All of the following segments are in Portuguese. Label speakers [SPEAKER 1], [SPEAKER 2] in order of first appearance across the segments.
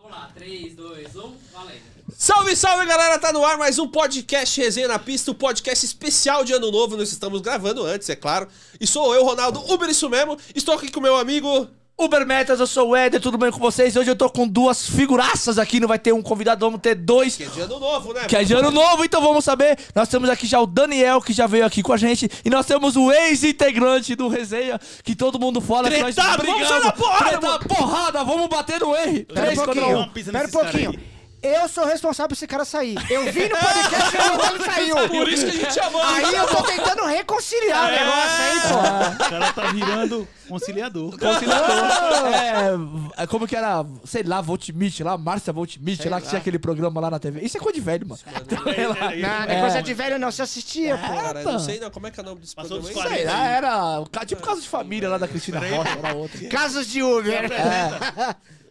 [SPEAKER 1] Vamos lá, 3, 2, 1, valendo.
[SPEAKER 2] Salve, salve galera, tá no ar mais um podcast Resenha na Pista, o um podcast especial de Ano Novo, nós estamos gravando antes, é claro. E sou eu, Ronaldo Uber, isso mesmo, estou aqui com meu amigo...
[SPEAKER 3] Uber Metas, eu sou o Éder, tudo bem com vocês? Hoje eu tô com duas figuraças aqui, não vai ter um convidado, vamos ter dois.
[SPEAKER 2] Que é de Ano Novo, né?
[SPEAKER 3] Que é de ano novo, então vamos saber. Nós temos aqui já o Daniel, que já veio aqui com a gente. E nós temos o ex-integrante do Resenha, que todo mundo fala que nós
[SPEAKER 2] Tretado, vamos sair na porrada,
[SPEAKER 3] Treta, porrada, vamos bater no R.
[SPEAKER 4] Pera
[SPEAKER 3] Três
[SPEAKER 4] um
[SPEAKER 3] contra um.
[SPEAKER 4] pouquinho, pera um pouquinho. Eu sou responsável por esse cara sair. Eu vi no podcast e ele saiu.
[SPEAKER 2] Por isso que a gente chamou.
[SPEAKER 4] Aí eu tô tentando reconciliar o negócio aí,
[SPEAKER 5] O cara tá virando conciliador.
[SPEAKER 3] Conciliador. É, como que era, sei lá, Voltmit lá, Márcia Voltmit lá, que tinha aquele programa lá na TV. Isso é coisa de velho, mano. Sei lá.
[SPEAKER 4] pô. Não, negócio é de velho não, se assistia, pô.
[SPEAKER 2] Cara, eu não sei não, como é que é o nome desse
[SPEAKER 5] Passou
[SPEAKER 2] programa
[SPEAKER 5] dos
[SPEAKER 2] aí?
[SPEAKER 3] Sei lá, era o ca- tipo caso de família lá da Cristina Rocha, era outra.
[SPEAKER 4] Casos de
[SPEAKER 5] É
[SPEAKER 4] Uber.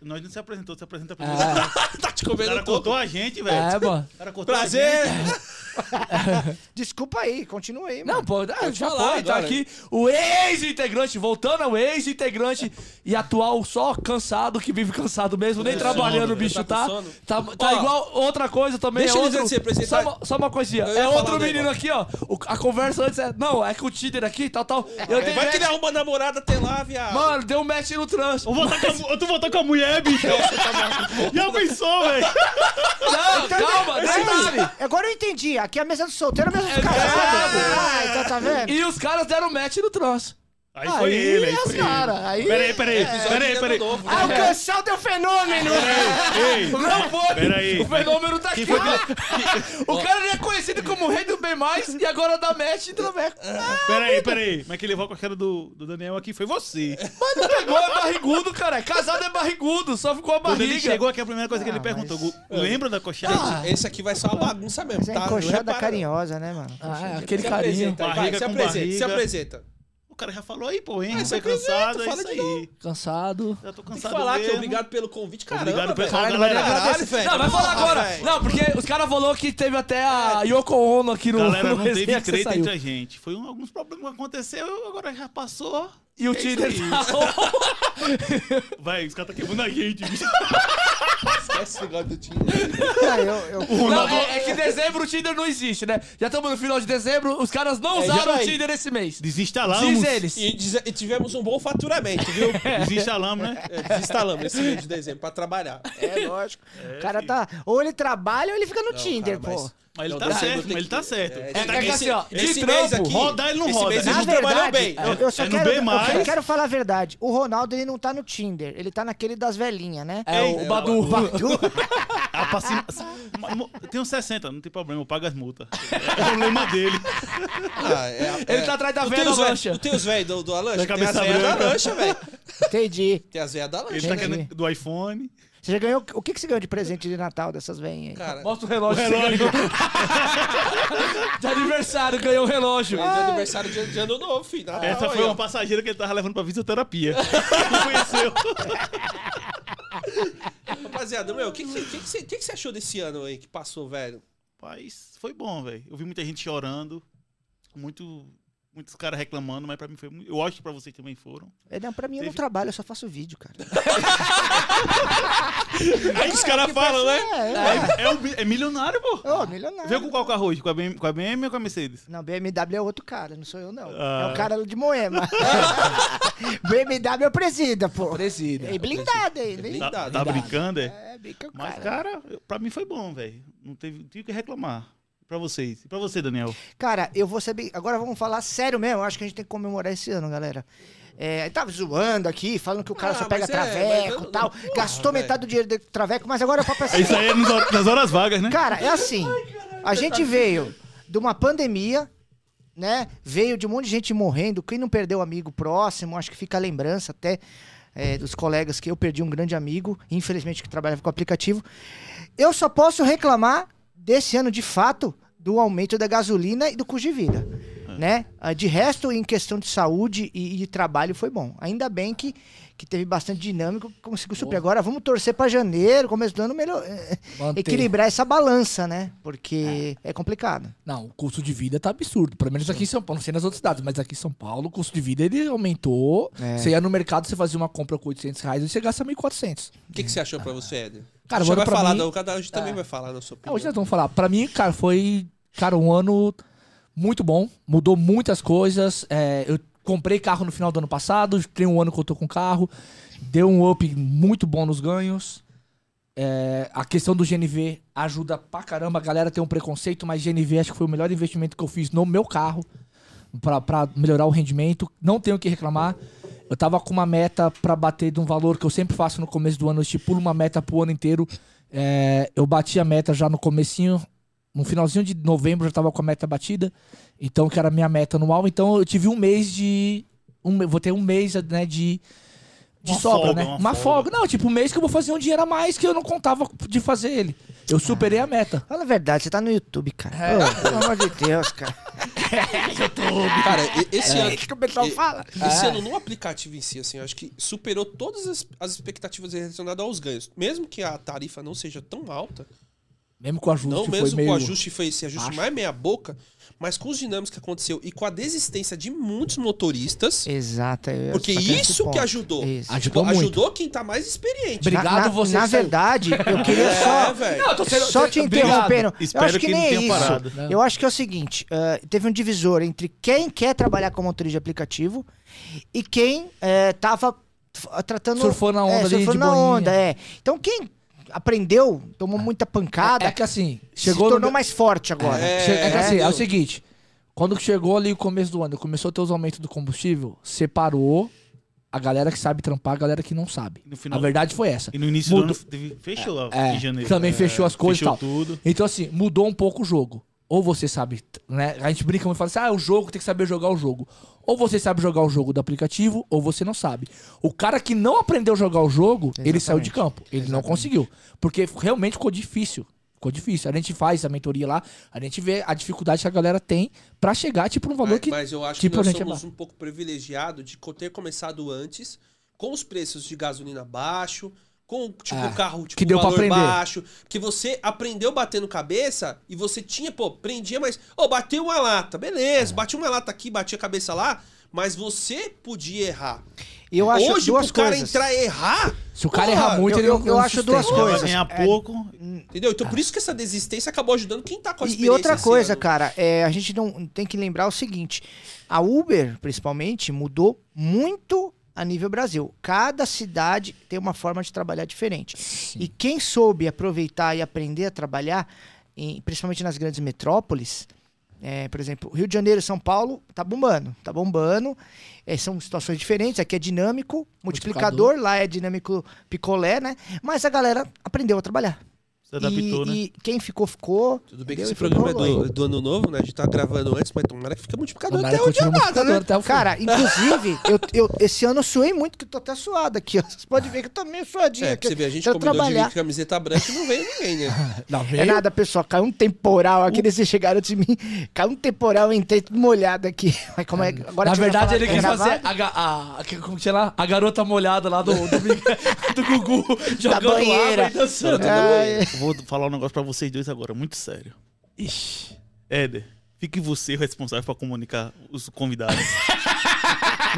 [SPEAKER 5] Nós não se apresentou, se apresenta pra gente.
[SPEAKER 2] Tá te
[SPEAKER 5] O cara
[SPEAKER 2] comendo todo.
[SPEAKER 5] cortou a gente, velho.
[SPEAKER 3] É, mano.
[SPEAKER 5] O cara cortou
[SPEAKER 2] Prazer!
[SPEAKER 5] a gente.
[SPEAKER 4] Desculpa aí, continua aí, mano.
[SPEAKER 3] Não, pô, ah, já
[SPEAKER 2] falar
[SPEAKER 3] foi, tá
[SPEAKER 2] agora.
[SPEAKER 3] aqui o ex-integrante, voltando ao ex-integrante e atual só cansado, que vive cansado mesmo, nem trabalhando
[SPEAKER 2] sono,
[SPEAKER 3] o bicho,
[SPEAKER 2] ele tá
[SPEAKER 3] tá?
[SPEAKER 2] com sono.
[SPEAKER 3] Tá, tá
[SPEAKER 2] Ó,
[SPEAKER 3] igual outra coisa também.
[SPEAKER 2] deixa
[SPEAKER 3] é
[SPEAKER 2] eles
[SPEAKER 3] outro,
[SPEAKER 2] antes de se
[SPEAKER 3] só,
[SPEAKER 2] apresentar.
[SPEAKER 3] uma- só uma coisinha.
[SPEAKER 2] Eu ia
[SPEAKER 3] É
[SPEAKER 2] falar
[SPEAKER 3] outro
[SPEAKER 2] um
[SPEAKER 3] menino
[SPEAKER 2] negócio.
[SPEAKER 3] aqui, ó. O- a conversa antes é. Não, é com o Tinder aqui, tal, tal. Eu
[SPEAKER 2] É,
[SPEAKER 3] dei
[SPEAKER 2] Vai que ele
[SPEAKER 3] match-
[SPEAKER 2] arruma namorada até lá, viado.
[SPEAKER 3] Mano, deu um match no trânsito.
[SPEAKER 5] Eu vou voltar com a, mu- tu voltou com a mulher, bicho. Já pensou, velho?
[SPEAKER 3] Não, é calma, detalhe.
[SPEAKER 4] Então, Agora eu entendi. Aqui é a mesa do solteiro, a mesa dos casados. Ah, então tá vendo?
[SPEAKER 3] E os caras deram match no trânsito.
[SPEAKER 5] Aí foi ele, aí foi ele.
[SPEAKER 3] Cara, aí.
[SPEAKER 5] Peraí, peraí, peraí,
[SPEAKER 2] é
[SPEAKER 5] peraí.
[SPEAKER 3] Ah,
[SPEAKER 2] Novo, né?
[SPEAKER 4] Alcançar o teu fenômeno.
[SPEAKER 5] Tá, Ei,
[SPEAKER 3] Não foi!
[SPEAKER 5] Peraí.
[SPEAKER 3] O fenômeno tá aqui! o cara já é conhecido como o rei do bem mais e agora dá match e traveco. Ah,
[SPEAKER 5] peraí, peraí. Mas quem levou com a cara do, do Daniel aqui foi você.
[SPEAKER 3] Mas não pegou, é barrigudo, cara. Casado é barrigudo, só ficou a
[SPEAKER 5] Quando ele
[SPEAKER 3] barriga.
[SPEAKER 5] chegou aqui, a primeira coisa que ele perguntou, Gu, lembra da coxada?
[SPEAKER 2] Esse aqui vai ser uma bagunça mesmo,
[SPEAKER 4] Mas é
[SPEAKER 2] tá? Não
[SPEAKER 4] encoxada
[SPEAKER 2] repara,
[SPEAKER 4] carinhosa, né, mano?
[SPEAKER 3] Ah, é,
[SPEAKER 2] não.
[SPEAKER 3] aquele
[SPEAKER 2] Se
[SPEAKER 3] carinho.
[SPEAKER 2] apresenta, aí, vai,
[SPEAKER 5] Barriga
[SPEAKER 2] se
[SPEAKER 5] com
[SPEAKER 2] apresenta, se
[SPEAKER 5] barriga.
[SPEAKER 2] apresenta.
[SPEAKER 5] O cara já falou aí, pô, hein?
[SPEAKER 2] Ah,
[SPEAKER 5] Você é
[SPEAKER 2] se apresenta,
[SPEAKER 5] cansado, é
[SPEAKER 2] fala
[SPEAKER 5] isso
[SPEAKER 2] de novo.
[SPEAKER 5] aí.
[SPEAKER 3] Cansado.
[SPEAKER 5] Já tô
[SPEAKER 2] Tem que
[SPEAKER 5] cansado
[SPEAKER 2] falar
[SPEAKER 5] mesmo.
[SPEAKER 2] que obrigado pelo convite, caramba,
[SPEAKER 5] Obrigado,
[SPEAKER 2] velho.
[SPEAKER 5] pessoal. Galera,
[SPEAKER 2] Caralho, velho.
[SPEAKER 3] Não, vai falar
[SPEAKER 2] Porra,
[SPEAKER 3] agora.
[SPEAKER 2] velho.
[SPEAKER 3] Não, porque os caras falaram que teve até a Yoko Ono aqui no,
[SPEAKER 5] galera
[SPEAKER 3] no
[SPEAKER 5] não
[SPEAKER 3] resenha
[SPEAKER 5] teve
[SPEAKER 3] que você
[SPEAKER 5] treta
[SPEAKER 3] saiu.
[SPEAKER 5] entre a gente. Foi um- alguns problemas que aconteceu, agora já passou.
[SPEAKER 3] E o Tinder tá
[SPEAKER 5] Vai, os caras tá queimando a gente, bicho.
[SPEAKER 2] Esquece esse negócio do Tinder.
[SPEAKER 4] Ah, eu, eu...
[SPEAKER 3] Não, é, é que dezembro o Tinder não existe, né? Já estamos no final de dezembro, os caras não
[SPEAKER 2] É, já
[SPEAKER 3] usaram o
[SPEAKER 2] vai.
[SPEAKER 3] Tinder esse mês.
[SPEAKER 5] Desinstalamos.
[SPEAKER 3] Diz eles.
[SPEAKER 2] E, diz- e tivemos um bom faturamento, viu?
[SPEAKER 5] Desinstalamos, né?
[SPEAKER 2] É, Desinstalamos esse mês de dezembro pra trabalhar.
[SPEAKER 4] É lógico. O cara tá. Ou ele trabalha ou ele fica no Tinder,
[SPEAKER 2] Cara,
[SPEAKER 4] pô.
[SPEAKER 5] Mas ele
[SPEAKER 2] Não,
[SPEAKER 5] tá
[SPEAKER 2] dezembro
[SPEAKER 5] certo,
[SPEAKER 2] tem
[SPEAKER 5] mas ele tá certo.
[SPEAKER 2] É,
[SPEAKER 3] É,
[SPEAKER 2] esse-
[SPEAKER 3] é que assim, ó, de
[SPEAKER 2] esse
[SPEAKER 3] trampo,
[SPEAKER 2] mês aqui,
[SPEAKER 5] roda, ele não
[SPEAKER 2] esse
[SPEAKER 5] roda.
[SPEAKER 2] mês
[SPEAKER 5] Na
[SPEAKER 2] eles não trabalharam bem.
[SPEAKER 4] eu, eu só
[SPEAKER 5] É no
[SPEAKER 4] quero,
[SPEAKER 5] bem
[SPEAKER 4] eu
[SPEAKER 5] mais.
[SPEAKER 4] quero- quero falar a verdade. O Ronaldo, ele não tá no Tinder. Ele tá naquele das velhinhas, né?
[SPEAKER 3] É,
[SPEAKER 5] É,
[SPEAKER 3] o Badu.
[SPEAKER 5] Ah, pra cima- ma- mo- Tem uns 60, não tem problema, eu pago as multas. É o problema dele.
[SPEAKER 2] Ah, é- é.
[SPEAKER 3] Ele tá atrás da
[SPEAKER 2] Não tem
[SPEAKER 3] véia da
[SPEAKER 2] os véi-
[SPEAKER 3] lancha.
[SPEAKER 2] Não tem os velhos do, do Alancha?
[SPEAKER 5] Da
[SPEAKER 2] Tem as
[SPEAKER 5] cabeça
[SPEAKER 2] velhas da
[SPEAKER 5] branca.
[SPEAKER 2] lancha, velho.
[SPEAKER 4] Entendi.
[SPEAKER 2] Tem as velhas da lancha.
[SPEAKER 5] Ele tá querendo do iPhone.
[SPEAKER 4] Você já ganhou. O que, que você ganhou de presente de Natal dessas velhinhas aí?
[SPEAKER 2] Cara,
[SPEAKER 3] Mostra o relógio.
[SPEAKER 5] O relógio.
[SPEAKER 3] que você ganhou. de aniversário, ganhou o relógio.
[SPEAKER 2] é de aniversário de, de ano novo, filho. Natal,
[SPEAKER 5] Essa
[SPEAKER 2] aí,
[SPEAKER 5] foi
[SPEAKER 2] ó.
[SPEAKER 5] uma passageira que ele tava levando pra fisioterapia. Não conheceu.
[SPEAKER 2] Rapaziada, meu, o que que você que que você- que que você achou desse ano aí que passou, velho?
[SPEAKER 5] Mas foi bom, velho. Eu vi muita gente chorando, muito, muitos caras reclamando, mas pra mim foi muito. Eu acho que pra vocês também foram.
[SPEAKER 4] É, Não, pra mim eu não
[SPEAKER 5] Teve-
[SPEAKER 4] trabalho, eu só faço vídeo, cara.
[SPEAKER 3] É,
[SPEAKER 5] Aí É os caras falam, né?
[SPEAKER 4] É, é.
[SPEAKER 5] É, é o bi- é milionário, pô.
[SPEAKER 4] Ô, milionário.
[SPEAKER 5] Veio com qual carro hoje? Com a BM, com a BM ou com a Mercedes?
[SPEAKER 4] Não, BMW é outro cara, não sou eu, não.
[SPEAKER 5] Ah.
[SPEAKER 4] É o cara de Moema. BMW é o presida, pô.
[SPEAKER 3] Presida.
[SPEAKER 4] E blindado ainda, hein?
[SPEAKER 2] blindado.
[SPEAKER 5] Tá,
[SPEAKER 2] Verdade,
[SPEAKER 5] tá
[SPEAKER 2] verdade.
[SPEAKER 5] brincando, é?
[SPEAKER 4] É, bica o
[SPEAKER 5] Mas,
[SPEAKER 4] cara.
[SPEAKER 5] cara, eu- pra mim foi bom, velho. Não teve, não tive o que reclamar. Pra vocês. E pra você, Daniel?
[SPEAKER 4] Cara, eu vou saber. Agora vamos falar sério mesmo. eu Acho que a gente tem que comemorar esse ano, galera. É, tava zoando aqui, falando que o cara
[SPEAKER 2] Ah,
[SPEAKER 4] só pega
[SPEAKER 2] mas é, mas
[SPEAKER 4] traveco
[SPEAKER 2] eu-
[SPEAKER 4] e tal.
[SPEAKER 2] porra,
[SPEAKER 4] gastou
[SPEAKER 2] velho.
[SPEAKER 4] metade do dinheiro do traveco, mas agora é papo é
[SPEAKER 5] É isso
[SPEAKER 4] sério.
[SPEAKER 5] aí é nos hor- nas horas vagas, né?
[SPEAKER 4] Cara, é assim. A gente veio de uma pandemia, né? Veio de um monte de gente morrendo. Quem não perdeu um amigo próximo, acho que fica a lembrança até é, dos colegas que eu perdi um grande amigo, infelizmente, que trabalhava com aplicativo. Eu só posso reclamar desse ano, de fato, do aumento da gasolina e do custo de vida. Né? Ah, De resto, em questão de saúde e, e trabalho, foi bom. Ainda bem que, que teve bastante dinâmico, conseguiu suprir. Agora vamos torcer para janeiro, começo do ano, melhor, é,
[SPEAKER 3] Manter.
[SPEAKER 4] equilibrar essa balança, né? Porque é, complicado.
[SPEAKER 3] Não, o custo de vida tá absurdo. Pelo menos aqui em São Paulo. Não sei nas outras cidades, mas aqui em São Paulo o custo de vida ele aumentou.
[SPEAKER 4] É.
[SPEAKER 3] Você ia no mercado, você fazia uma compra com 800 reais e você gasta 1.400.
[SPEAKER 2] O que que você achou pra você, Éder?
[SPEAKER 3] Cara,
[SPEAKER 2] a
[SPEAKER 3] mano,
[SPEAKER 2] gente vai
[SPEAKER 3] pra
[SPEAKER 2] falar,
[SPEAKER 3] mim...
[SPEAKER 2] da- o cada hoje também vai falar na sua
[SPEAKER 3] É,
[SPEAKER 2] opinião.
[SPEAKER 3] hoje nós vamos falar. Pra mim, cara, foi cara, um ano muito bom. Mudou muitas coisas. É, eu comprei carro no final do ano passado. Tem um ano que eu tô com carro. Deu um up muito bom nos ganhos. É, a questão do GNV ajuda pra caramba. A galera tem um preconceito, mas GNV acho que foi o melhor investimento que eu fiz no meu carro pra, pra melhorar o rendimento. Não tenho o que reclamar. Eu tava com uma meta pra bater de um valor que eu sempre faço no começo do ano. Eu estipulo uma meta pro ano inteiro. É, eu bati a meta já no comecinho. No finalzinho de novembro eu já tava com a meta batida. Então, que era a minha meta anual. Então, eu tive um mês de... Um, me- vou ter um mês né, de... De
[SPEAKER 5] Uma
[SPEAKER 3] sobra,
[SPEAKER 5] folga,
[SPEAKER 3] né?
[SPEAKER 5] uma
[SPEAKER 3] Uma,
[SPEAKER 5] folga.
[SPEAKER 3] folga. Não, tipo, um mês que eu vou fazer um dinheiro a mais que eu não contava de fazer ele. Eu superei a meta.
[SPEAKER 4] Fala a verdade, você tá no YouTube, cara.
[SPEAKER 3] É.
[SPEAKER 4] Pô, pelo amor de Deus, cara.
[SPEAKER 2] Cara, e- esse
[SPEAKER 4] É
[SPEAKER 2] ano.
[SPEAKER 4] isso que o pessoal
[SPEAKER 2] e-
[SPEAKER 4] fala.
[SPEAKER 3] Ah, é?
[SPEAKER 2] Esse ano no aplicativo em si, assim, eu acho que superou todas as, as expectativas relacionadas aos ganhos. Mesmo que a tarifa não seja tão alta,
[SPEAKER 3] Mesmo com o ajuste
[SPEAKER 2] não
[SPEAKER 3] foi
[SPEAKER 2] mesmo
[SPEAKER 3] meio...
[SPEAKER 2] com o ajuste foi esse ajuste
[SPEAKER 3] baixo.
[SPEAKER 2] mais meia boca, mas com os dinâmicos que aconteceu e com a desistência de muitos motoristas,
[SPEAKER 4] Exato. eu ia
[SPEAKER 2] Porque
[SPEAKER 4] tocar nesse
[SPEAKER 2] isso que
[SPEAKER 4] ponto.
[SPEAKER 2] ajudou.
[SPEAKER 4] Isso.
[SPEAKER 3] Ajudou
[SPEAKER 2] tipo,
[SPEAKER 3] muito.
[SPEAKER 2] ajudou quem tá mais experiente.
[SPEAKER 3] Bri- Obrigado,
[SPEAKER 4] na, na,
[SPEAKER 3] você
[SPEAKER 4] Na
[SPEAKER 3] saiu.
[SPEAKER 4] verdade, eu queria
[SPEAKER 2] É,
[SPEAKER 4] só...
[SPEAKER 2] velho.
[SPEAKER 3] Não, eu tô sendo-
[SPEAKER 4] Só te
[SPEAKER 3] obrigado.
[SPEAKER 4] interrompendo.
[SPEAKER 5] Espero
[SPEAKER 4] eu acho que,
[SPEAKER 5] que ele
[SPEAKER 4] nem é
[SPEAKER 5] tenha
[SPEAKER 4] isso.
[SPEAKER 5] parado.
[SPEAKER 4] Eu acho que é o seguinte: ah, teve um divisor entre quem quer trabalhar como motorista de aplicativo e quem eh, tava f- tratando.
[SPEAKER 3] Surfou na onda
[SPEAKER 4] é,
[SPEAKER 3] ali
[SPEAKER 4] surfou
[SPEAKER 3] de
[SPEAKER 4] na
[SPEAKER 3] boinha.
[SPEAKER 4] onda, é. Então quem aprendeu, tomou muita pancada,
[SPEAKER 3] É, é que assim,
[SPEAKER 4] se
[SPEAKER 3] chegou no
[SPEAKER 4] tornou mais forte agora.
[SPEAKER 2] É.
[SPEAKER 3] Che- É, que assim, é
[SPEAKER 2] entendeu?
[SPEAKER 3] o seguinte. Quando chegou ali o começo do ano, começou a ter os aumentos do combustível, separou a galera que sabe trampar, a galera que não sabe.
[SPEAKER 5] No final-
[SPEAKER 3] A verdade foi essa.
[SPEAKER 5] E no início
[SPEAKER 3] Mudou.
[SPEAKER 5] do ano teve- fechou lá
[SPEAKER 3] É,
[SPEAKER 5] em janeiro. É,
[SPEAKER 3] também fechou as coisas e tal.
[SPEAKER 5] fechou tudo.
[SPEAKER 3] Então, assim, mudou um pouco o jogo. Ou você sabe, t- né? A gente brinca muito e fala assim: ah, o jogo tem que saber jogar o jogo. Ou você sabe jogar o jogo do aplicativo, ou você não sabe. O cara que não aprendeu a jogar o jogo, ele
[SPEAKER 4] Exatamente.
[SPEAKER 3] saiu de campo. Ele não conseguiu. Porque f- realmente ficou difícil. Ficou difícil. A gente faz a mentoria lá, a gente vê a dificuldade que a galera tem pra chegar, tipo, num valor
[SPEAKER 2] Mas,
[SPEAKER 3] que.
[SPEAKER 2] mas eu acho
[SPEAKER 3] tipo,
[SPEAKER 2] que nós
[SPEAKER 3] gente, é
[SPEAKER 2] somos
[SPEAKER 3] ba-
[SPEAKER 2] um pouco privilegiados de co- ter começado antes, com os preços de gasolina baixo, com tipo,
[SPEAKER 4] Ah,
[SPEAKER 3] É,
[SPEAKER 2] o carro tipo,
[SPEAKER 3] que deu pra
[SPEAKER 2] valor
[SPEAKER 3] aprender.
[SPEAKER 2] baixo, que você aprendeu batendo cabeça e você tinha, pô, prendia, mas, ô, bateu uma lata,
[SPEAKER 4] É.
[SPEAKER 2] beleza, bati uma lata aqui, bati a cabeça lá, mas você podia errar.
[SPEAKER 4] E eu acho
[SPEAKER 2] Hoje,
[SPEAKER 4] duas
[SPEAKER 2] pro cara
[SPEAKER 4] coisas.
[SPEAKER 2] entrar e errar,
[SPEAKER 3] Se o cara
[SPEAKER 2] Porra,
[SPEAKER 3] errar muito,
[SPEAKER 4] eu-
[SPEAKER 3] ele não
[SPEAKER 4] eu- eu
[SPEAKER 3] não
[SPEAKER 4] acho duas
[SPEAKER 3] sustenta.
[SPEAKER 4] coisas.
[SPEAKER 5] Vai ganhar
[SPEAKER 4] é-
[SPEAKER 5] pouco.
[SPEAKER 2] entendeu? Então por isso que essa desistência acabou ajudando quem tá com a
[SPEAKER 4] Ah. E-
[SPEAKER 2] experiência.
[SPEAKER 4] E outra
[SPEAKER 2] esse
[SPEAKER 4] coisa,
[SPEAKER 2] ano.
[SPEAKER 4] cara, é, a gente não tem que lembrar o seguinte: a Uber, principalmente, mudou muito a nível Brasil. Cada cidade tem uma forma de trabalhar diferente. E quem soube aproveitar e aprender a trabalhar, em- principalmente nas grandes metrópoles, é, por exemplo, Rio de Janeiro e São Paulo, tá bombando, tá bombando. É, são situações diferentes. Aqui é dinâmico, multiplicador, lá é dinâmico picolé, né? Mas a galera aprendeu a trabalhar.
[SPEAKER 5] Se adaptou,
[SPEAKER 4] e,
[SPEAKER 5] né?
[SPEAKER 4] e quem ficou, ficou.
[SPEAKER 2] Tudo bem que
[SPEAKER 4] entendeu? Então,
[SPEAKER 2] esse
[SPEAKER 4] E foi
[SPEAKER 2] programa é
[SPEAKER 4] pra longe.
[SPEAKER 2] do, do ano novo, né? A gente tá gravando antes, mas tomara que fica multiplicador
[SPEAKER 3] Tomara
[SPEAKER 2] até
[SPEAKER 3] que
[SPEAKER 2] onde é
[SPEAKER 3] continue
[SPEAKER 2] nada, né?
[SPEAKER 3] multiplicador até o fim.
[SPEAKER 4] Cara, inclusive, eu, eu- esse ano eu suei muito, que eu tô até suado aqui, ó. Vocês podem ver que eu tô meio suadinho
[SPEAKER 2] É, pra
[SPEAKER 4] aqui.
[SPEAKER 2] você ver, a gente
[SPEAKER 4] Quero
[SPEAKER 2] combinou de vir
[SPEAKER 4] trabalhar.
[SPEAKER 2] com camiseta branca e não veio ninguém, né?
[SPEAKER 3] Não, veio.
[SPEAKER 4] É nada, pessoal. Caiu um temporal aqui, eles chegaram antes de mim. Caiu um temporal, eu entrei tudo molhado aqui. Mas como é agora a
[SPEAKER 3] Na
[SPEAKER 4] gente vai
[SPEAKER 3] verdade,
[SPEAKER 4] falar
[SPEAKER 3] ele
[SPEAKER 4] que é
[SPEAKER 3] quis
[SPEAKER 4] gravado?
[SPEAKER 3] fazer a, ga- a, que- como que chama lá? a garota molhada lá do, do, Miguel- do Gugu jogando
[SPEAKER 4] banheira.
[SPEAKER 3] água assim. e dançando. É.
[SPEAKER 4] Ai,
[SPEAKER 5] Eu Vou falar um negócio pra vocês dois agora, muito sério.
[SPEAKER 3] Ixi.
[SPEAKER 5] Éder, fique você responsável pra comunicar os convidados.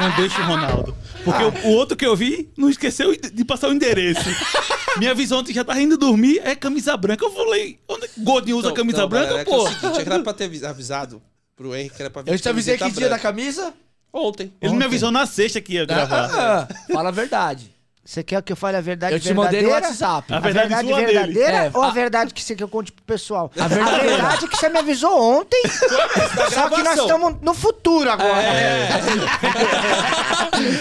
[SPEAKER 5] Não deixe o Ronaldo. Porque o, o outro que eu vi não esqueceu de de passar o endereço. Minha visão ontem já tava indo dormir, é camisa branca. Eu falei, onde é Godinho usa
[SPEAKER 2] Então,
[SPEAKER 5] camisa
[SPEAKER 2] não,
[SPEAKER 5] branca,
[SPEAKER 2] galera, é que
[SPEAKER 5] pô?
[SPEAKER 2] É o seguinte, é que era pra ter avis- avisado pro Henrique que era pra vir
[SPEAKER 3] Eu
[SPEAKER 2] de
[SPEAKER 3] te avisei que
[SPEAKER 2] camiseta
[SPEAKER 3] dia da
[SPEAKER 2] branca.
[SPEAKER 3] camisa?
[SPEAKER 2] Ontem.
[SPEAKER 5] Ele me avisou na sexta que ia gravar.
[SPEAKER 3] Ah, fala a verdade.
[SPEAKER 4] Você quer que eu fale a verdade
[SPEAKER 3] Eu te mandei no
[SPEAKER 4] verdadeira?
[SPEAKER 3] WhatsApp.
[SPEAKER 5] A
[SPEAKER 4] A verdade,
[SPEAKER 5] verdade sua dele.
[SPEAKER 4] verdadeira
[SPEAKER 3] É,
[SPEAKER 4] ou a
[SPEAKER 3] a-
[SPEAKER 4] verdade que você quer que eu conte pro pessoal? A
[SPEAKER 3] verdadeira.
[SPEAKER 4] verdade é que você me avisou ontem, só que nós
[SPEAKER 2] gravação.
[SPEAKER 4] estamos no futuro agora.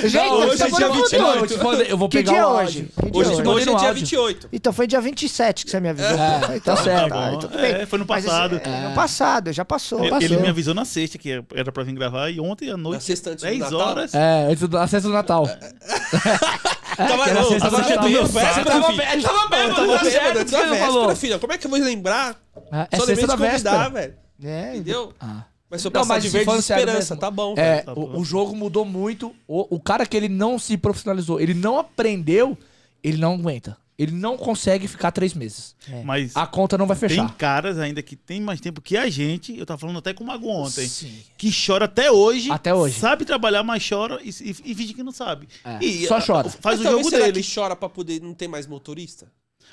[SPEAKER 4] Gente,
[SPEAKER 3] Não,
[SPEAKER 4] nós
[SPEAKER 2] hoje é
[SPEAKER 4] estamos
[SPEAKER 2] dia 28.
[SPEAKER 4] no
[SPEAKER 3] Não,
[SPEAKER 4] futuro.
[SPEAKER 3] tá eu, te mandei- eu vou
[SPEAKER 4] Que
[SPEAKER 3] pegar um
[SPEAKER 4] dia é
[SPEAKER 3] o
[SPEAKER 4] hoje? Que dia
[SPEAKER 2] Hoje,
[SPEAKER 4] é
[SPEAKER 3] eu te
[SPEAKER 2] hoje,
[SPEAKER 3] mandei
[SPEAKER 2] é
[SPEAKER 3] no
[SPEAKER 2] dia
[SPEAKER 3] áudio.
[SPEAKER 2] 28.
[SPEAKER 4] Então foi dia 27 que você me avisou.
[SPEAKER 3] É,
[SPEAKER 4] então,
[SPEAKER 3] tá certo.
[SPEAKER 5] bom.
[SPEAKER 4] tudo
[SPEAKER 5] É,
[SPEAKER 4] bem.
[SPEAKER 5] foi no
[SPEAKER 4] Mas
[SPEAKER 5] passado.
[SPEAKER 4] esse- é, no passado, já passou.
[SPEAKER 5] Ele-
[SPEAKER 3] passou.
[SPEAKER 5] Ele me avisou na sexta que era pra vir gravar e ontem
[SPEAKER 2] Na
[SPEAKER 5] à noite,
[SPEAKER 2] sexta antes do
[SPEAKER 5] 10
[SPEAKER 2] Natal?
[SPEAKER 5] horas,
[SPEAKER 3] É, antes do acesso do Natal.
[SPEAKER 2] tava,
[SPEAKER 3] que era
[SPEAKER 2] não, tava
[SPEAKER 3] sexta do
[SPEAKER 2] dia do meu
[SPEAKER 3] Natal. Ele
[SPEAKER 2] véspera,
[SPEAKER 3] tava
[SPEAKER 2] filho.
[SPEAKER 3] bê- ele tava bêbado,
[SPEAKER 2] Tava
[SPEAKER 3] tá certo
[SPEAKER 2] bêbado,
[SPEAKER 3] que
[SPEAKER 2] da
[SPEAKER 3] você não falou.
[SPEAKER 2] véspera, filho. Como é que eu vou lembrar?
[SPEAKER 3] É, é
[SPEAKER 2] Só lembrei
[SPEAKER 3] sexta
[SPEAKER 2] de
[SPEAKER 3] da
[SPEAKER 2] convidar,
[SPEAKER 3] véspera.
[SPEAKER 2] velho.
[SPEAKER 4] É,
[SPEAKER 2] Entendeu?
[SPEAKER 3] Ah.
[SPEAKER 2] Mas se eu
[SPEAKER 3] Não,
[SPEAKER 2] passar
[SPEAKER 3] mas
[SPEAKER 2] de
[SPEAKER 3] se
[SPEAKER 2] verde,
[SPEAKER 3] falando sério
[SPEAKER 2] esperança.
[SPEAKER 3] mesmo.
[SPEAKER 2] Tá bom, velho.
[SPEAKER 3] É, o, o jogo mudou muito. O, o cara que ele não se profissionalizou, ele não aprendeu, ele não aguenta. Ele não consegue ficar três meses.
[SPEAKER 5] mas
[SPEAKER 3] A conta não vai
[SPEAKER 5] tem
[SPEAKER 3] fechar.
[SPEAKER 5] caras ainda que tem mais tempo que a gente. Eu tava falando até com o Mago ontem.
[SPEAKER 3] Sim.
[SPEAKER 5] que chora até hoje.
[SPEAKER 3] Até hoje.
[SPEAKER 5] Sabe trabalhar, mas chora e, e, e finge que não sabe.
[SPEAKER 3] É,
[SPEAKER 5] E,
[SPEAKER 3] só
[SPEAKER 5] a-
[SPEAKER 3] chora. tá
[SPEAKER 5] Faz
[SPEAKER 2] Mas
[SPEAKER 5] o
[SPEAKER 2] talvez
[SPEAKER 5] jogo
[SPEAKER 2] será
[SPEAKER 5] dele.
[SPEAKER 2] que chora pra poder não ter mais motorista?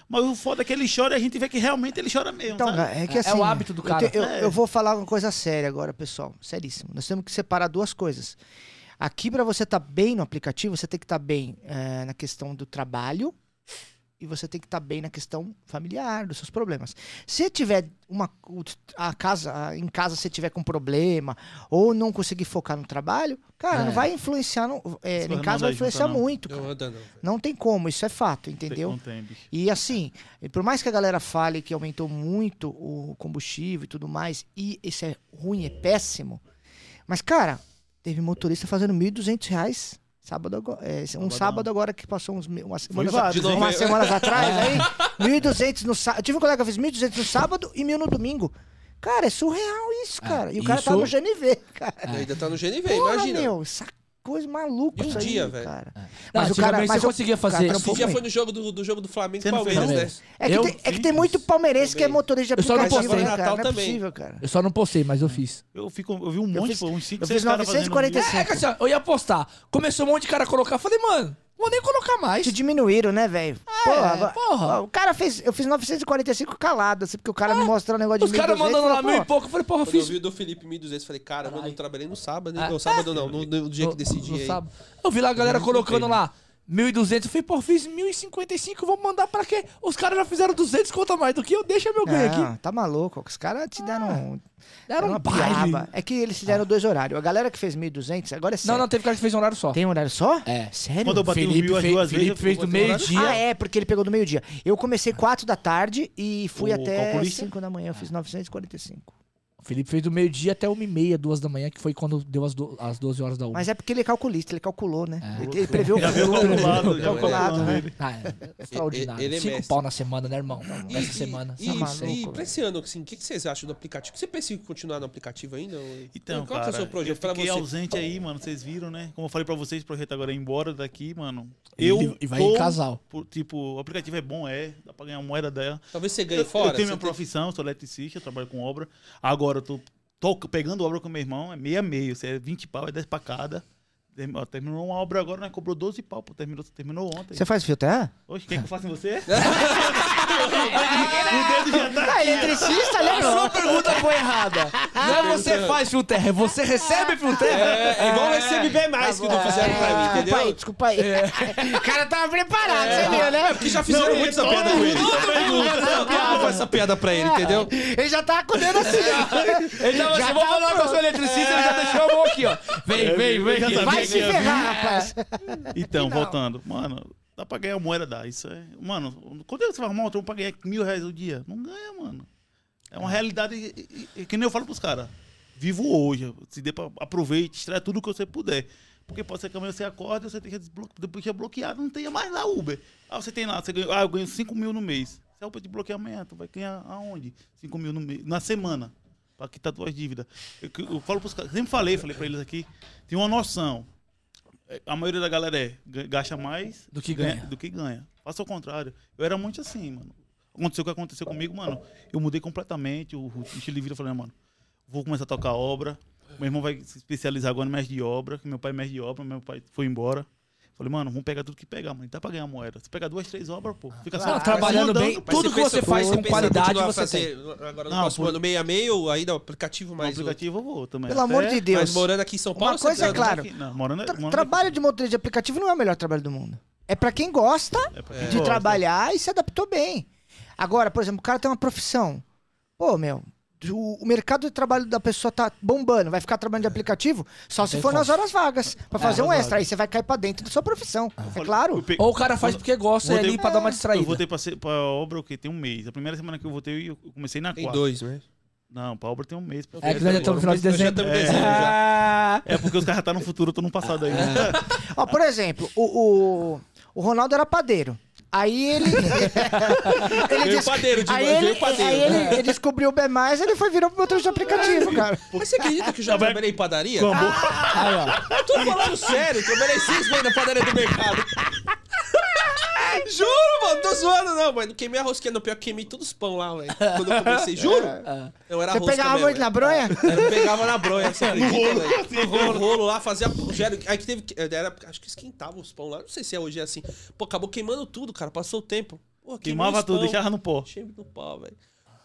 [SPEAKER 5] Mas o foda é que ele chora e a gente vê que realmente ele chora mesmo.
[SPEAKER 4] Então,
[SPEAKER 5] sabe?
[SPEAKER 4] é que
[SPEAKER 3] É- é
[SPEAKER 4] assim.
[SPEAKER 3] o hábito do
[SPEAKER 4] eu
[SPEAKER 3] cara.
[SPEAKER 4] te- Eu,
[SPEAKER 5] É.
[SPEAKER 4] eu vou falar uma coisa séria agora, pessoal. Seríssimo. Nós temos que separar duas coisas. Aqui, para você estar bem no aplicativo, você tem que estar bem eh, na questão do trabalho e você tem que estar bem na questão familiar, dos seus problemas. Se tiver uma o- a casa, a- em casa você tiver com problema ou não conseguir focar no trabalho, cara,
[SPEAKER 3] É.
[SPEAKER 4] não vai influenciar, no, eh,
[SPEAKER 5] Isso
[SPEAKER 4] em
[SPEAKER 5] não
[SPEAKER 4] casa
[SPEAKER 5] vai
[SPEAKER 4] vai influenciar
[SPEAKER 5] juntar, não.
[SPEAKER 4] muito.
[SPEAKER 2] Não
[SPEAKER 4] Cara.
[SPEAKER 2] anda, não. velho.
[SPEAKER 4] Não tem como, isso é fato,
[SPEAKER 5] Tem-
[SPEAKER 4] entendeu?
[SPEAKER 5] não tem, bicho.
[SPEAKER 4] E assim, por mais que a galera fale que aumentou muito o combustível e tudo mais, e isso é ruim, é péssimo. Mas, cara, teve motorista fazendo R$ 1.200 reais sábado agora. é, um
[SPEAKER 5] Sabadão.
[SPEAKER 4] sábado agora que passou uns, me- umas semanas,
[SPEAKER 5] vários,
[SPEAKER 2] De novo,
[SPEAKER 4] umas
[SPEAKER 2] hein?
[SPEAKER 4] semanas atrás aí. 1.200 no sábado. Eu tive um colega que fez 1.200 no sábado e 1.000 no domingo. Cara, é surreal isso, cara. E o cara
[SPEAKER 3] isso-
[SPEAKER 4] tava no GNV, cara.
[SPEAKER 2] Ainda tá no GNV,
[SPEAKER 4] Porra,
[SPEAKER 2] imagina.
[SPEAKER 4] meu, essa coisa maluca
[SPEAKER 2] E um
[SPEAKER 4] isso
[SPEAKER 2] dia,
[SPEAKER 4] aí,
[SPEAKER 2] velho?
[SPEAKER 4] cara.
[SPEAKER 3] Não,
[SPEAKER 4] Mas o cara-
[SPEAKER 3] antigamente
[SPEAKER 4] mas
[SPEAKER 3] você
[SPEAKER 4] o-
[SPEAKER 3] conseguia
[SPEAKER 4] o cara um
[SPEAKER 3] fazer.
[SPEAKER 4] trampou
[SPEAKER 2] Esse dia
[SPEAKER 4] Pô,
[SPEAKER 2] foi no jogo do, do jogo do Flamengo
[SPEAKER 5] Você
[SPEAKER 2] e
[SPEAKER 5] não foi,
[SPEAKER 2] Palmeiras, né?
[SPEAKER 4] É que,
[SPEAKER 3] Eu
[SPEAKER 4] tem, é que
[SPEAKER 5] fiz
[SPEAKER 4] tem muito palmeirense que é
[SPEAKER 2] também.
[SPEAKER 4] motorista de
[SPEAKER 3] Eu só não
[SPEAKER 4] aplicativo,
[SPEAKER 2] postei.
[SPEAKER 4] né, cara?
[SPEAKER 2] Natal
[SPEAKER 4] Não é
[SPEAKER 2] também.
[SPEAKER 4] possível, cara.
[SPEAKER 3] Eu só não postei, mas eu fiz.
[SPEAKER 5] Eu, fico, eu vi um
[SPEAKER 4] Eu
[SPEAKER 5] monte,
[SPEAKER 4] fiz-
[SPEAKER 5] pô, uns 5,
[SPEAKER 4] eu
[SPEAKER 5] 6
[SPEAKER 4] fiz
[SPEAKER 5] caras fazendo
[SPEAKER 4] 945.
[SPEAKER 5] isso.
[SPEAKER 3] É, que assim, ó, eu ia postar. Começou um monte de cara a colocar. Eu falei, mano, não vou nem colocar mais.
[SPEAKER 4] Te diminuíram, né, velho? porra, agora-
[SPEAKER 3] É, porra. É.
[SPEAKER 4] ó, O cara fez. Eu fiz 945 calado, assim, porque o cara me mostrou um negócio
[SPEAKER 3] Os
[SPEAKER 4] de
[SPEAKER 3] caras
[SPEAKER 4] 1.200,
[SPEAKER 3] mandando lá
[SPEAKER 4] pô,
[SPEAKER 3] mil e pouco. Eu falei, porra, eu
[SPEAKER 2] Quando eu
[SPEAKER 3] fiz.
[SPEAKER 2] vi o do Felipe 1.200, falei, caramba, eu não trabalhei no sábado, né?
[SPEAKER 3] Ah.
[SPEAKER 2] Não, sábado não, no, no dia
[SPEAKER 3] no-
[SPEAKER 2] que decidi
[SPEAKER 3] no
[SPEAKER 2] aí.
[SPEAKER 3] sábado. Eu vi lá a galera colocando lá 1.200. Eu falei, pô, fiz 1.055, vou mandar pra quê? Os caras já fizeram 200 conta a mais do que eu. Deixa meu ganho
[SPEAKER 4] Não,
[SPEAKER 3] aqui.
[SPEAKER 4] tá maluco. Os caras te deram um.
[SPEAKER 3] É, Era um
[SPEAKER 4] uma
[SPEAKER 3] baile.
[SPEAKER 4] piaba. É que eles fizeram dois horários. A galera que fez 1.200, agora é sério.
[SPEAKER 3] Não, não, teve cara que fez um horário só.
[SPEAKER 4] Tem um horário só?
[SPEAKER 3] É.
[SPEAKER 4] Sério?
[SPEAKER 5] Quando eu bati o mil as
[SPEAKER 3] fez,
[SPEAKER 5] duas
[SPEAKER 3] Felipe
[SPEAKER 5] vezes, eu
[SPEAKER 3] fez do
[SPEAKER 5] botei um horário-
[SPEAKER 3] meio-dia.
[SPEAKER 4] Ah, é, porque ele pegou do meio-dia. Eu comecei 4 da tarde e fui
[SPEAKER 5] O
[SPEAKER 4] até
[SPEAKER 5] calculista?
[SPEAKER 4] 5 da manhã. Eu
[SPEAKER 3] É.
[SPEAKER 4] fiz 945.
[SPEAKER 3] O Felipe fez do meio-dia até uma e meia, duas da manhã, que foi quando deu as, do, as 12 horas da uma.
[SPEAKER 4] Mas é porque ele é calculista, ele calculou, né?
[SPEAKER 3] É.
[SPEAKER 4] Ele, ele preveu o
[SPEAKER 5] Já veio
[SPEAKER 4] futuro.
[SPEAKER 5] calculado, já
[SPEAKER 4] Calculado,
[SPEAKER 5] calculado,
[SPEAKER 4] né?
[SPEAKER 5] ele.
[SPEAKER 3] Ah, é extraordinário.
[SPEAKER 2] Ele- ele é
[SPEAKER 3] Cinco
[SPEAKER 2] mestre.
[SPEAKER 3] pau na semana, né, irmão?
[SPEAKER 2] E,
[SPEAKER 3] Nessa
[SPEAKER 2] e-
[SPEAKER 3] semana.
[SPEAKER 2] E,
[SPEAKER 3] Tá
[SPEAKER 2] isso,
[SPEAKER 3] maluco,
[SPEAKER 2] e
[SPEAKER 3] velho.
[SPEAKER 2] pra esse ano, assim, o que, que vocês acham do aplicativo? Você pensa em continuar no aplicativo ainda? ou- Qual
[SPEAKER 5] Então,
[SPEAKER 2] que
[SPEAKER 5] cara,
[SPEAKER 2] é o seu projeto
[SPEAKER 5] eu
[SPEAKER 2] pra
[SPEAKER 5] fiquei
[SPEAKER 2] você?
[SPEAKER 5] ausente aí, mano. Vocês viram, né? Como eu falei pra vocês, o projeto agora é ir embora daqui, mano.
[SPEAKER 3] Ele-
[SPEAKER 5] Eu
[SPEAKER 3] e vai
[SPEAKER 5] tô
[SPEAKER 3] em casal.
[SPEAKER 5] por- tipo, o aplicativo é bom, é. Dá pra ganhar moeda dela.
[SPEAKER 2] Talvez você
[SPEAKER 5] Eu,
[SPEAKER 2] ganhe
[SPEAKER 5] eu
[SPEAKER 2] fora.
[SPEAKER 5] tenho
[SPEAKER 2] você
[SPEAKER 5] minha
[SPEAKER 2] tem-
[SPEAKER 5] profissão, eu sou eletricista, eu trabalho com obra. Agora eu tô, tô pegando obra com meu irmão, é meia a meio. Se é 20 pau, é 10 pra cada. Term- ó, Terminou uma obra agora, né? Cobrou 12 pau, pô. Terminou, terminou ontem.
[SPEAKER 4] Você faz é? filtrar?
[SPEAKER 5] Oxe, quer que eu faça em você? o dedo já tá.
[SPEAKER 4] Ah, eletricista, né?
[SPEAKER 3] A sua pergunta foi errada. Não é você faz fio terra, é você recebe fio terra.
[SPEAKER 2] É, é igual receber bem mais
[SPEAKER 3] Tá
[SPEAKER 2] que não
[SPEAKER 3] É,
[SPEAKER 2] fizeram pra mim, entendeu?
[SPEAKER 4] Desculpa aí, desculpa aí. o cara tava preparado,
[SPEAKER 3] É.
[SPEAKER 4] você viu, né?
[SPEAKER 2] Porque já fizeram muito essa piada com ele. Não, Todo mundo faz essa piada pra
[SPEAKER 5] é.
[SPEAKER 2] ele, entendeu?
[SPEAKER 4] Ele já tava com o dedo assim, ó.
[SPEAKER 3] Ele tava assim, vou É. falar com a sua eletricista, ele já deixou a mão aqui, ó. Vem, vem, vem.
[SPEAKER 5] já
[SPEAKER 3] aqui.
[SPEAKER 5] sabia
[SPEAKER 4] Vai
[SPEAKER 5] que
[SPEAKER 4] se
[SPEAKER 5] ia vir.
[SPEAKER 4] ferrar, rapaz.
[SPEAKER 5] Então, voltando. Mano, dá pra ganhar moeda, dá. Isso é. Mano, quando é que você vai arrumar um trampo pra ganhar mil reais o dia? Não ganha, mano. É uma realidade e- e- e que nem eu falo pros caras. Vivo hoje. Se der pra aproveite, extrai tudo que você puder. Porque pode ser que amanhã você acorda e você tenha desbloque... depois que é bloqueado, não tenha mais lá Uber. Ah, você tem lá, você ganha... ah, eu ganho 5 mil no mês. é Se a Uber te bloquear amanhã, tu vai ganhar aonde? 5 mil no mês, na semana. Pra quitar tuas dívidas. Eu, eu falo pros caras, sempre falei, falei pra eles aqui, tem uma noção. A maioria da galera é, ga- gasta mais
[SPEAKER 3] Do que ganha.
[SPEAKER 5] Do que ganha. Faça o contrário. Eu era muito assim, mano. Aconteceu o que aconteceu comigo, mano. Eu mudei completamente o, o estilo de vida. Eu Falei, "Ah, mano, vou começar a tocar obra. Meu irmão vai se especializar agora em mestre de obra, que meu pai é mestre de obra, meu pai foi embora. Falei, mano, vamos pegar tudo que pegar, mano. Dá pra ganhar moeda. Se pegar duas, três obras, pô. Fica
[SPEAKER 3] Não, Ah, trabalhando
[SPEAKER 5] mandando,
[SPEAKER 3] bem,
[SPEAKER 5] pô.
[SPEAKER 2] Mas
[SPEAKER 3] Tudo que você faz
[SPEAKER 2] pensa
[SPEAKER 3] com
[SPEAKER 2] em
[SPEAKER 3] qualidade,
[SPEAKER 2] continuar
[SPEAKER 3] você
[SPEAKER 2] fazer Agora no
[SPEAKER 5] Não,
[SPEAKER 2] próximo
[SPEAKER 5] por-
[SPEAKER 2] ano, meio a meio, ainda o aplicativo
[SPEAKER 5] No
[SPEAKER 2] mais... outro.
[SPEAKER 5] aplicativo eu vou também.
[SPEAKER 4] Pelo amor de Deus.
[SPEAKER 2] Mas morando aqui em São
[SPEAKER 4] Uma
[SPEAKER 2] Paulo...
[SPEAKER 4] coisa é
[SPEAKER 2] pensa-
[SPEAKER 4] clara.
[SPEAKER 5] Aqui, não, morando,
[SPEAKER 4] Tra-
[SPEAKER 5] morando
[SPEAKER 4] trabalho de motorista de aplicativo não é o melhor trabalho do mundo. É pra quem gosta
[SPEAKER 5] aqui. É pra quem
[SPEAKER 4] de
[SPEAKER 5] gosta.
[SPEAKER 4] trabalhar e se adaptou bem. Agora, por exemplo, o cara tem uma profissão. Pô, meu, o, o mercado de trabalho da pessoa tá bombando, vai ficar trabalhando de
[SPEAKER 2] É.
[SPEAKER 4] aplicativo só se
[SPEAKER 3] Tem
[SPEAKER 4] for nas
[SPEAKER 3] como.
[SPEAKER 4] horas vagas, pra fazer um extra. Aí você vai cair pra dentro da sua profissão.
[SPEAKER 2] Ah.
[SPEAKER 4] É claro.
[SPEAKER 5] Eu pe-
[SPEAKER 3] Ou o cara faz porque gosta, é
[SPEAKER 5] Voltei-
[SPEAKER 3] ali pra dar uma
[SPEAKER 5] Eu
[SPEAKER 3] distraída.
[SPEAKER 5] voltei pra, ser, pra obra o quê? Tem um mês. A primeira semana que eu voltei, eu comecei na
[SPEAKER 2] Tem
[SPEAKER 5] quarta.
[SPEAKER 2] dois, né?
[SPEAKER 5] Não, pra obra tem um mês. pra
[SPEAKER 3] É que
[SPEAKER 5] fazer
[SPEAKER 3] nós já
[SPEAKER 5] agora.
[SPEAKER 3] estamos no final
[SPEAKER 2] Nós
[SPEAKER 3] de
[SPEAKER 2] já
[SPEAKER 3] dezembro.
[SPEAKER 2] estamos em dezembro, já.
[SPEAKER 3] Ah,
[SPEAKER 5] É porque os caras tá no futuro, eu tô no passado aí.
[SPEAKER 3] É.
[SPEAKER 4] Ó, por exemplo, o, o, o Ronaldo era padeiro. Aí ele. ele
[SPEAKER 2] Veio padeiro, de-
[SPEAKER 4] aí
[SPEAKER 2] veio
[SPEAKER 4] ele,
[SPEAKER 2] padeiro.
[SPEAKER 4] aí ele, ele descobriu o bem mais, ele foi virou pro motorista de aplicativo, cara.
[SPEAKER 2] Mas você acredita que eu já
[SPEAKER 5] Trabalha-
[SPEAKER 2] trabalhei em padaria? Ah,
[SPEAKER 5] Com a
[SPEAKER 3] Ah,
[SPEAKER 5] boca.
[SPEAKER 2] Eu tô falando sério, trabalhei seis meses na padaria do mercado. Juro, mano, tô zoando não, mas não queimei a rosquinha, não. Pior que queimei todos os pão lá, velho. Quando eu comecei, juro? Eu era
[SPEAKER 4] É, Você
[SPEAKER 2] rosca
[SPEAKER 4] pegava
[SPEAKER 2] mesmo, né?
[SPEAKER 4] muito
[SPEAKER 2] velho.
[SPEAKER 4] na bronha?
[SPEAKER 2] É, Eu pegava na broia, você acredita, velho? Rolo, rolo lá, fazia... Gero, aí que é teve... Era, acho que esquentava os pão lá, não sei se é hoje é assim. Pô, acabou queimando tudo, cara, passou o tempo. Pô, Pô,
[SPEAKER 5] Queimava tudo,
[SPEAKER 2] já.
[SPEAKER 5] deixava no pó.
[SPEAKER 2] Cheio do pau, velho.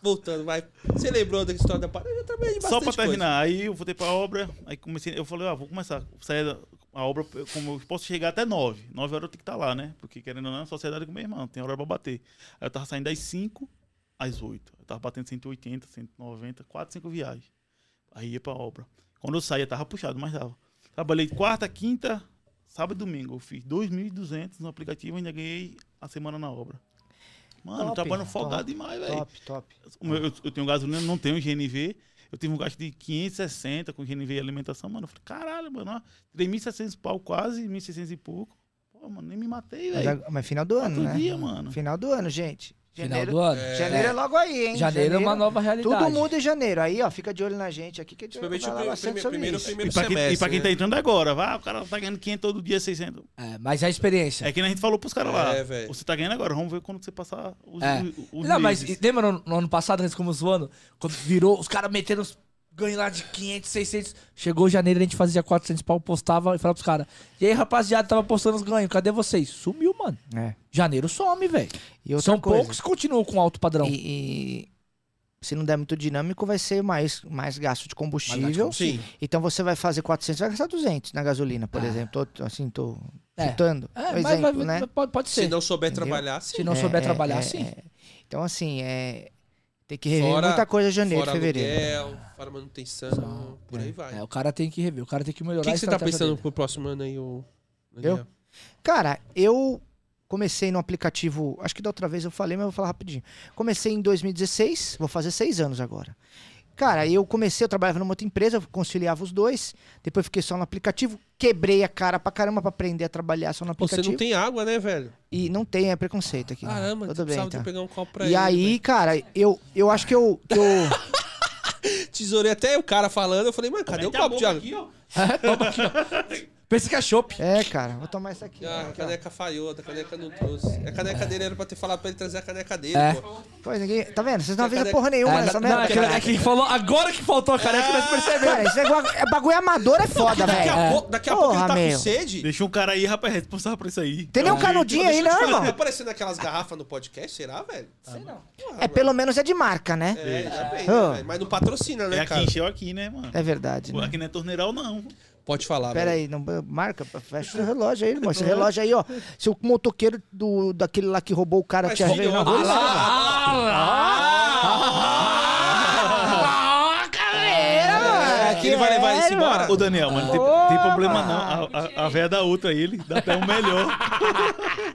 [SPEAKER 2] Voltando, vai. Você lembrou da história da parada? Eu trabalhei de
[SPEAKER 5] Só
[SPEAKER 2] bastante
[SPEAKER 5] pra
[SPEAKER 2] coisa.
[SPEAKER 5] terminar, aí eu voltei pra obra, aí comecei, eu falei, ah, vou começar, sair da- a obra, eu- como eu posso chegar até nove nove horas eu tenho que estar lá, né? Porque querendo ou não, é sociedade com meu irmão, tem hora pra bater. Aí eu tava saindo das 5 às 8, eu tava batendo 180, 190, 4, 5 viagens. Aí ia pra obra. Quando eu saía, tava puxado, mas dava. Trabalhei quarta, quinta, sábado e domingo, eu fiz 2.200 no aplicativo e ainda ganhei a semana na obra. Mano,
[SPEAKER 4] Top,
[SPEAKER 5] trabalhando
[SPEAKER 4] top,
[SPEAKER 5] folgado demais, velho.
[SPEAKER 4] Top, top.
[SPEAKER 5] O meu- eu, eu tenho gasolina, não tenho GNV. Eu tive um gasto de 560 com GNV e alimentação, mano. Eu falei, caralho, mano, ó, 3.700 pau quase, 1.600 e pouco. Pô, mano, nem me matei,
[SPEAKER 4] Mas,
[SPEAKER 5] velho.
[SPEAKER 4] ag- mas final
[SPEAKER 2] Tá
[SPEAKER 4] do ano,
[SPEAKER 5] Outro
[SPEAKER 4] né?
[SPEAKER 5] dia, mano.
[SPEAKER 4] Final do ano, gente.
[SPEAKER 3] Final
[SPEAKER 4] Janeiro,
[SPEAKER 3] do ano.
[SPEAKER 4] janeiro é logo aí, hein?
[SPEAKER 3] Janeiro é uma nova realidade.
[SPEAKER 4] Tudo muda em janeiro. Aí, ó, fica de olho na gente aqui que a gente vai
[SPEAKER 2] Principalmente o
[SPEAKER 4] falar
[SPEAKER 2] prim-
[SPEAKER 4] bastante
[SPEAKER 2] prime-
[SPEAKER 4] sobre
[SPEAKER 2] primeiro,
[SPEAKER 4] isso.
[SPEAKER 2] primeiro
[SPEAKER 5] E pra, quem,
[SPEAKER 2] semestre.
[SPEAKER 5] e pra quem tá
[SPEAKER 2] né?
[SPEAKER 5] entrando agora, vá, o cara tá ganhando 500 todo dia, 600.
[SPEAKER 3] É, mas é a experiência.
[SPEAKER 5] É que nem a gente falou pros caras lá.
[SPEAKER 2] É, velho.
[SPEAKER 5] Você tá ganhando agora, vamos ver quando você passar os,
[SPEAKER 3] É.
[SPEAKER 5] os- os
[SPEAKER 3] Não, mas
[SPEAKER 5] meses.
[SPEAKER 3] lembra no, no ano passado, nós ficamos zoando? Quando virou, os caras meteram os ganhos lá de 500, 600. Chegou janeiro, a gente fazia 400 pau, postava e falava pros caras. E aí, rapaziada, tava postando os ganhos, cadê vocês? Sumiu, mano.
[SPEAKER 4] É.
[SPEAKER 3] Janeiro some, velho.
[SPEAKER 4] E outra
[SPEAKER 3] São
[SPEAKER 4] coisa.
[SPEAKER 3] poucos que continuam com alto padrão.
[SPEAKER 4] E, e se não der muito dinâmico, vai ser mais, mais gasto de combustível.
[SPEAKER 2] Sim.
[SPEAKER 4] Então você vai fazer 400, vai gastar 200 na gasolina, por
[SPEAKER 3] Ah.
[SPEAKER 4] exemplo. Tô, assim, tô
[SPEAKER 3] É.
[SPEAKER 4] chutando.
[SPEAKER 3] É,
[SPEAKER 4] um
[SPEAKER 3] mas vai-
[SPEAKER 4] exemplo, né?
[SPEAKER 3] vai- pode, pode ser.
[SPEAKER 2] Se não souber
[SPEAKER 4] Entendeu?
[SPEAKER 2] trabalhar, sim.
[SPEAKER 3] Se não
[SPEAKER 4] É,
[SPEAKER 3] souber
[SPEAKER 4] é,
[SPEAKER 3] trabalhar,
[SPEAKER 4] é,
[SPEAKER 3] sim.
[SPEAKER 4] é. Então, assim, é, tem que rever
[SPEAKER 2] Fora-
[SPEAKER 4] muita coisa em janeiro,
[SPEAKER 2] fora
[SPEAKER 4] fevereiro. né?
[SPEAKER 2] aluguel, fora manutenção, por aí vai.
[SPEAKER 3] É,
[SPEAKER 2] o
[SPEAKER 3] o cara tem que rever, o cara tem que melhorar.
[SPEAKER 2] que,
[SPEAKER 3] a
[SPEAKER 2] que você tá
[SPEAKER 3] estratégia
[SPEAKER 2] pensando
[SPEAKER 3] dele.
[SPEAKER 2] pro próximo ano aí, o Daniel?
[SPEAKER 4] Cara, eu comecei no aplicativo, acho que da outra vez eu falei, mas eu vou falar rapidinho. Comecei em 2016, vou fazer seis anos agora. Cara, eu comecei, eu trabalhava numa outra empresa, eu conciliava os dois, depois fiquei só no aplicativo, quebrei a cara pra caramba pra aprender a trabalhar só no
[SPEAKER 2] Pô, você
[SPEAKER 4] aplicativo.
[SPEAKER 2] não tem água, né, velho?
[SPEAKER 4] E não tem, é preconceito aqui.
[SPEAKER 2] Caramba,
[SPEAKER 4] tudo
[SPEAKER 2] tu
[SPEAKER 4] bem,
[SPEAKER 2] precisava
[SPEAKER 4] então.
[SPEAKER 2] de pegar um copo pra
[SPEAKER 4] E
[SPEAKER 2] ele.
[SPEAKER 4] aí, cara, eu, eu acho que eu. que eu-
[SPEAKER 2] velho. Tesourei até o cara falando, eu falei, mano, cadê o
[SPEAKER 5] Mete a
[SPEAKER 2] copo,
[SPEAKER 5] boca
[SPEAKER 2] Thiago?
[SPEAKER 5] aqui, ó.
[SPEAKER 3] Pensa que é chopp.
[SPEAKER 4] é, cara, vou tomar isso aqui.
[SPEAKER 2] Ah, a
[SPEAKER 4] ó, aqui, ó.
[SPEAKER 2] caneca falhou, a caneca não trouxe. A
[SPEAKER 4] É.
[SPEAKER 2] caneca dele era pra ter falado pra ele trazer a caneca dele,
[SPEAKER 3] É.
[SPEAKER 2] pô.
[SPEAKER 4] Pois ninguém. Tá vendo? Vocês não avisam
[SPEAKER 2] Caneca-
[SPEAKER 4] porra
[SPEAKER 3] É,
[SPEAKER 4] nenhuma nessa
[SPEAKER 3] não,
[SPEAKER 4] merda.
[SPEAKER 3] é que- é que falou, agora que faltou a
[SPEAKER 2] é Ah!
[SPEAKER 3] careca, nós percebemos.
[SPEAKER 4] Cara, esse negócio é bagulho amador, é foda,
[SPEAKER 2] Daqui
[SPEAKER 4] velho.
[SPEAKER 2] a, pouco, daqui a
[SPEAKER 4] Porra,
[SPEAKER 2] pouco ele tá
[SPEAKER 4] meu.
[SPEAKER 2] com sede.
[SPEAKER 5] Deixa um cara aí, rapaz, responsável por isso aí.
[SPEAKER 4] Tem nem um
[SPEAKER 5] É.
[SPEAKER 4] canudinho
[SPEAKER 2] Deixa
[SPEAKER 4] aí,
[SPEAKER 2] eu te
[SPEAKER 4] não,
[SPEAKER 2] falar,
[SPEAKER 4] irmão?
[SPEAKER 2] Tá aparecendo aquelas garrafas no podcast, será, velho? Ah, Sei não.
[SPEAKER 4] É, pelo menos é de marca, né?
[SPEAKER 2] É, já bem,
[SPEAKER 4] Ah.
[SPEAKER 2] né, velho? Mas não patrocina,
[SPEAKER 5] É
[SPEAKER 2] né,
[SPEAKER 5] aqui,
[SPEAKER 2] cara?
[SPEAKER 5] encheu aqui, né, mano?
[SPEAKER 4] É verdade,
[SPEAKER 5] Pô,
[SPEAKER 4] né?
[SPEAKER 5] Aqui não é torneiral, não.
[SPEAKER 2] Pode falar,
[SPEAKER 4] Pera
[SPEAKER 2] velho.
[SPEAKER 4] aí, não, marca, fecha o relógio aí, irmão. Esse relógio aí, ó. Se o motoqueiro do, daquele lá que roubou o cara
[SPEAKER 2] Mas
[SPEAKER 4] tinha
[SPEAKER 2] filho,
[SPEAKER 4] na
[SPEAKER 2] ó,
[SPEAKER 4] rua,
[SPEAKER 2] lá,
[SPEAKER 4] ele
[SPEAKER 2] lá,
[SPEAKER 4] leva.
[SPEAKER 2] É, aqui ele vai levar
[SPEAKER 4] é,
[SPEAKER 2] isso
[SPEAKER 4] irmão.
[SPEAKER 2] embora?
[SPEAKER 5] Ô, Daniel, mano, tem, tem problema não. A, a, a véia da outra aí, ele dá até um melhor.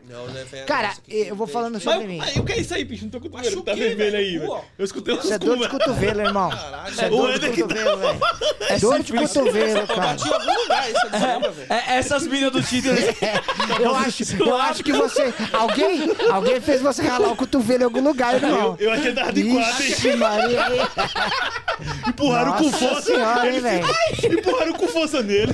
[SPEAKER 2] Não, né, velho?
[SPEAKER 4] Cara,
[SPEAKER 2] Nossa, que
[SPEAKER 4] eu vou
[SPEAKER 2] diferente.
[SPEAKER 4] falando sobre mim.
[SPEAKER 5] Mas, aí, o que é isso aí, bicho? Não tô com o
[SPEAKER 2] Machuquei,
[SPEAKER 5] cotovelo. Tá vermelho aí,
[SPEAKER 2] velho.
[SPEAKER 5] velho. Eu escutei umas
[SPEAKER 4] Isso é dor de
[SPEAKER 5] conversas.
[SPEAKER 4] cotovelo, irmão.
[SPEAKER 2] Caralho,
[SPEAKER 4] Isso é
[SPEAKER 2] é
[SPEAKER 5] o
[SPEAKER 4] dor de
[SPEAKER 5] Éder que tá-
[SPEAKER 4] cotovelo, velho. É dor de cotovelo,
[SPEAKER 2] Eu
[SPEAKER 4] cara.
[SPEAKER 2] bati em algum lugar essa desculpa, velho.
[SPEAKER 3] É, essas minas do Tinder.
[SPEAKER 4] Eu acho, eu acho que você. Alguém, alguém fez você ralar o cotovelo em algum lugar, irmão.
[SPEAKER 5] Eu achei que tava de quatro, hein?
[SPEAKER 4] Ixi, Maria.
[SPEAKER 5] Empurraram com
[SPEAKER 4] Nossa
[SPEAKER 5] força.
[SPEAKER 4] senhora, hein,
[SPEAKER 5] ele-
[SPEAKER 4] velho.
[SPEAKER 5] Empurraram com força nele.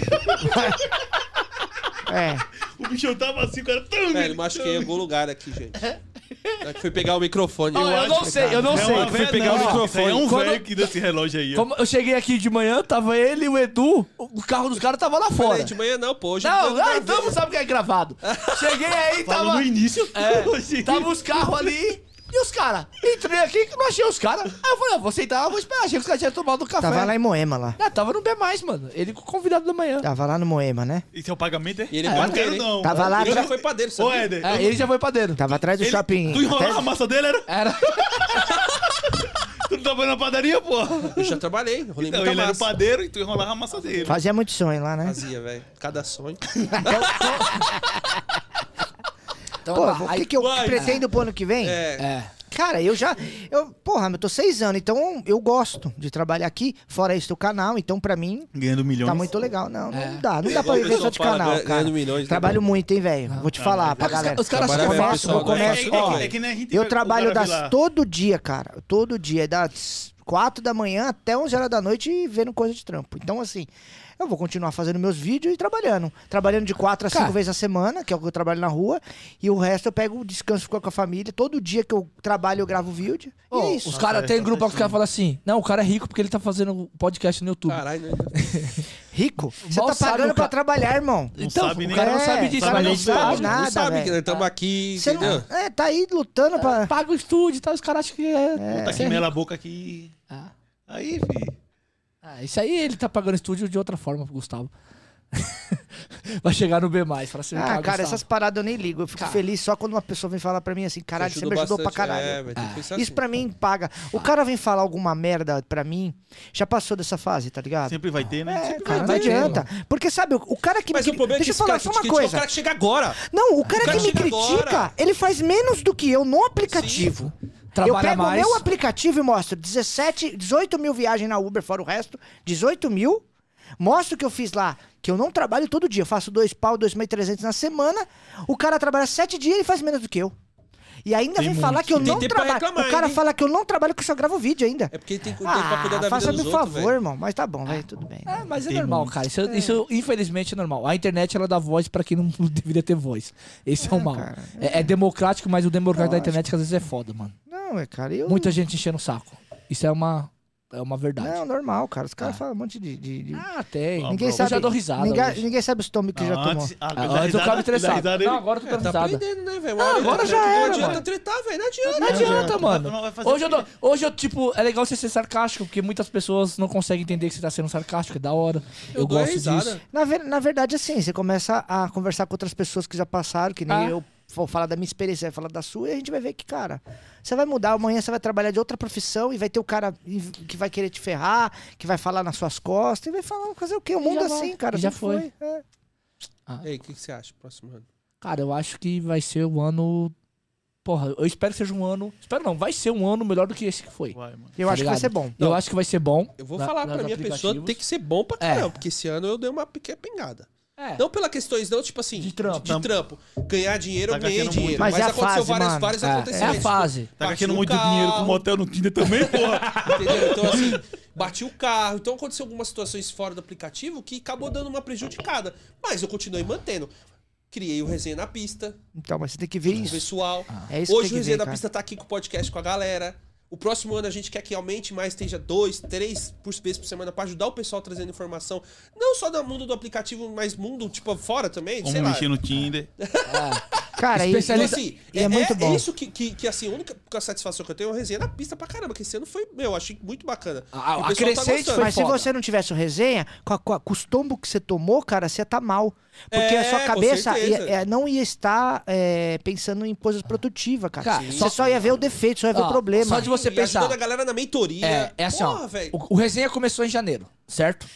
[SPEAKER 4] É.
[SPEAKER 5] O bichão tava assim, o cara... Tum,
[SPEAKER 2] Velho, machuquei em algum lugar aqui, gente. É que fui pegar o microfone.
[SPEAKER 3] eu não
[SPEAKER 2] tá
[SPEAKER 3] sei, eu não
[SPEAKER 5] É
[SPEAKER 3] sei.
[SPEAKER 5] uma véia,
[SPEAKER 3] pegar
[SPEAKER 5] não,
[SPEAKER 3] o
[SPEAKER 5] ó,
[SPEAKER 3] microfone.
[SPEAKER 5] isso aí É um
[SPEAKER 3] Quando-
[SPEAKER 5] velho que desse relógio aí, ó.
[SPEAKER 3] Como eu cheguei aqui de manhã, tava ele e o Edu, o carro dos caras tava lá fora.
[SPEAKER 2] Falei, de manhã não, pô. Hoje
[SPEAKER 3] Não, ah,
[SPEAKER 2] gravei.
[SPEAKER 3] então não sabe o que é gravado. Cheguei aí,
[SPEAKER 5] Falo
[SPEAKER 3] tava,
[SPEAKER 5] no início. Hoje-
[SPEAKER 3] tava os carros ali e os caras. Entrei aqui que não achei os caras. Aí eu falei, ah, vou aceitar, eu vou esperar. Achei que os caras tinham tomado um café.
[SPEAKER 4] Tava lá em Moema lá.
[SPEAKER 3] Ah, tava no B+, mano. Ele com o convidado da manhã.
[SPEAKER 4] Tava lá no Moema, né?
[SPEAKER 5] Esse é o pagamento, é?
[SPEAKER 2] E ele é
[SPEAKER 5] não
[SPEAKER 2] padeiro,
[SPEAKER 5] quero,
[SPEAKER 2] hein?
[SPEAKER 5] não.
[SPEAKER 4] Tava lá
[SPEAKER 2] Ele já
[SPEAKER 4] atrás.
[SPEAKER 2] foi padeiro, sabe?
[SPEAKER 5] Ô, Éder.
[SPEAKER 3] É, ele já foi pra dentro.
[SPEAKER 4] Tava atrás do
[SPEAKER 5] ele-
[SPEAKER 4] shopping.
[SPEAKER 5] Tu enrolava
[SPEAKER 4] atrás-
[SPEAKER 5] a massa dele, era?
[SPEAKER 3] Era...
[SPEAKER 5] Tu não tava na padaria, pô.
[SPEAKER 2] Eu já trabalhei, rolei
[SPEAKER 5] Então,
[SPEAKER 2] muita
[SPEAKER 5] ele era o
[SPEAKER 2] massa.
[SPEAKER 5] padeiro e tu enrolava a massa dele.
[SPEAKER 4] Fazia muito sonho lá, né?
[SPEAKER 2] Fazia, velho. Cada sonho.
[SPEAKER 3] Então,
[SPEAKER 4] Pô,
[SPEAKER 3] tá,
[SPEAKER 4] o
[SPEAKER 3] aí-
[SPEAKER 4] que, que eu
[SPEAKER 2] vai.
[SPEAKER 4] pretendo pro ano que vem?
[SPEAKER 2] É.
[SPEAKER 3] É.
[SPEAKER 4] Cara, eu já. Eu, porra, eu tô seis anos, então eu gosto de trabalhar aqui, fora isso do canal, então pra mim
[SPEAKER 5] Ganhando milhões.
[SPEAKER 4] tá muito legal. Não, não
[SPEAKER 3] É.
[SPEAKER 4] dá. Não dá
[SPEAKER 2] Igual
[SPEAKER 4] pra
[SPEAKER 2] o
[SPEAKER 4] viver só
[SPEAKER 2] pessoal
[SPEAKER 4] de
[SPEAKER 2] fala,
[SPEAKER 4] canal,
[SPEAKER 2] ganha-
[SPEAKER 4] cara.
[SPEAKER 2] ganhando milhões, né,
[SPEAKER 4] Trabalho muito, hein, velho? Vou te falar pra
[SPEAKER 3] Os ca-
[SPEAKER 4] galera.
[SPEAKER 3] os caras
[SPEAKER 2] Trabalha bem,
[SPEAKER 4] Começo,
[SPEAKER 2] pessoal,
[SPEAKER 4] eu
[SPEAKER 2] ganha.
[SPEAKER 4] começo.
[SPEAKER 2] É, é,
[SPEAKER 4] Ó,
[SPEAKER 2] é,
[SPEAKER 5] nem a gente
[SPEAKER 4] eu
[SPEAKER 5] vê o
[SPEAKER 4] trabalho
[SPEAKER 5] cara
[SPEAKER 4] das,
[SPEAKER 5] lá.
[SPEAKER 4] todo dia, cara. Todo dia, das quatro da manhã até 11 horas da noite vendo coisa de trampo. Então, assim, eu vou continuar fazendo meus vídeos e trabalhando. Trabalhando de quatro a
[SPEAKER 3] Cara.
[SPEAKER 4] cinco vezes a semana, que é o que eu trabalho na rua. E o resto eu pego o descanso, fico com a família. Todo dia que eu trabalho, eu gravo vídeo.
[SPEAKER 3] Ô,
[SPEAKER 4] e é isso.
[SPEAKER 3] Os um
[SPEAKER 5] Ah,
[SPEAKER 3] caras tem grupo que os caras falam assim: Não, o cara é rico porque ele tá fazendo podcast no YouTube.
[SPEAKER 2] Caralho, né?
[SPEAKER 4] rico. Você
[SPEAKER 3] Mal
[SPEAKER 4] tá
[SPEAKER 3] sabe
[SPEAKER 4] pagando
[SPEAKER 3] o ca-
[SPEAKER 4] pra trabalhar, irmão.
[SPEAKER 5] Não
[SPEAKER 3] então,
[SPEAKER 5] sabe
[SPEAKER 3] o
[SPEAKER 5] nem-
[SPEAKER 3] cara não
[SPEAKER 4] É,
[SPEAKER 3] sabe disso,
[SPEAKER 4] o cara
[SPEAKER 3] mas
[SPEAKER 4] não
[SPEAKER 3] ele
[SPEAKER 4] sabe
[SPEAKER 3] sabe.
[SPEAKER 4] nada,
[SPEAKER 2] não sabe que
[SPEAKER 4] velho. Tá.
[SPEAKER 2] nós estamos aqui,
[SPEAKER 4] Você
[SPEAKER 2] entendeu?
[SPEAKER 4] não... É, tá aí lutando pra...
[SPEAKER 3] Paga o estúdio e tal, os caras acham que é.
[SPEAKER 5] Tá aqui, mela a boca aqui.
[SPEAKER 3] Ah.
[SPEAKER 5] Aí, fi.
[SPEAKER 3] Ah, isso aí ele tá pagando estúdio de outra forma pro Gustavo. Vai chegar no B, fala assim,
[SPEAKER 4] Ah, cara, essas
[SPEAKER 3] Gustavo.
[SPEAKER 4] paradas eu nem ligo. Eu fico
[SPEAKER 3] Cara.
[SPEAKER 4] feliz só quando uma pessoa vem falar pra mim assim, caralho, você me ajudou pra
[SPEAKER 2] bastante.
[SPEAKER 4] caralho.
[SPEAKER 2] É, velho, tem que pensar
[SPEAKER 4] Isso
[SPEAKER 2] assim.
[SPEAKER 4] pra mim paga. O cara vem falar alguma merda pra mim, já passou dessa fase, tá ligado?
[SPEAKER 5] Sempre vai ter, né?
[SPEAKER 4] É, cara,
[SPEAKER 3] vai
[SPEAKER 4] não
[SPEAKER 3] ter,
[SPEAKER 4] adianta. Porque sabe, o, o cara que
[SPEAKER 2] Mas
[SPEAKER 4] me
[SPEAKER 2] o
[SPEAKER 4] cri-
[SPEAKER 2] problema é que
[SPEAKER 4] Deixa
[SPEAKER 2] esse
[SPEAKER 4] eu falar
[SPEAKER 2] cara
[SPEAKER 4] só
[SPEAKER 2] que
[SPEAKER 4] uma
[SPEAKER 2] te critica, o
[SPEAKER 4] coisa.
[SPEAKER 2] cara chega agora.
[SPEAKER 4] Não, o cara,
[SPEAKER 2] cara
[SPEAKER 4] que me
[SPEAKER 2] chega
[SPEAKER 4] critica,
[SPEAKER 2] agora.
[SPEAKER 4] ele faz menos do que eu no aplicativo. eu
[SPEAKER 3] Trabalha
[SPEAKER 4] pego
[SPEAKER 3] mais.
[SPEAKER 4] o meu aplicativo e mostro 17, 18 mil viagens na Uber, fora o resto, 18 mil. Mostro o que eu fiz lá, que eu não trabalho todo dia. Eu faço dois pau, dois mil trezentos na semana. O cara trabalha sete dias e faz menos do que eu. E ainda
[SPEAKER 5] Tem
[SPEAKER 4] vem
[SPEAKER 5] muito,
[SPEAKER 4] falar que eu
[SPEAKER 2] tem
[SPEAKER 4] não
[SPEAKER 2] tempo pra
[SPEAKER 4] trabalho.
[SPEAKER 2] reclamar,
[SPEAKER 4] o cara
[SPEAKER 2] hein?
[SPEAKER 4] fala que eu não trabalho, que eu só gravo vídeo ainda.
[SPEAKER 2] É porque ele tem que
[SPEAKER 4] Ah,
[SPEAKER 2] pra cuidar da vida
[SPEAKER 4] faça-me
[SPEAKER 2] dos
[SPEAKER 4] um
[SPEAKER 2] outros,
[SPEAKER 4] favor,
[SPEAKER 2] velho. Ah.
[SPEAKER 4] irmão. Mas tá bom, velho, tudo bem.
[SPEAKER 3] É, mas é
[SPEAKER 5] Tem
[SPEAKER 3] normal,
[SPEAKER 5] muito.
[SPEAKER 3] cara. Isso, isso, infelizmente, é normal. A internet, ela dá voz pra quem não deveria ter voz. Esse é, o mal.
[SPEAKER 4] cara,
[SPEAKER 3] é, é democrático, mas o democrático da internet, que às vezes, é foda, mano.
[SPEAKER 4] Não, é, cara, eu...
[SPEAKER 3] Muita gente enchendo o saco. Isso é uma, é uma verdade.
[SPEAKER 4] Não, normal, cara. Os caras falam um monte de... de- de-
[SPEAKER 3] Ah, tem.
[SPEAKER 5] Ah,
[SPEAKER 4] ninguém
[SPEAKER 5] bro.
[SPEAKER 4] sabe...
[SPEAKER 3] Eu já dou risada
[SPEAKER 4] Ninguém,
[SPEAKER 3] hoje.
[SPEAKER 4] ninguém sabe os tomos que já tomou.
[SPEAKER 5] ah,
[SPEAKER 3] Ah,
[SPEAKER 5] da
[SPEAKER 3] antes eu
[SPEAKER 5] risada-
[SPEAKER 3] ficava
[SPEAKER 5] da
[SPEAKER 3] estressado.
[SPEAKER 5] risada,
[SPEAKER 3] Não,
[SPEAKER 5] ele-
[SPEAKER 3] agora eu tô dando
[SPEAKER 2] Tá
[SPEAKER 3] risada.
[SPEAKER 2] aprendendo, né, velho? Uma
[SPEAKER 4] Ah,
[SPEAKER 2] hora
[SPEAKER 3] agora
[SPEAKER 2] ele
[SPEAKER 3] já
[SPEAKER 4] é,
[SPEAKER 2] aprende,
[SPEAKER 3] era,
[SPEAKER 2] Não adianta
[SPEAKER 3] mano.
[SPEAKER 2] tretar, velho. Não adianta.
[SPEAKER 3] Não adianta, mano.
[SPEAKER 5] Não vai fazer
[SPEAKER 3] Hoje eu, dou- hoje eu, tipo, é legal você ser sarcástico, porque muitas pessoas não conseguem entender que você tá sendo sarcástico, é da hora. Eu,
[SPEAKER 2] dou
[SPEAKER 3] gosto
[SPEAKER 2] risada.
[SPEAKER 3] disso.
[SPEAKER 4] Na, ver- na verdade, assim, você começa a conversar com outras pessoas que já passaram, que nem
[SPEAKER 3] Ah.
[SPEAKER 4] eu vou falar da minha experiência, vai falar da sua, e a gente vai ver que, cara, você vai mudar, amanhã você vai trabalhar de outra profissão e vai ter o cara inv- que vai querer te ferrar, que vai falar nas suas costas, e vai falar, fazer o quê? O
[SPEAKER 3] E
[SPEAKER 4] mundo
[SPEAKER 3] já
[SPEAKER 4] é assim,
[SPEAKER 3] vai,
[SPEAKER 4] cara.
[SPEAKER 3] e já
[SPEAKER 4] sempre
[SPEAKER 3] foi.
[SPEAKER 4] É.
[SPEAKER 2] E aí, o que que você acha? Próximo ano.
[SPEAKER 3] Cara, eu acho que vai ser um ano. Porra, eu espero que seja um ano. Espero não, vai ser um ano melhor do que esse que foi.
[SPEAKER 5] Vai, mano.
[SPEAKER 4] Eu
[SPEAKER 3] Tá
[SPEAKER 4] acho que vai
[SPEAKER 3] ligado?
[SPEAKER 4] ser bom.
[SPEAKER 3] Eu acho que vai ser bom.
[SPEAKER 2] Eu vou
[SPEAKER 3] Na-
[SPEAKER 2] falar
[SPEAKER 3] nos
[SPEAKER 2] pra minha
[SPEAKER 3] aplicativos.
[SPEAKER 2] pessoa tem que ser bom pra
[SPEAKER 3] É.
[SPEAKER 2] caramba, porque esse ano eu dei uma pequena pingada.
[SPEAKER 3] É.
[SPEAKER 2] Não pelas questões, não, tipo assim,
[SPEAKER 3] De trampo.
[SPEAKER 2] de trampo. Ganhar dinheiro,
[SPEAKER 5] Tá
[SPEAKER 2] eu ganhei
[SPEAKER 5] gastando
[SPEAKER 2] dinheiro.
[SPEAKER 5] muito.
[SPEAKER 2] Mas,
[SPEAKER 4] Mas é a
[SPEAKER 2] aconteceu
[SPEAKER 4] fase,
[SPEAKER 2] vários,
[SPEAKER 4] mano.
[SPEAKER 2] vários
[SPEAKER 3] é, é
[SPEAKER 2] acontecimentos.
[SPEAKER 3] a fase.
[SPEAKER 5] Tá
[SPEAKER 2] Bati
[SPEAKER 5] gastando
[SPEAKER 2] o
[SPEAKER 5] muito
[SPEAKER 2] carro,
[SPEAKER 5] dinheiro com motel no Tinder também, porra.
[SPEAKER 2] Entendeu? Então, assim, bati o carro. Então, aconteceu algumas situações fora do aplicativo que acabou dando uma prejudicada. Mas eu continuei mantendo. Criei o Resenha na Pista,
[SPEAKER 4] Então, mas você tem que ver
[SPEAKER 2] com o
[SPEAKER 4] isso.
[SPEAKER 2] pessoal.
[SPEAKER 4] É isso que
[SPEAKER 2] Hoje o
[SPEAKER 4] tem que
[SPEAKER 2] Resenha
[SPEAKER 4] ver,
[SPEAKER 2] da
[SPEAKER 4] cara.
[SPEAKER 2] Pista tá aqui com o podcast com a galera. O próximo ano a gente quer que aumente mais, esteja dois, três por vezes por semana pra ajudar o pessoal trazendo informação. Não só do mundo do aplicativo, mas mundo, tipo, fora também,
[SPEAKER 3] Um
[SPEAKER 5] Como
[SPEAKER 2] sei lá.
[SPEAKER 5] mexer no Tinder.
[SPEAKER 4] Cara, e-
[SPEAKER 2] Então,
[SPEAKER 3] Especialista-
[SPEAKER 2] assim,
[SPEAKER 4] e é muito bom.
[SPEAKER 2] isso que, que, que, assim, a única satisfação que eu tenho é o resenha na pista pra caramba, que esse ano foi, meu, achei muito bacana.
[SPEAKER 3] A-
[SPEAKER 2] E o
[SPEAKER 3] a
[SPEAKER 2] pessoal tá
[SPEAKER 3] crescente
[SPEAKER 2] gostando.
[SPEAKER 3] foi
[SPEAKER 4] Mas
[SPEAKER 3] foda.
[SPEAKER 4] se você não tivesse o resenha, com, a- com a- com os tombos que você tomou, cara, você tá mal. Porque
[SPEAKER 2] É,
[SPEAKER 4] a sua
[SPEAKER 2] com
[SPEAKER 4] cabeça ia-
[SPEAKER 2] certeza.
[SPEAKER 4] é, não ia estar é, pensando em coisas produtivas, cara.
[SPEAKER 3] Cara,
[SPEAKER 4] você
[SPEAKER 3] só-
[SPEAKER 4] só ia ver o defeito, só ia ver
[SPEAKER 3] Ó,
[SPEAKER 4] o problema.
[SPEAKER 3] Só de você
[SPEAKER 2] E
[SPEAKER 3] pensar.
[SPEAKER 2] ajudando a galera na mentoria.
[SPEAKER 3] É, é assim,
[SPEAKER 2] Porra,
[SPEAKER 3] ó.
[SPEAKER 2] velho.
[SPEAKER 3] O, o resenha começou em janeiro, certo?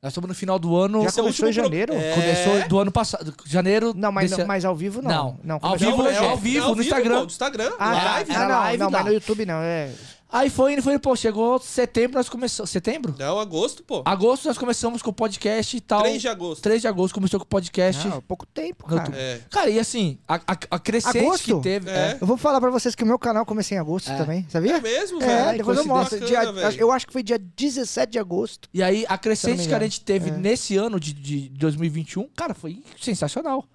[SPEAKER 3] Nós estamos no final do ano.
[SPEAKER 4] Já
[SPEAKER 2] Esse é o
[SPEAKER 4] começou em
[SPEAKER 2] último pro-
[SPEAKER 4] janeiro?
[SPEAKER 2] É.
[SPEAKER 3] Começou do ano passado. Janeiro.
[SPEAKER 4] Não, mas,
[SPEAKER 3] desse-
[SPEAKER 4] não, mas ao vivo não.
[SPEAKER 3] Não. Ao
[SPEAKER 4] começou-
[SPEAKER 3] vivo
[SPEAKER 2] Não,
[SPEAKER 3] é ao vivo,
[SPEAKER 2] é
[SPEAKER 3] no Instagram.
[SPEAKER 2] pô, no Instagram.
[SPEAKER 4] Ah,
[SPEAKER 2] na
[SPEAKER 4] tá.
[SPEAKER 2] live.
[SPEAKER 4] Ah,
[SPEAKER 3] era
[SPEAKER 4] não,
[SPEAKER 3] live
[SPEAKER 4] não,
[SPEAKER 3] lá.
[SPEAKER 4] mas no YouTube não. É...
[SPEAKER 3] Aí foi, foi, pô, chegou setembro, nós começamos. Setembro?
[SPEAKER 4] tá.
[SPEAKER 2] Não, é agosto, pô.
[SPEAKER 4] Ah,
[SPEAKER 3] Agosto nós começamos com o podcast e tal.
[SPEAKER 2] 3 de agosto.
[SPEAKER 3] 3 de agosto começou com o podcast.
[SPEAKER 4] Não, pouco tempo,
[SPEAKER 3] É. No
[SPEAKER 4] cara.
[SPEAKER 3] YouTube.
[SPEAKER 2] É.
[SPEAKER 3] Cara, e assim, a, a, a crescente
[SPEAKER 4] Agosto?
[SPEAKER 3] que teve.
[SPEAKER 2] É.
[SPEAKER 3] É.
[SPEAKER 4] Eu vou falar pra vocês que o meu canal comecei em agosto também,
[SPEAKER 2] É
[SPEAKER 4] sabia?
[SPEAKER 2] mesmo,
[SPEAKER 4] É,
[SPEAKER 2] velho.
[SPEAKER 4] depois eu
[SPEAKER 2] Coincidência
[SPEAKER 4] mostro.
[SPEAKER 2] bacana,
[SPEAKER 4] Dia-
[SPEAKER 2] velho.
[SPEAKER 4] eu acho que foi dia 17 de agosto.
[SPEAKER 3] E aí, a
[SPEAKER 4] Se eu não
[SPEAKER 3] crescente
[SPEAKER 4] me
[SPEAKER 3] que a
[SPEAKER 4] engano.
[SPEAKER 3] gente teve
[SPEAKER 4] É.
[SPEAKER 3] nesse ano de, de 2021, cara, foi sensacional.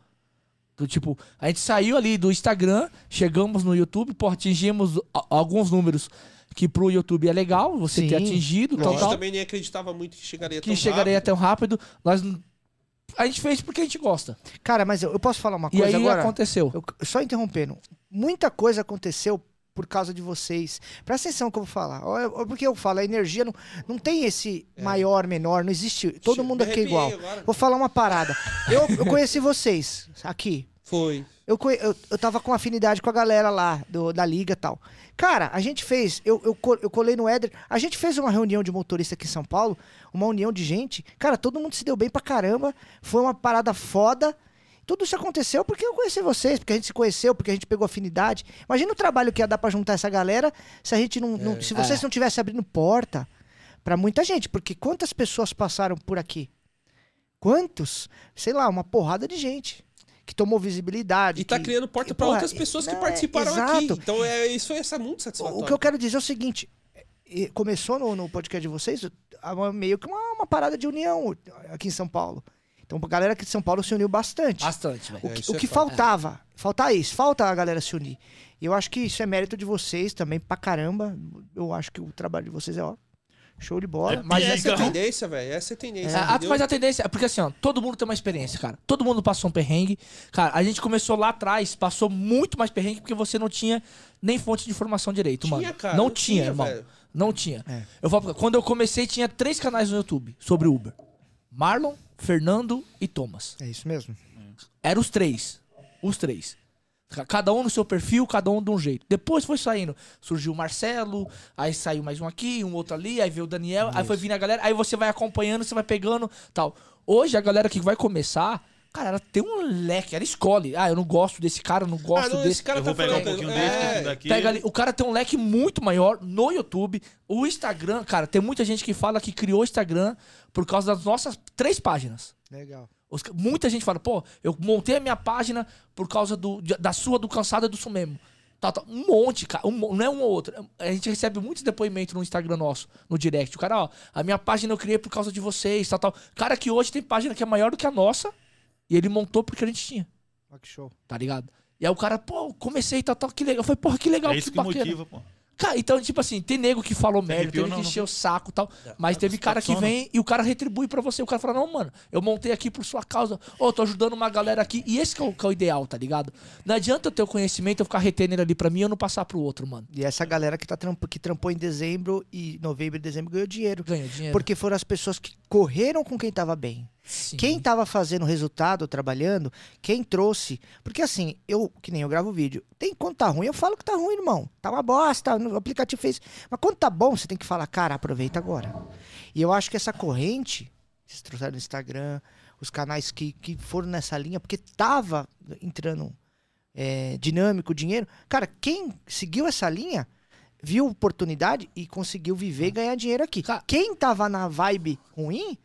[SPEAKER 3] Do tipo, a gente saiu ali do Instagram, chegamos no YouTube, pô, atingimos a- alguns números que pro YouTube é legal você ter
[SPEAKER 4] Sim,
[SPEAKER 3] atingido,
[SPEAKER 2] A
[SPEAKER 3] tal,
[SPEAKER 2] gente
[SPEAKER 3] tal.
[SPEAKER 2] também nem acreditava muito que chegaria
[SPEAKER 3] que
[SPEAKER 2] tão
[SPEAKER 3] chegaria tão rápido. Nós n- a gente fez porque a gente gosta.
[SPEAKER 4] Cara, mas eu, eu posso falar uma
[SPEAKER 3] E
[SPEAKER 4] coisa
[SPEAKER 3] aí
[SPEAKER 4] agora?
[SPEAKER 3] aconteceu.
[SPEAKER 4] Eu- só interrompendo, muita coisa aconteceu por causa de vocês. Presta atenção no que eu vou falar. Ó, eu- Porque eu falo, a energia não, não tem esse maior, menor, não existe. Todo
[SPEAKER 2] Me
[SPEAKER 4] mundo aqui é
[SPEAKER 2] arrepiei
[SPEAKER 4] igual.
[SPEAKER 2] agora.
[SPEAKER 4] Vou falar uma parada. Eu, eu conheci vocês aqui.
[SPEAKER 2] Foi.
[SPEAKER 4] Eu, conhe- eu, eu tava com afinidade com a galera lá do- da liga e tal. Cara, a gente fez. Eu, eu, co- eu colei no Éder. A gente fez uma reunião de motorista aqui em São Paulo. Uma união de gente. Cara, todo mundo se deu bem pra caramba. Foi uma parada foda. Tudo isso aconteceu porque eu conheci vocês, porque a gente se conheceu, porque a gente pegou afinidade. Imagina o trabalho que ia dar pra juntar essa galera se a gente não. não- se vocês não tivessem abrindo porta pra muita gente. Porque quantas pessoas passaram por aqui? Quantos? Sei lá, uma porrada de gente. Que tomou visibilidade.
[SPEAKER 2] E tá
[SPEAKER 4] que-
[SPEAKER 2] criando porta pra
[SPEAKER 4] Porra,
[SPEAKER 2] outras pessoas que
[SPEAKER 4] não, é,
[SPEAKER 2] participaram aqui.
[SPEAKER 4] exato.
[SPEAKER 2] Então é isso é, isso é muito
[SPEAKER 4] O
[SPEAKER 2] satisfatório.
[SPEAKER 4] o que eu quero dizer é o seguinte: e- começou no, no podcast de vocês a- uma- meio que uma, uma parada de união aqui em São Paulo. Então a galera aqui de São Paulo se uniu bastante.
[SPEAKER 3] Bastante,
[SPEAKER 4] O
[SPEAKER 3] velho.
[SPEAKER 2] É,
[SPEAKER 4] que,
[SPEAKER 2] isso
[SPEAKER 4] o
[SPEAKER 2] é
[SPEAKER 4] que
[SPEAKER 2] fato.
[SPEAKER 4] faltava, falta isso, falta a galera se unir. E eu acho que isso é mérito de vocês também, pra caramba. Eu acho que o trabalho de vocês é ó, Show de bola.
[SPEAKER 3] Mas essa
[SPEAKER 5] pica.
[SPEAKER 2] Essa é a
[SPEAKER 5] Então-
[SPEAKER 2] tendência, velho. Essa é a tendência.
[SPEAKER 3] É, a,
[SPEAKER 2] entendeu?
[SPEAKER 3] mas a tendência é porque assim, ó, todo mundo tem uma experiência, cara. Todo mundo passou um perrengue. Cara, a gente começou lá atrás, passou muito mais perrengue porque você não tinha nem fonte de informação direito,
[SPEAKER 2] Tinha,
[SPEAKER 3] mano.
[SPEAKER 2] cara,
[SPEAKER 3] não,
[SPEAKER 2] não
[SPEAKER 3] tinha,
[SPEAKER 2] tinha,
[SPEAKER 3] irmão.
[SPEAKER 2] velho.
[SPEAKER 3] Não tinha.
[SPEAKER 4] É.
[SPEAKER 3] Eu falo, pra- quando eu comecei, tinha três canais no YouTube sobre Uber: Marlon, Fernando e Thomas.
[SPEAKER 4] É isso mesmo.
[SPEAKER 3] Eram os três. Os três. Ca- Cada um no seu perfil, cada um de um jeito. Depois foi saindo. Surgiu o Marcelo, aí saiu mais um aqui, um outro ali, aí veio o Daniel, aí foi vindo a galera, aí você vai acompanhando, você vai pegando tal. Hoje a galera que vai começar, cara, ela tem um leque, ela escolhe. Ah, eu não gosto desse cara, eu não
[SPEAKER 2] Ah,
[SPEAKER 3] gosto
[SPEAKER 2] não,
[SPEAKER 3] desse.
[SPEAKER 2] esse cara
[SPEAKER 5] eu
[SPEAKER 2] tá
[SPEAKER 5] vou pegar um
[SPEAKER 2] falando.
[SPEAKER 5] pouquinho
[SPEAKER 2] é,
[SPEAKER 5] desse, um pouquinho daqui.
[SPEAKER 3] Pega ali. O cara tem um leque muito maior no YouTube. O Instagram, cara, tem muita gente que fala que criou o Instagram por causa das nossas três páginas.
[SPEAKER 4] Legal.
[SPEAKER 3] Os ca- muita gente fala, pô, eu montei a minha página por causa do, de- da sua, do cansado e do sumemo. Tá, tá, um monte, cara. um mo- não é um ou outro. A gente recebe muitos depoimentos no Instagram nosso, no direct. O cara, ó, a minha página eu criei por causa de vocês, tal, tal. Cara que hoje tem página que é maior do que a nossa e ele montou porque a gente tinha,
[SPEAKER 4] Olha que show.
[SPEAKER 3] tá ligado? E aí o cara, pô, comecei, tal, tal, que legal. Eu falei, porra, que legal,
[SPEAKER 5] É isso que
[SPEAKER 3] um tipo bacana.
[SPEAKER 5] motiva, pô.
[SPEAKER 3] Cara, então, tipo assim, tem nego que falou merda, tem
[SPEAKER 5] arrepiou,
[SPEAKER 3] nego que
[SPEAKER 5] não,
[SPEAKER 3] encheu o saco e tal. Mas teve cara que
[SPEAKER 5] sono.
[SPEAKER 3] vem e o cara retribui pra você. O cara fala, não, mano, eu montei aqui por sua causa. Ô, tô ajudando uma galera aqui. E esse que é o, que é o ideal, tá ligado? Não adianta eu ter o conhecimento, eu ficar retendo ele ali pra mim e eu não passar pro outro, mano.
[SPEAKER 4] E essa galera que, tá trampo, que trampou em dezembro e novembro e dezembro ganhou dinheiro.
[SPEAKER 3] Ganha dinheiro.
[SPEAKER 4] Porque foram as pessoas que correram com quem tava bem.
[SPEAKER 3] Sim.
[SPEAKER 4] Quem tava fazendo resultado, trabalhando, quem trouxe. Porque assim, eu, que nem eu gravo vídeo, tem quando tá ruim, eu falo que tá ruim, irmão. Tá uma bosta, o aplicativo fez. Mas quando tá bom, você tem que falar, cara, aproveita agora. E eu acho que essa corrente, vocês trouxeram no Instagram, os canais que, que foram nessa linha, porque tava entrando é, dinâmico, dinheiro. Cara, quem seguiu essa linha viu oportunidade e conseguiu viver e ganhar dinheiro aqui.
[SPEAKER 3] Cara-
[SPEAKER 4] Quem tava na vibe ruim,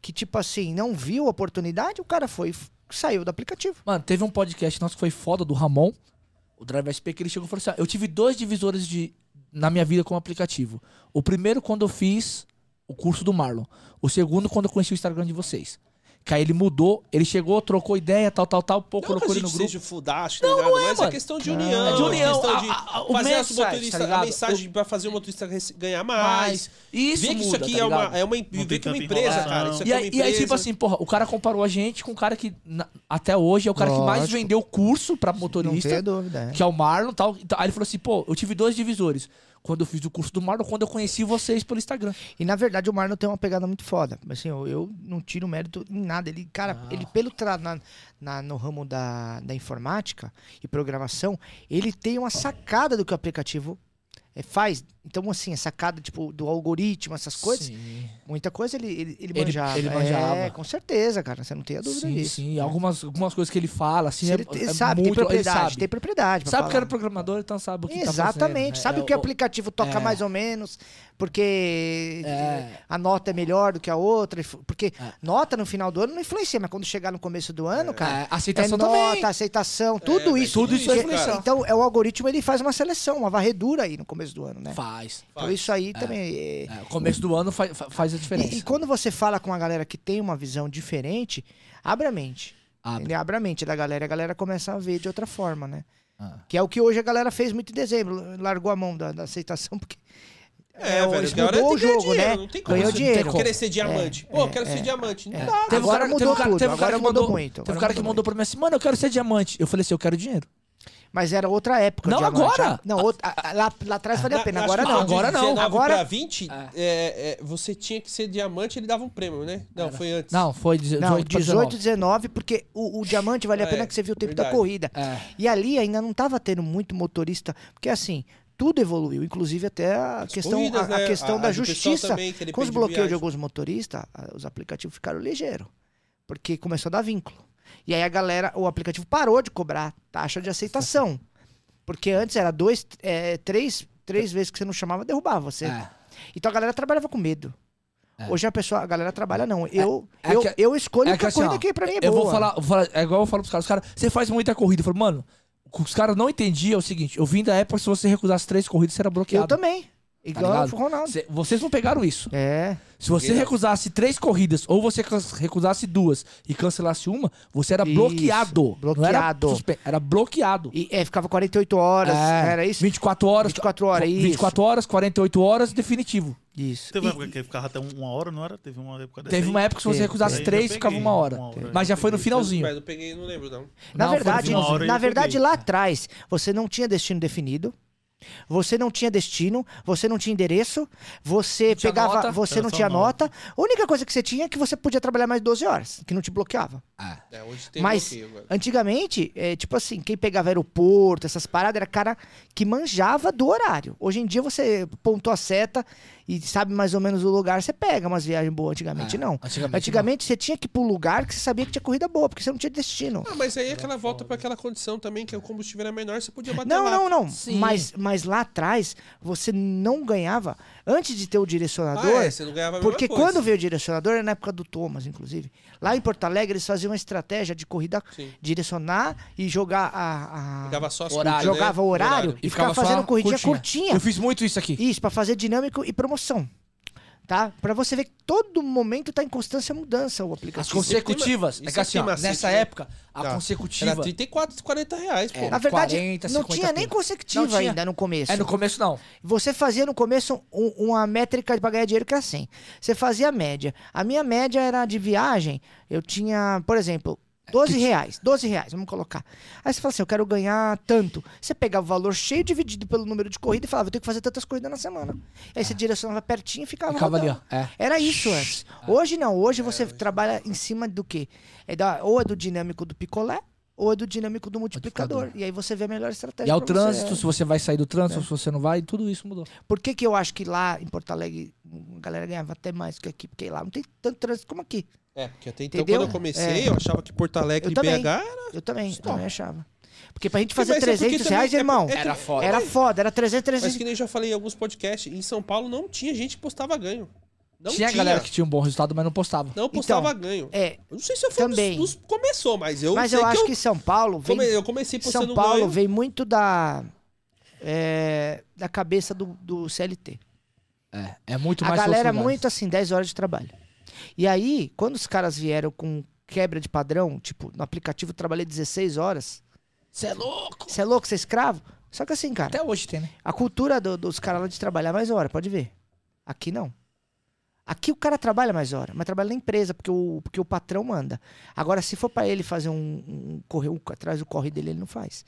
[SPEAKER 4] que tipo assim, não viu a oportunidade, o cara foi e f- saiu do aplicativo.
[SPEAKER 3] Mano, teve um podcast nosso que foi foda do Ramon, o Drive SP, que ele chegou e falou assim: ó, eu tive dois divisores de na minha vida como aplicativo. O primeiro quando eu fiz o curso do Marlon. O segundo quando eu conheci o Instagram de vocês. Que aí ele mudou, ele chegou, trocou ideia, tal, tal, tal, pô,
[SPEAKER 2] Não
[SPEAKER 3] colocou
[SPEAKER 2] que a
[SPEAKER 3] ele no
[SPEAKER 2] gente
[SPEAKER 3] grupo.
[SPEAKER 2] seja fudache, não, não é, mas é
[SPEAKER 3] mano.
[SPEAKER 2] questão de
[SPEAKER 4] Não.
[SPEAKER 2] união.
[SPEAKER 3] É de união,
[SPEAKER 2] questão de
[SPEAKER 3] a- a- o
[SPEAKER 2] fazer
[SPEAKER 3] mensagem,
[SPEAKER 2] o motorista,
[SPEAKER 3] tá ligado?
[SPEAKER 2] a mensagem pra fazer o motorista rece- ganhar mais.
[SPEAKER 3] isso
[SPEAKER 2] um Vê que isso
[SPEAKER 3] muda,
[SPEAKER 2] aqui
[SPEAKER 3] tá
[SPEAKER 2] é, uma,
[SPEAKER 3] ligado?
[SPEAKER 2] é uma,
[SPEAKER 5] tem
[SPEAKER 2] vê que é uma
[SPEAKER 5] tanta
[SPEAKER 2] empresa,
[SPEAKER 5] enrolação.
[SPEAKER 2] cara. Isso aqui
[SPEAKER 3] E
[SPEAKER 2] é uma
[SPEAKER 3] aí, e
[SPEAKER 2] empresa.
[SPEAKER 3] aí, tipo assim, porra, o cara comparou a gente com o cara que na- até hoje é o cara que mais
[SPEAKER 4] Lógico.
[SPEAKER 3] vendeu curso pra
[SPEAKER 4] Não
[SPEAKER 3] motorista.
[SPEAKER 4] tenha dúvida. é.
[SPEAKER 3] que é o Marlon e tal. Então, Aí ele falou assim, pô, eu tive dois divisores. Quando eu fiz o curso do Marlon, quando eu conheci vocês pelo Instagram.
[SPEAKER 4] E na verdade o Marlon tem uma pegada muito foda. Mas, Assim, eu, eu não tiro mérito em nada. Ele, cara, ele pelo tra na, na- no ramo da, da informática e programação, ele tem uma sacada do que o aplicativo eh, faz. Então, assim, a sacada tipo, do algoritmo, essas coisas,
[SPEAKER 3] Sim,
[SPEAKER 4] muita coisa ele, ele, ele
[SPEAKER 3] Ele-
[SPEAKER 4] manjava.
[SPEAKER 3] ele manjava.
[SPEAKER 4] É, com certeza, cara. Você não tem a dúvida
[SPEAKER 3] sim,
[SPEAKER 4] disso.
[SPEAKER 3] sim. Algumas, algumas coisas que ele fala, assim,
[SPEAKER 4] Se
[SPEAKER 3] é,
[SPEAKER 4] ele, ele
[SPEAKER 3] é
[SPEAKER 4] sabe,
[SPEAKER 3] muito...
[SPEAKER 4] tem
[SPEAKER 3] Ele
[SPEAKER 4] propriedade,
[SPEAKER 3] sabe.
[SPEAKER 4] tem propriedade. pra
[SPEAKER 3] Sabe que
[SPEAKER 4] falar.
[SPEAKER 3] era programador, então sabe o que tá fazendo,
[SPEAKER 4] Exatamente.
[SPEAKER 3] né?
[SPEAKER 4] Sabe
[SPEAKER 3] É,
[SPEAKER 4] o que o
[SPEAKER 3] o-
[SPEAKER 4] aplicativo toca
[SPEAKER 3] é.
[SPEAKER 4] mais ou menos, porque
[SPEAKER 3] É.
[SPEAKER 4] a nota é melhor do que a outra. e f- Porque
[SPEAKER 3] É.
[SPEAKER 4] nota no final do ano não influencia, mas quando chegar no começo do ano, cara.
[SPEAKER 3] É, aceitação
[SPEAKER 4] é
[SPEAKER 3] também.
[SPEAKER 4] nota, aceitação, tudo
[SPEAKER 2] velho,
[SPEAKER 4] isso.
[SPEAKER 2] tudo isso é influencial.
[SPEAKER 4] Então, é o algoritmo ele faz uma seleção, uma varredura aí no começo do ano, né?
[SPEAKER 3] Faz.
[SPEAKER 4] Então, isso aí também. é-
[SPEAKER 3] É, o começo do ano faz, faz a diferença.
[SPEAKER 4] E, e quando você fala com uma galera que tem uma visão diferente, abre a mente.
[SPEAKER 3] Abre.
[SPEAKER 4] Ele abre a mente da galera, e a galera começa a ver de outra forma, né?
[SPEAKER 3] Ah.
[SPEAKER 4] Que é o que hoje a galera fez muito em dezembro, largou a mão da, da aceitação, porque.
[SPEAKER 2] É,
[SPEAKER 4] é,
[SPEAKER 2] velho,
[SPEAKER 4] eles
[SPEAKER 2] agora tem
[SPEAKER 4] mudou o
[SPEAKER 2] que ganhar
[SPEAKER 4] jogo,
[SPEAKER 2] dinheiro,
[SPEAKER 4] né?
[SPEAKER 2] Não tem como.
[SPEAKER 4] Ganhou
[SPEAKER 2] você
[SPEAKER 4] dinheiro.
[SPEAKER 2] Querer ser diamante.
[SPEAKER 3] É,
[SPEAKER 2] Pô, eu quero ser diamante. Não dá.
[SPEAKER 3] Teve um
[SPEAKER 4] Agora
[SPEAKER 3] cara,
[SPEAKER 4] mudou
[SPEAKER 3] teve um cara,
[SPEAKER 4] tudo,
[SPEAKER 3] teve um
[SPEAKER 4] agora
[SPEAKER 3] cara que
[SPEAKER 4] mudou
[SPEAKER 3] mandou,
[SPEAKER 4] muito,
[SPEAKER 3] Teve um
[SPEAKER 4] agora
[SPEAKER 3] cara que
[SPEAKER 4] mudou
[SPEAKER 3] mandou pra mim assim, mano, eu quero ser diamante. Eu falei assim, eu quero dinheiro.
[SPEAKER 4] Mas era outra época. o
[SPEAKER 3] Não
[SPEAKER 4] diamante.
[SPEAKER 3] agora!
[SPEAKER 4] Não, outra- a- a- lá, lá atrás valia a pena, agora
[SPEAKER 2] Ah, Acho que
[SPEAKER 4] não.
[SPEAKER 3] agora
[SPEAKER 2] de
[SPEAKER 3] não,
[SPEAKER 2] 19
[SPEAKER 4] agora-
[SPEAKER 2] pra 20, é, é, você tinha que ser diamante, ele dava um prêmio, né? Não, foi antes.
[SPEAKER 3] Não, foi 18
[SPEAKER 4] Não,
[SPEAKER 3] pra 19.
[SPEAKER 4] 18, 19, porque o, o diamante valia a
[SPEAKER 2] É,
[SPEAKER 4] pena que você viu o tempo da
[SPEAKER 2] verdade.
[SPEAKER 4] corrida.
[SPEAKER 3] É.
[SPEAKER 4] E ali ainda não tava tendo muito motorista, porque assim, tudo evoluiu, inclusive até a questão,
[SPEAKER 2] corridas,
[SPEAKER 4] a, a
[SPEAKER 2] né?
[SPEAKER 4] questão
[SPEAKER 2] A-
[SPEAKER 4] da
[SPEAKER 2] a do pessoal
[SPEAKER 4] justiça.
[SPEAKER 2] também, que ele
[SPEAKER 4] com os
[SPEAKER 2] pede
[SPEAKER 4] bloqueios de
[SPEAKER 2] viagem.
[SPEAKER 4] alguns motoristas, a- os aplicativos ficaram ligeiros, porque começou a dar vínculo. E aí a galera, o aplicativo parou de cobrar taxa de aceitação. Porque antes era dois, é, três, três vezes que você não chamava, derrubava você.
[SPEAKER 3] É.
[SPEAKER 4] Então a galera trabalhava com medo. Hoje a pessoa, a galera trabalha, não. Eu,
[SPEAKER 3] é
[SPEAKER 4] eu,
[SPEAKER 3] que-
[SPEAKER 4] eu escolho
[SPEAKER 3] é
[SPEAKER 4] o que
[SPEAKER 3] que
[SPEAKER 4] a
[SPEAKER 3] assim,
[SPEAKER 4] corrida
[SPEAKER 3] ó,
[SPEAKER 4] que pra mim é
[SPEAKER 3] eu
[SPEAKER 4] boa.
[SPEAKER 3] vou falar, vou falar- é igual eu falo pros caras, os caras, você faz muita corrida. Eu falo, mano, o que os caras não entendiam é o seguinte, eu vim da época, se você recusasse três corridas, você era bloqueado.
[SPEAKER 4] Eu também.
[SPEAKER 3] tá
[SPEAKER 4] Igual
[SPEAKER 3] ligado?
[SPEAKER 4] o Ronaldo.
[SPEAKER 3] Cê- vocês não pegaram isso.
[SPEAKER 4] É.
[SPEAKER 3] Se você
[SPEAKER 2] Ninguém não.
[SPEAKER 3] recusasse três corridas, ou você can- recusasse duas e cancelasse uma, você era
[SPEAKER 4] Isso,
[SPEAKER 3] bloqueado. Não era,
[SPEAKER 4] bloqueado.
[SPEAKER 3] suspe- era bloqueado.
[SPEAKER 4] E é, ficava 48 horas,
[SPEAKER 3] É,
[SPEAKER 4] era isso?
[SPEAKER 3] 24 horas.
[SPEAKER 4] 24 horas, isso.
[SPEAKER 3] 24 horas, 48 horas, definitivo.
[SPEAKER 4] Isso.
[SPEAKER 5] Teve
[SPEAKER 4] E-
[SPEAKER 5] uma época que ficava até uma hora, não era? Teve uma época dessa
[SPEAKER 3] Teve
[SPEAKER 5] aí?
[SPEAKER 3] uma época que se você
[SPEAKER 4] Teve.
[SPEAKER 5] Aí
[SPEAKER 3] recusasse
[SPEAKER 5] eu
[SPEAKER 3] três,
[SPEAKER 5] peguei
[SPEAKER 3] ficava uma hora.
[SPEAKER 5] uma hora,
[SPEAKER 3] Mas já
[SPEAKER 5] eu
[SPEAKER 3] foi no
[SPEAKER 5] peguei.
[SPEAKER 3] finalzinho.
[SPEAKER 2] Mas eu peguei, não lembro, não.
[SPEAKER 4] Na
[SPEAKER 3] Não, foi no
[SPEAKER 4] verdade,
[SPEAKER 5] finalzinho. Uma hora eu
[SPEAKER 4] na verdade
[SPEAKER 5] peguei.
[SPEAKER 4] lá atrás, você não tinha destino definido. Você não tinha destino, você não tinha endereço, você
[SPEAKER 3] Não tinha
[SPEAKER 4] pegava,
[SPEAKER 3] nota.
[SPEAKER 4] você
[SPEAKER 5] Era
[SPEAKER 4] não
[SPEAKER 5] só
[SPEAKER 4] tinha
[SPEAKER 5] nota.
[SPEAKER 4] nota. A única coisa que você tinha é que você podia trabalhar mais 12 horas, que não te bloqueava.
[SPEAKER 2] É, hoje tem
[SPEAKER 4] Mas-
[SPEAKER 2] bloqueio agora.
[SPEAKER 4] Antigamente, é, tipo assim, quem pegava aeroporto, essas paradas, era cara que manjava do horário. Hoje em dia você pontou a seta e sabe mais ou menos o lugar, você pega umas viagens boas. Antigamente
[SPEAKER 3] É,
[SPEAKER 4] não.
[SPEAKER 3] antigamente
[SPEAKER 4] Antigamente você tinha que ir pro lugar que você sabia que tinha corrida boa, porque você não tinha destino.
[SPEAKER 2] Ah, mas aí aquela volta pra aquela condição também, que é o combustível era menor, você podia bater
[SPEAKER 4] Não,
[SPEAKER 2] lá.
[SPEAKER 4] não, não.
[SPEAKER 3] Sim.
[SPEAKER 4] Mas, mas lá atrás, você não ganhava. Antes de ter o
[SPEAKER 2] Ah,
[SPEAKER 4] direcionador.
[SPEAKER 2] é, você não ganhava a mesma
[SPEAKER 4] porque
[SPEAKER 2] coisa.
[SPEAKER 4] quando veio o direcionador, era na época do Thomas, inclusive. Lá em Porto Alegre, eles faziam uma estratégia de corrida
[SPEAKER 2] Sim.
[SPEAKER 4] direcionar e jogar a. a-
[SPEAKER 2] Jogava só as
[SPEAKER 3] Horário.
[SPEAKER 2] curtidas, né?
[SPEAKER 4] jogava o horário, e ficava,
[SPEAKER 3] só
[SPEAKER 4] fazendo corridinha curtinha.
[SPEAKER 3] Eu fiz muito isso aqui.
[SPEAKER 4] Isso, pra fazer dinâmico e promoção. Tá? Pra você ver que todo momento tá em constância mudança o
[SPEAKER 3] As
[SPEAKER 4] aplicativo.
[SPEAKER 3] consecutivas.
[SPEAKER 2] Isso
[SPEAKER 3] É que assim,
[SPEAKER 2] aqui,
[SPEAKER 3] ó,
[SPEAKER 2] macete,
[SPEAKER 3] nessa
[SPEAKER 2] né?
[SPEAKER 3] época, a
[SPEAKER 2] Tá.
[SPEAKER 3] consecutiva.
[SPEAKER 2] Era 34, 40 reais, pô.
[SPEAKER 3] É.
[SPEAKER 4] Na verdade,
[SPEAKER 3] 40,
[SPEAKER 4] não
[SPEAKER 3] 50
[SPEAKER 4] tinha nem
[SPEAKER 3] pila.
[SPEAKER 4] consecutiva
[SPEAKER 3] Não tinha.
[SPEAKER 4] ainda no começo.
[SPEAKER 3] É, no começo não.
[SPEAKER 4] Você fazia no começo um- uma métrica pra ganhar dinheiro que era 100. Você fazia a média. A minha média era de viagem, eu tinha, por exemplo, 12 reais. 12 reais, vamos colocar. Aí você fala assim, eu quero ganhar tanto. Você pegava o valor cheio dividido pelo número de corrida e falava, eu tenho que fazer tantas corridas na semana. Aí você direcionava pertinho e ficava,
[SPEAKER 3] Ah. Ficava ali,
[SPEAKER 4] rodando.
[SPEAKER 3] ó. É.
[SPEAKER 4] Era isso antes. Hoje não, hoje você trabalha em cima do quê? É da, ou é do dinâmico do picolé, ou é do dinâmico do multiplicador.
[SPEAKER 3] Multiplicador.
[SPEAKER 4] E aí você vê a melhor estratégia.
[SPEAKER 3] E ao
[SPEAKER 4] pra você. é.
[SPEAKER 3] trânsito, se você vai sair do trânsito, se você não vai, tudo isso mudou.
[SPEAKER 4] Por que, que eu acho que lá em Porto Alegre a galera ganhava até mais do que aqui? Porque lá não tem tanto trânsito como aqui.
[SPEAKER 2] É, porque até então,
[SPEAKER 4] Entendeu?
[SPEAKER 2] quando eu comecei,
[SPEAKER 4] É.
[SPEAKER 2] eu achava que Porto Alegre
[SPEAKER 4] Eu
[SPEAKER 2] e
[SPEAKER 4] também.
[SPEAKER 2] BH era...
[SPEAKER 4] Eu também, eu
[SPEAKER 2] Stop.
[SPEAKER 4] também achava. Porque pra gente
[SPEAKER 2] Ah, Mas
[SPEAKER 4] fazer
[SPEAKER 2] é porque
[SPEAKER 4] 300
[SPEAKER 2] também
[SPEAKER 4] reais,
[SPEAKER 2] é-
[SPEAKER 4] irmão,
[SPEAKER 2] é-
[SPEAKER 3] Era foda.
[SPEAKER 4] era foda, era 300,
[SPEAKER 2] Mas
[SPEAKER 4] 300.
[SPEAKER 2] que nem eu já falei em alguns podcasts, em São Paulo não tinha gente que postava ganho. Não
[SPEAKER 3] tinha,
[SPEAKER 2] tinha,
[SPEAKER 3] galera que tinha um bom resultado, mas não postava.
[SPEAKER 2] Não postava ganho.
[SPEAKER 4] É,
[SPEAKER 2] Eu não sei se eu fui um dos-
[SPEAKER 4] Também.
[SPEAKER 2] dos que começou, mas eu
[SPEAKER 4] mas
[SPEAKER 2] sei
[SPEAKER 4] eu acho
[SPEAKER 2] eu,
[SPEAKER 4] que, São Paulo vem,
[SPEAKER 2] come- eu comecei postando
[SPEAKER 4] São Paulo
[SPEAKER 2] ganho.
[SPEAKER 4] vem muito da, é, da cabeça do, do CLT.
[SPEAKER 3] É, é muito
[SPEAKER 4] A
[SPEAKER 3] mais
[SPEAKER 4] galera é
[SPEAKER 3] seus lugares.
[SPEAKER 4] muito assim, 10 horas de trabalho. E aí, quando os caras vieram com quebra de padrão, tipo, no aplicativo eu trabalhei 16 horas.
[SPEAKER 3] Você é louco!
[SPEAKER 4] Você é louco, você é escravo? Só que assim, cara.
[SPEAKER 3] Até hoje tem, né?
[SPEAKER 4] A cultura do- dos caras lá de trabalhar mais hora, pode ver. Aqui não. Aqui o cara trabalha mais hora, mas trabalha na empresa, porque o, porque o patrão manda. Agora, se for pra ele fazer um, um correr um- atrás do corre dele, ele não faz.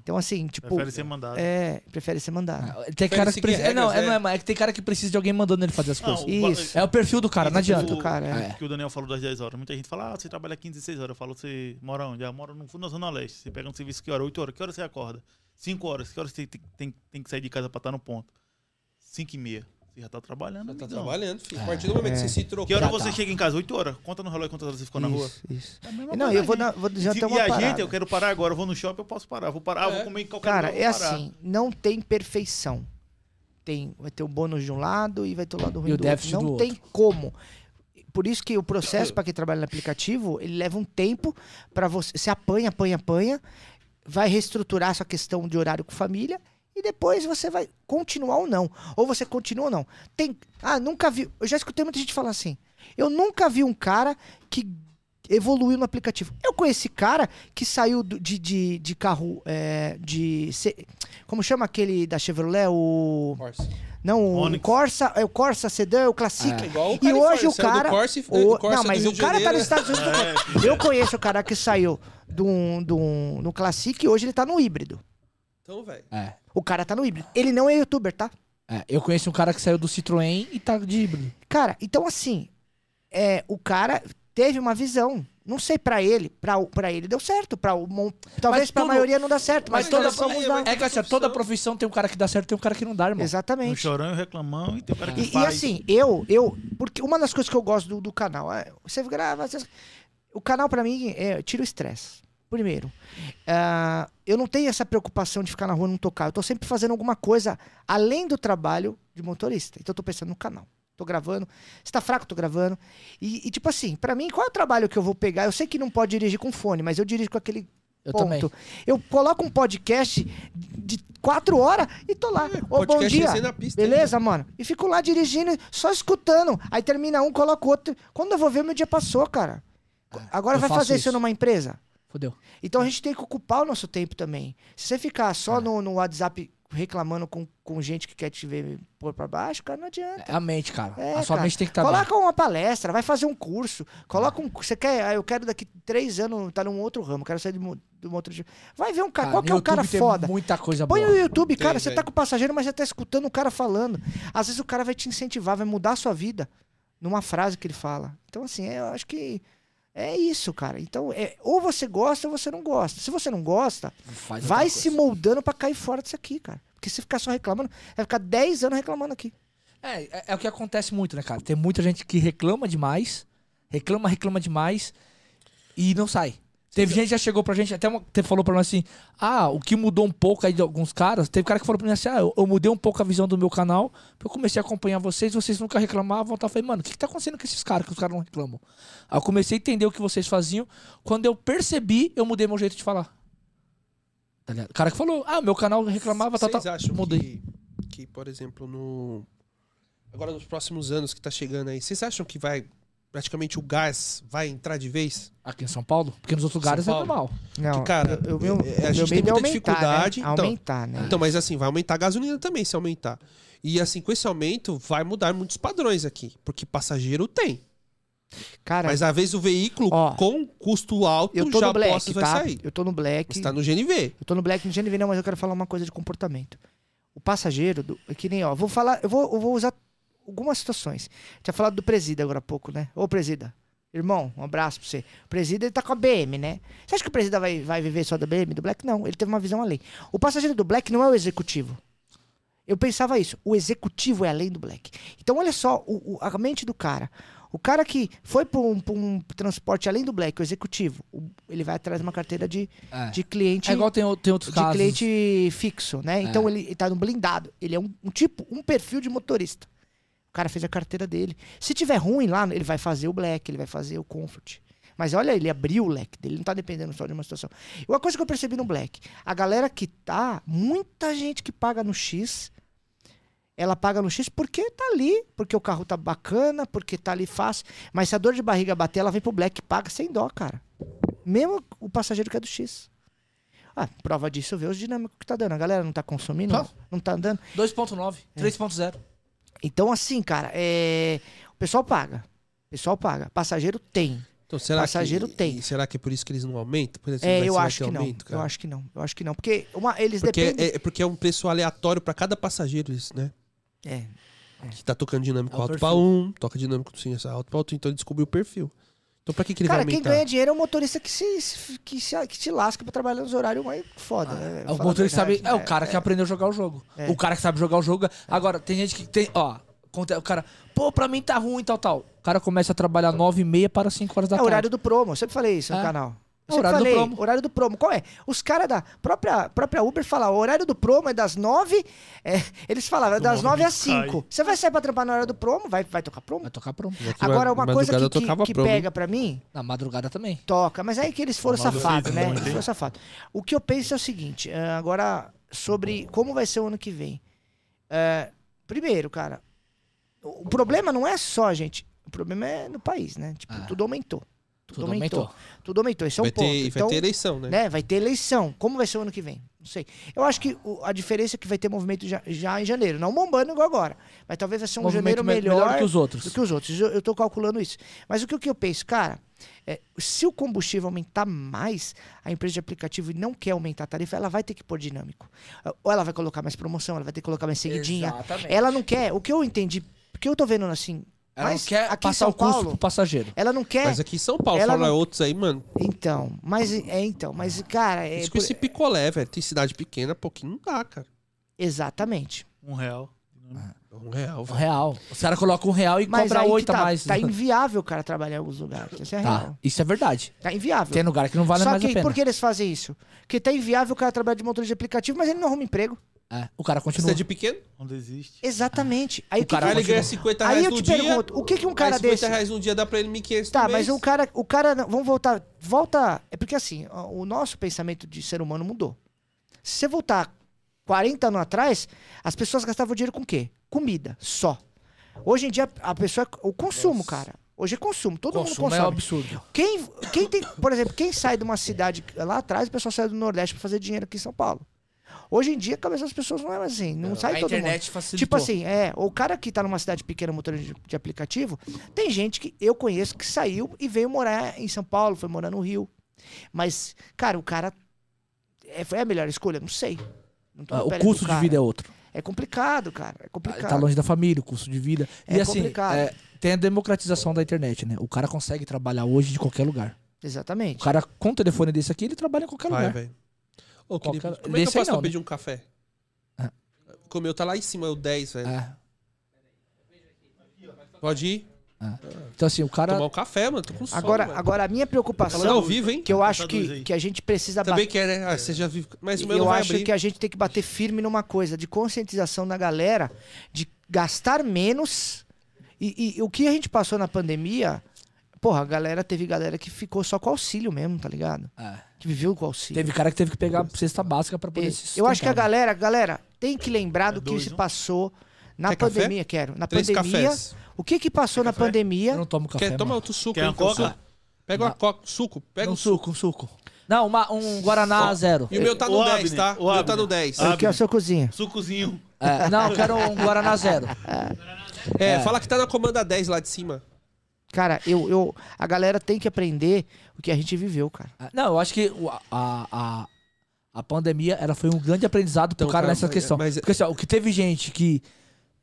[SPEAKER 4] Então, assim, tipo.
[SPEAKER 5] Prefere ser mandado.
[SPEAKER 4] É, prefere ser mandado.
[SPEAKER 3] Tem cara que
[SPEAKER 2] seguir
[SPEAKER 3] precisa. é, não,
[SPEAKER 2] regras,
[SPEAKER 3] é,
[SPEAKER 2] né?
[SPEAKER 3] não é, é que tem cara que precisa de alguém mandando ele fazer as coisas.
[SPEAKER 4] e- Isso.
[SPEAKER 3] É o perfil do cara, não
[SPEAKER 5] Isso
[SPEAKER 3] adianta.
[SPEAKER 5] que o-
[SPEAKER 4] cara, é.
[SPEAKER 5] Tipo Que o Daniel falou das 10 horas. Muita gente fala, ah, você trabalha 15, 16 horas. Eu falo, você mora onde? Ah, mora no fundo da Zona Leste. Você pega um serviço que hora? 8 horas. Que horas você acorda? 5 horas. Que horas você tem, tem- tem que sair de casa pra estar no ponto? 5 e meia. Você já tá trabalhando,
[SPEAKER 2] Já tá
[SPEAKER 5] amigão.
[SPEAKER 2] trabalhando, filho. A
[SPEAKER 4] É.
[SPEAKER 2] partir do momento que você se trocou...
[SPEAKER 5] Que hora
[SPEAKER 4] Já
[SPEAKER 5] você
[SPEAKER 4] tá.
[SPEAKER 5] chega em casa? 8 horas. Conta no relógio quantas horas você ficou na rua.
[SPEAKER 4] Isso, isso.
[SPEAKER 5] É a mesma
[SPEAKER 4] Não,
[SPEAKER 5] coisa,
[SPEAKER 4] eu vou,
[SPEAKER 5] gente.
[SPEAKER 4] na- vou dizer
[SPEAKER 5] Se-
[SPEAKER 4] até
[SPEAKER 5] e
[SPEAKER 4] uma
[SPEAKER 5] a
[SPEAKER 4] parada.
[SPEAKER 5] gente, eu quero parar agora, eu vou no shopping, eu posso parar. Vou parar,
[SPEAKER 2] É.
[SPEAKER 5] vou comer em qualquer
[SPEAKER 4] Cara,
[SPEAKER 5] lugar, eu
[SPEAKER 4] é
[SPEAKER 5] vou parar.
[SPEAKER 4] assim, não tem perfeição. Tem, vai ter o bônus de um lado e vai ter o lado ruim
[SPEAKER 3] E o
[SPEAKER 4] do
[SPEAKER 3] déficit
[SPEAKER 4] outro. Não
[SPEAKER 3] do
[SPEAKER 4] tem como. Por isso que o processo para quem trabalha no aplicativo, ele leva um tempo para você, você apanha, apanha, apanha, vai reestruturar sua questão de horário com família e depois você vai continuar ou não. Ou você continua ou não. Tem, ah, nunca vi, eu já escutei muita gente falar assim: "Eu nunca vi um cara que evoluiu no aplicativo. Eu conheci cara que saiu do- de, de, de carro é, de. C- Como chama aquele da Chevrolet? O.
[SPEAKER 2] Corsa.
[SPEAKER 4] Não, o
[SPEAKER 5] Onix.
[SPEAKER 4] Corsa, é o Corsa Sedã, é o Classic.
[SPEAKER 2] É igual o
[SPEAKER 4] E
[SPEAKER 2] Califórnia,
[SPEAKER 4] hoje o
[SPEAKER 2] saiu do
[SPEAKER 4] cara.
[SPEAKER 2] Corsa e-
[SPEAKER 4] o-
[SPEAKER 2] do Corsa
[SPEAKER 4] não,
[SPEAKER 2] do
[SPEAKER 4] mas
[SPEAKER 2] Rio
[SPEAKER 4] o
[SPEAKER 2] de
[SPEAKER 4] cara tá
[SPEAKER 2] Janeiro.
[SPEAKER 4] nos Estados Unidos.
[SPEAKER 5] É.
[SPEAKER 4] Eu conheço o cara que saiu de um, de um, no Classic e hoje ele tá no híbrido.
[SPEAKER 2] Então, velho.
[SPEAKER 3] É,
[SPEAKER 4] O cara tá no híbrido. Ele não é youtuber, tá?
[SPEAKER 3] é. Eu conheço um cara que saiu do Citroën e tá de híbrido.
[SPEAKER 4] Cara, então assim, é, o cara teve uma visão. Não sei pra ele, pra o- pra ele deu certo, para o mon- talvez pra
[SPEAKER 3] tudo-
[SPEAKER 4] maioria não dá certo, mas,
[SPEAKER 3] Mas
[SPEAKER 2] Mas
[SPEAKER 3] toda,
[SPEAKER 4] pra alguns
[SPEAKER 2] mas-
[SPEAKER 4] dá.
[SPEAKER 3] é que assim, ó, toda profissão tem um cara que dá certo e tem um cara que não dá, irmão.
[SPEAKER 5] Um
[SPEAKER 4] Exatamente.
[SPEAKER 5] chorão e um reclamão e tem o cara que
[SPEAKER 4] E, e
[SPEAKER 5] faz.
[SPEAKER 4] assim, eu, eu. Porque uma das coisas que eu gosto do, do canal é. Você grava. você- o canal, pra mim, é, tira o estresse. Primeiro. Ah, eu não tenho essa preocupação de ficar na rua e não tocar. Eu tô sempre fazendo alguma coisa além do trabalho de motorista. Então eu tô pensando no canal. Tô gravando. Se tá fraco, tô gravando. E, e, tipo assim, pra mim, qual é o trabalho que eu vou pegar? Eu sei que não pode dirigir com fone, mas eu dirijo com aquele
[SPEAKER 3] Eu
[SPEAKER 4] Ponto.
[SPEAKER 3] também.
[SPEAKER 4] Eu coloco um podcast de quatro horas e tô lá. Ô, bom
[SPEAKER 2] podcast é
[SPEAKER 4] dia.
[SPEAKER 2] recém na pista,
[SPEAKER 4] Beleza, mano? E fico lá dirigindo, só escutando. Aí termina um, coloco outro. Quando eu vou ver, meu dia passou, cara. Agora
[SPEAKER 3] eu
[SPEAKER 4] vai
[SPEAKER 3] faço
[SPEAKER 4] fazer isso
[SPEAKER 3] isso.
[SPEAKER 4] numa empresa?
[SPEAKER 3] Fodeu.
[SPEAKER 4] Então a gente tem que ocupar o nosso tempo também. Se você ficar
[SPEAKER 3] É.
[SPEAKER 4] só no, no WhatsApp reclamando com, com gente que quer te ver pôr pra baixo, cara, não adianta.
[SPEAKER 3] É a mente, cara.
[SPEAKER 4] É,
[SPEAKER 3] a sua
[SPEAKER 4] cara.
[SPEAKER 3] mente tem que tá estar
[SPEAKER 4] Coloca uma palestra, vai fazer um curso, coloca um. Você quer. ah, Eu quero daqui três anos estar num outro ramo, quero sair de, um- de um outro. Vai ver um
[SPEAKER 3] Ah,
[SPEAKER 4] cara. qual que é o cara foda?
[SPEAKER 3] muita
[SPEAKER 2] Tá
[SPEAKER 3] coisa
[SPEAKER 4] Põe no
[SPEAKER 3] boa.
[SPEAKER 4] YouTube, cara.
[SPEAKER 2] Tem,
[SPEAKER 4] você
[SPEAKER 2] tem.
[SPEAKER 4] tá com o passageiro, mas você tá escutando o cara falando. Às vezes o cara vai te incentivar, vai mudar a sua vida numa frase que ele fala. Então, assim, é- eu acho que é isso, cara. Então, é, ou você gosta ou você não gosta. Se você não gosta,
[SPEAKER 3] Faz outra
[SPEAKER 4] vai
[SPEAKER 3] coisa.
[SPEAKER 4] se moldando pra cair fora disso aqui, cara. Porque se ficar só reclamando, vai ficar 10 anos reclamando aqui.
[SPEAKER 3] É, é, é o que acontece muito, né, cara? Tem muita gente que reclama demais, reclama, reclama demais e não sai. Teve gente que já chegou pra gente, até uma, te falou pra nós assim: ah, o que mudou um pouco aí de alguns caras. Teve cara que falou pra mim assim: ah, eu, eu mudei um pouco a visão do meu canal, porque eu comecei a acompanhar vocês, vocês nunca reclamavam. Tá? Eu falei, mano, o que, que tá acontecendo com esses caras que os caras não reclamam? Aí eu comecei a entender o que vocês faziam. Quando eu percebi, eu mudei meu jeito de falar. Tá ligado? O cara que falou: ah, meu canal reclamava, tá, tá.
[SPEAKER 2] Vocês acham
[SPEAKER 3] Mudei.
[SPEAKER 2] que, que, por exemplo, no agora nos próximos anos que tá chegando aí, vocês acham que vai praticamente o gás vai entrar de vez?
[SPEAKER 3] Aqui em São Paulo? Porque nos outros lugares é
[SPEAKER 2] Paulo.
[SPEAKER 3] normal.
[SPEAKER 4] Não,
[SPEAKER 2] Que, cara,
[SPEAKER 4] eu, eu, meu,
[SPEAKER 2] é, a
[SPEAKER 4] meu
[SPEAKER 2] gente tem
[SPEAKER 4] medo
[SPEAKER 2] muita
[SPEAKER 4] é aumentar,
[SPEAKER 2] dificuldade,
[SPEAKER 4] Né?
[SPEAKER 2] então.
[SPEAKER 4] Aumentar, né?
[SPEAKER 2] Então, mas assim, vai aumentar a gasolina também se aumentar. E assim, com esse aumento vai mudar muitos padrões aqui, porque passageiro tem.
[SPEAKER 4] cara,
[SPEAKER 2] Mas às vezes o veículo
[SPEAKER 4] Ó,
[SPEAKER 2] com custo alto
[SPEAKER 4] eu tô
[SPEAKER 2] já
[SPEAKER 4] no
[SPEAKER 2] posso
[SPEAKER 4] black,
[SPEAKER 2] vai
[SPEAKER 4] tá?
[SPEAKER 2] sair.
[SPEAKER 4] Eu tô no black.
[SPEAKER 2] Você tá no GNV.
[SPEAKER 4] Eu tô no Black Ninja NV, não, mas eu quero falar uma coisa de comportamento. O passageiro, do, é que nem, ó, vou falar, eu vou, eu vou usar algumas situações. Tinha falado do Presida agora há pouco, né? Ô, Presida, irmão, um abraço pra você. O Presida, ele tá com a BM, né? Você acha que o Presida vai, vai viver só da BM, do Black? Não, ele teve uma visão além. O passageiro do Black não é o executivo. Eu pensava isso, o executivo é além do Black. Então, olha só o- o- a mente do cara. O cara que foi pra um, pra um transporte além do Black, o executivo, o- ele vai atrás de uma carteira de,
[SPEAKER 3] É.
[SPEAKER 4] de cliente
[SPEAKER 3] É igual tem, o- tem outros
[SPEAKER 4] de
[SPEAKER 3] casos. É.
[SPEAKER 4] cliente fixo, né? Então ele, ele tá no blindado. Ele é um, um tipo, um perfil de motorista. O cara fez a carteira dele. Se tiver ruim lá, ele vai fazer o black, ele vai fazer o comfort. Mas olha, ele abriu o leque dele, ele não tá dependendo só de uma situação. E uma coisa que eu percebi no black, a galera que tá, muita gente que paga no X, ela paga no X porque tá ali, porque o carro tá bacana, porque tá ali fácil. Mas se a dor de barriga bater, ela vem pro black e paga sem dó, cara. Mesmo o passageiro que é do X. Ah, prova disso, vê os dinâmicos que tá dando. A galera não tá consumindo,
[SPEAKER 3] Tá.
[SPEAKER 4] não tá andando.
[SPEAKER 3] 2.9,
[SPEAKER 4] É.
[SPEAKER 3] 3.0.
[SPEAKER 4] Então, assim, cara, é... o pessoal paga. O pessoal paga. Passageiro tem.
[SPEAKER 2] Então, será
[SPEAKER 4] Passageiro
[SPEAKER 2] que,
[SPEAKER 4] tem.
[SPEAKER 2] Será que é por isso que eles não aumentam? Por isso
[SPEAKER 4] É,
[SPEAKER 2] vai-
[SPEAKER 4] eu
[SPEAKER 2] vai
[SPEAKER 4] acho
[SPEAKER 2] ter
[SPEAKER 4] que não.
[SPEAKER 2] aumento,
[SPEAKER 4] Eu
[SPEAKER 2] cara?
[SPEAKER 4] acho que não. Eu acho que não. Porque uma, eles
[SPEAKER 2] Porque
[SPEAKER 4] dependem.
[SPEAKER 2] é, é porque é um preço aleatório pra cada passageiro isso, né?
[SPEAKER 4] É.
[SPEAKER 2] Que tá tocando dinâmico
[SPEAKER 3] É o
[SPEAKER 2] alto
[SPEAKER 3] perfil.
[SPEAKER 2] pra um, toca dinâmico sim, essa alto pra outro, então ele descobriu o perfil. Então pra que, que ele
[SPEAKER 4] Cara,
[SPEAKER 2] vai
[SPEAKER 4] quem
[SPEAKER 2] aumentar?
[SPEAKER 4] ganha dinheiro é o motorista que se, se- que se, que se lasca pra trabalhar nos horários mais foda. né?
[SPEAKER 3] É o
[SPEAKER 4] Fala a
[SPEAKER 3] motorista sabe.
[SPEAKER 4] verdade. né? É.
[SPEAKER 3] É, o cara que aprendeu a jogar o jogo. O cara que sabe jogar o jogo. Agora, tem gente que tem. Ó, conta- o cara. Pô, pra mim tá ruim, tal, tal. O cara começa a trabalhar 9h30 para 5 horas da
[SPEAKER 4] É o
[SPEAKER 3] tarde.
[SPEAKER 4] horário do promo. Eu sempre falei isso no
[SPEAKER 3] É.
[SPEAKER 4] canal.
[SPEAKER 3] É o
[SPEAKER 4] Eu sempre
[SPEAKER 3] horário do
[SPEAKER 4] falei,
[SPEAKER 3] promo.
[SPEAKER 4] Horário do promo. Qual é? Os caras da própria, própria Uber falam, o horário do promo é das nove. é, eles falavam, é das
[SPEAKER 5] Nove
[SPEAKER 4] nove às
[SPEAKER 5] cai.
[SPEAKER 4] cinco. Você vai sair pra trampar na hora do promo? Vai, vai tocar promo?
[SPEAKER 3] Vai tocar pronto.
[SPEAKER 4] Agora, uma coisa
[SPEAKER 2] madrugada
[SPEAKER 4] que,
[SPEAKER 2] eu tocava
[SPEAKER 4] que, que
[SPEAKER 2] promo, hein?
[SPEAKER 4] pega pra mim,
[SPEAKER 3] Na madrugada também.
[SPEAKER 4] toca, mas aí que eles foram
[SPEAKER 5] Maluco,
[SPEAKER 4] safados, né?
[SPEAKER 5] muito,
[SPEAKER 4] Eles
[SPEAKER 5] hein?
[SPEAKER 4] foram safados. O que eu penso é o seguinte, ah, agora sobre como vai ser o ano que vem. Ah, primeiro, cara, o o problema não é só, gente, o problema é no país, né? Tipo,
[SPEAKER 3] Ah.
[SPEAKER 4] tudo aumentou. Tudo,
[SPEAKER 3] Tudo
[SPEAKER 4] aumentou.
[SPEAKER 3] aumentou.
[SPEAKER 4] Tudo aumentou, esse é um
[SPEAKER 2] vai, ter,
[SPEAKER 4] ponto.
[SPEAKER 2] vai
[SPEAKER 4] então,
[SPEAKER 2] ter eleição, né?
[SPEAKER 4] né, vai ter eleição. Como vai ser o ano que vem? Não sei. Eu acho que o- a diferença é que vai ter movimento já, já em janeiro. Não bombando igual agora. Mas talvez vai ser um
[SPEAKER 3] Movimento
[SPEAKER 4] janeiro
[SPEAKER 3] me-
[SPEAKER 4] melhor,
[SPEAKER 3] que os outros.
[SPEAKER 4] do que os outros. Eu, eu tô calculando isso. Mas o que, o que eu penso, cara, é, se o combustível aumentar mais, a empresa de aplicativo não quer aumentar a tarifa, ela vai ter que pôr dinâmico. Ou ela vai colocar mais promoção, ela vai ter que colocar mais seguidinha.
[SPEAKER 3] Exatamente.
[SPEAKER 4] Ela não quer. O que eu entendi, o que eu tô vendo assim.
[SPEAKER 3] Ela não
[SPEAKER 4] mas
[SPEAKER 3] quer
[SPEAKER 4] aqui em
[SPEAKER 3] passar
[SPEAKER 4] São
[SPEAKER 3] o custo é-
[SPEAKER 4] Paulo,
[SPEAKER 3] pro passageiro.
[SPEAKER 4] Ela não quer.
[SPEAKER 2] Mas aqui em São Paulo,
[SPEAKER 4] Ela
[SPEAKER 2] fora
[SPEAKER 4] não-
[SPEAKER 2] outros aí, mano.
[SPEAKER 4] Então, mas é então, mas cara, é
[SPEAKER 2] isso com
[SPEAKER 4] por-
[SPEAKER 2] esse picolé, velho. Tem cidade pequena, pouquinho não dá, cara.
[SPEAKER 4] exatamente.
[SPEAKER 5] Um real.
[SPEAKER 2] Um real,
[SPEAKER 3] Um
[SPEAKER 2] velho.
[SPEAKER 3] real. Os caras colocam um real e
[SPEAKER 4] Mas
[SPEAKER 3] cobra
[SPEAKER 4] aí que
[SPEAKER 3] oito a
[SPEAKER 4] tá,
[SPEAKER 3] mais. né?
[SPEAKER 4] Tá inviável o cara trabalhar em alguns lugares. Isso é
[SPEAKER 3] Tá,
[SPEAKER 4] real.
[SPEAKER 3] Isso é verdade.
[SPEAKER 4] Tá inviável.
[SPEAKER 3] Tem lugar que não vale
[SPEAKER 4] Só
[SPEAKER 3] mais
[SPEAKER 4] que
[SPEAKER 3] a pena.
[SPEAKER 4] por que eles fazem isso? Porque tá inviável o cara trabalhar de motorista de aplicativo, mas ele não arruma emprego.
[SPEAKER 3] É, o cara
[SPEAKER 2] Você
[SPEAKER 3] continua.
[SPEAKER 2] é de pequeno?
[SPEAKER 5] Não desiste.
[SPEAKER 4] Exatamente. Aí,
[SPEAKER 3] O
[SPEAKER 4] que
[SPEAKER 3] cara
[SPEAKER 2] Aí
[SPEAKER 4] que
[SPEAKER 2] ele ganha
[SPEAKER 3] continua.
[SPEAKER 2] 50 reais
[SPEAKER 4] aí eu
[SPEAKER 2] no
[SPEAKER 4] te
[SPEAKER 2] dia.
[SPEAKER 4] pergunto, o que, que um cara
[SPEAKER 2] aí 50
[SPEAKER 4] desse...
[SPEAKER 2] reais no dia dá pra ele 1.500
[SPEAKER 4] Tá,
[SPEAKER 2] no mês.
[SPEAKER 4] mas o cara, o cara, não- vamos voltar, volta, é porque assim, ó, o nosso pensamento de ser humano mudou. Se você voltar 40 anos atrás, as pessoas gastavam dinheiro com o quê? Comida, só. Hoje em dia a pessoa, o consumo, cara. Hoje é consumo, todo
[SPEAKER 3] Consumo
[SPEAKER 4] mundo
[SPEAKER 3] é um
[SPEAKER 4] consome.
[SPEAKER 3] absurdo.
[SPEAKER 4] Quem, quem tem, por exemplo, quem sai de uma cidade lá atrás, o pessoal sai do Nordeste pra fazer dinheiro aqui em São Paulo. Hoje em dia, a cabeça das pessoas não é mais assim, não, sai
[SPEAKER 3] a
[SPEAKER 4] todo mundo.
[SPEAKER 3] internet facilitou.
[SPEAKER 4] Tipo assim, é, o cara que tá numa cidade pequena motorista de, de aplicativo, tem gente que eu conheço que saiu e veio morar em São Paulo, foi morar no Rio. Mas, cara, o cara é, foi a melhor escolha, não sei. Não tô
[SPEAKER 3] Ah,
[SPEAKER 4] na
[SPEAKER 3] o
[SPEAKER 4] pele do
[SPEAKER 3] custo de
[SPEAKER 4] cara.
[SPEAKER 3] vida é outro.
[SPEAKER 4] é complicado, cara, é
[SPEAKER 3] Ah,
[SPEAKER 4] complicado.
[SPEAKER 3] Tá longe da família, o custo de vida. e
[SPEAKER 4] É
[SPEAKER 3] assim,
[SPEAKER 4] complicado.
[SPEAKER 3] é, tem a democratização da internet, né? O cara consegue trabalhar hoje de qualquer lugar.
[SPEAKER 4] Exatamente.
[SPEAKER 3] O cara com um telefone desse aqui, ele trabalha em qualquer
[SPEAKER 4] né?
[SPEAKER 2] Vai,
[SPEAKER 3] lugar.
[SPEAKER 2] velho. Ô, querido,
[SPEAKER 3] Qualquer-
[SPEAKER 2] como é que eu
[SPEAKER 3] Desse aí
[SPEAKER 2] faço
[SPEAKER 3] não,
[SPEAKER 2] pra
[SPEAKER 3] né?
[SPEAKER 2] pedir um café?
[SPEAKER 3] Ah.
[SPEAKER 2] O meu tá lá em cima, é o 10, velho.
[SPEAKER 3] É.
[SPEAKER 4] Ah.
[SPEAKER 2] Pode ir
[SPEAKER 3] Então assim, o cara...
[SPEAKER 2] tomar um café, mano.
[SPEAKER 3] é
[SPEAKER 2] Tô com sono,
[SPEAKER 4] Agora,
[SPEAKER 2] mano.
[SPEAKER 4] agora a
[SPEAKER 3] Tá
[SPEAKER 2] Falando
[SPEAKER 4] minha
[SPEAKER 2] ao
[SPEAKER 4] preocupação
[SPEAKER 2] vivo, hein?
[SPEAKER 4] que eu acho
[SPEAKER 5] Tá dois
[SPEAKER 4] que,
[SPEAKER 5] aí.
[SPEAKER 4] que a gente precisa
[SPEAKER 2] Também quer, né? Ah, você já viu. Mas o meu
[SPEAKER 4] eu
[SPEAKER 2] não vai
[SPEAKER 4] acho
[SPEAKER 2] abrir.
[SPEAKER 4] que a gente tem que bater firme numa coisa, de conscientização na galera, de gastar menos. E, e o que a gente passou na pandemia, porra, a galera teve galera que ficou só com auxílio mesmo, tá ligado?
[SPEAKER 2] um
[SPEAKER 3] É.
[SPEAKER 4] Que viveu com auxílio.
[SPEAKER 3] Teve cara que teve que pegar cesta básica pra poder
[SPEAKER 4] E
[SPEAKER 3] se
[SPEAKER 4] eu acho que a
[SPEAKER 3] sustentar, né?
[SPEAKER 4] galera, galera, tem que lembrar do
[SPEAKER 5] dois,
[SPEAKER 4] que se
[SPEAKER 5] um?
[SPEAKER 4] passou na
[SPEAKER 2] É Quer café?
[SPEAKER 4] pandemia, quero. Na
[SPEAKER 2] Três
[SPEAKER 4] pandemia, um
[SPEAKER 2] cafés.
[SPEAKER 4] o que que passou na
[SPEAKER 5] café?
[SPEAKER 3] Eu
[SPEAKER 4] pandemia?
[SPEAKER 3] não tomo café,
[SPEAKER 2] Quer, toma
[SPEAKER 3] mano.
[SPEAKER 2] outro suco.
[SPEAKER 5] Quer uma
[SPEAKER 2] hein, então,
[SPEAKER 5] coca?
[SPEAKER 2] suco. Pega uma coca, suco. Pega
[SPEAKER 3] um
[SPEAKER 2] um suco.
[SPEAKER 3] suco, um suco. Não, uma- um Guaraná zero.
[SPEAKER 2] E o meu tá
[SPEAKER 5] Ô,
[SPEAKER 2] no 10,
[SPEAKER 5] Abner,
[SPEAKER 2] tá?
[SPEAKER 5] ô,
[SPEAKER 2] O meu tá
[SPEAKER 5] Abner.
[SPEAKER 2] no 10.
[SPEAKER 5] Ah.
[SPEAKER 4] O que é o seu cozinho?
[SPEAKER 5] Sucozinho.
[SPEAKER 3] É, não, eu quero um Guaraná zero.
[SPEAKER 2] É, fala que tá na comanda 10 lá de cima.
[SPEAKER 4] Cara, eu, eu, a galera tem que aprender o que a gente viveu, cara.
[SPEAKER 3] Ah, Não, eu acho que o- a, a, a pandemia ela foi um grande aprendizado pro
[SPEAKER 2] Então,
[SPEAKER 3] cara
[SPEAKER 2] cara,
[SPEAKER 3] nessa
[SPEAKER 2] mas-
[SPEAKER 3] questão.
[SPEAKER 2] mas-
[SPEAKER 3] Porque assim, ó, o que teve gente que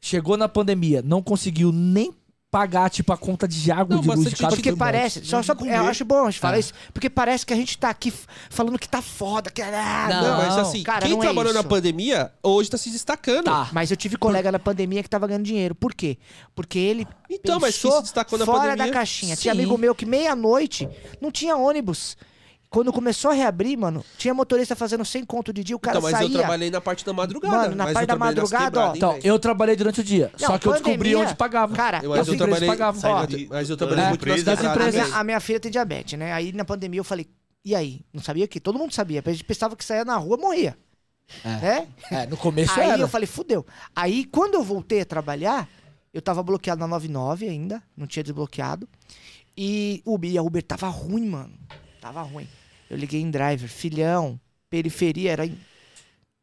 [SPEAKER 3] chegou na pandemia, não conseguiu nem pagar, tipo, a conta de água
[SPEAKER 2] Não,
[SPEAKER 3] de luz
[SPEAKER 2] bastante
[SPEAKER 3] de casa.
[SPEAKER 2] gente
[SPEAKER 4] Porque
[SPEAKER 3] todo mundo.
[SPEAKER 4] parece, só, só,
[SPEAKER 2] comer.
[SPEAKER 4] eu acho bom a gente
[SPEAKER 2] É.
[SPEAKER 4] falar isso, porque parece que a gente tá aqui f- falando que tá foda, que ah,
[SPEAKER 3] Não,
[SPEAKER 2] Não,
[SPEAKER 4] não.
[SPEAKER 2] mas assim,
[SPEAKER 4] cara,
[SPEAKER 2] quem
[SPEAKER 4] não é
[SPEAKER 2] trabalhou na
[SPEAKER 4] isso.
[SPEAKER 2] pandemia hoje tá se destacando.
[SPEAKER 3] Tá.
[SPEAKER 4] Mas eu tive colega na pandemia que tava ganhando dinheiro. Por quê? Porque ele
[SPEAKER 2] Então, mas
[SPEAKER 4] pensou
[SPEAKER 2] quem se destacou na
[SPEAKER 4] fora
[SPEAKER 2] pandemia?
[SPEAKER 4] da caixinha. Tinha
[SPEAKER 3] Sim.
[SPEAKER 4] amigo meu que meia-noite não tinha ônibus. Quando começou a reabrir, mano, tinha motorista fazendo 100 conto de dia, o cara
[SPEAKER 2] então, mas
[SPEAKER 4] saía.
[SPEAKER 2] eu trabalhei na parte da madrugada.
[SPEAKER 4] Mano, na
[SPEAKER 2] mas
[SPEAKER 4] parte
[SPEAKER 2] eu
[SPEAKER 4] da
[SPEAKER 2] trabalhei nas
[SPEAKER 4] madrugada,
[SPEAKER 2] quebradas,
[SPEAKER 4] ó.
[SPEAKER 2] hein,
[SPEAKER 3] Então,
[SPEAKER 2] velho?
[SPEAKER 3] eu trabalhei durante o dia.
[SPEAKER 4] Não,
[SPEAKER 3] só que eu descobri
[SPEAKER 4] pandemia,
[SPEAKER 3] onde pagava.
[SPEAKER 4] Cara,
[SPEAKER 2] Eu-
[SPEAKER 4] eu,
[SPEAKER 2] mas eu
[SPEAKER 3] sei que eles
[SPEAKER 2] trabalhei-
[SPEAKER 3] pagavam.
[SPEAKER 2] Sai
[SPEAKER 4] Ó,
[SPEAKER 2] de- Mas eu trabalhei
[SPEAKER 5] das
[SPEAKER 4] É,
[SPEAKER 2] muito nas
[SPEAKER 5] empresas,
[SPEAKER 4] a,
[SPEAKER 5] Cara,
[SPEAKER 2] quebradas.
[SPEAKER 4] minha,
[SPEAKER 2] hein,
[SPEAKER 4] a minha filha tem diabetes, né? Aí na pandemia eu falei, e aí? Não sabia que todo mundo sabia. A gente pensava que saía na rua morria. Né?
[SPEAKER 3] É, no começo
[SPEAKER 4] aí
[SPEAKER 3] era.
[SPEAKER 4] eu falei, fudeu. Aí quando eu voltei a trabalhar, eu tava bloqueado na 99 ainda, não tinha desbloqueado. E Uber, e a Uber tava ruim, mano. Tava ruim. Eu liguei em driver, filhão, periferia era em,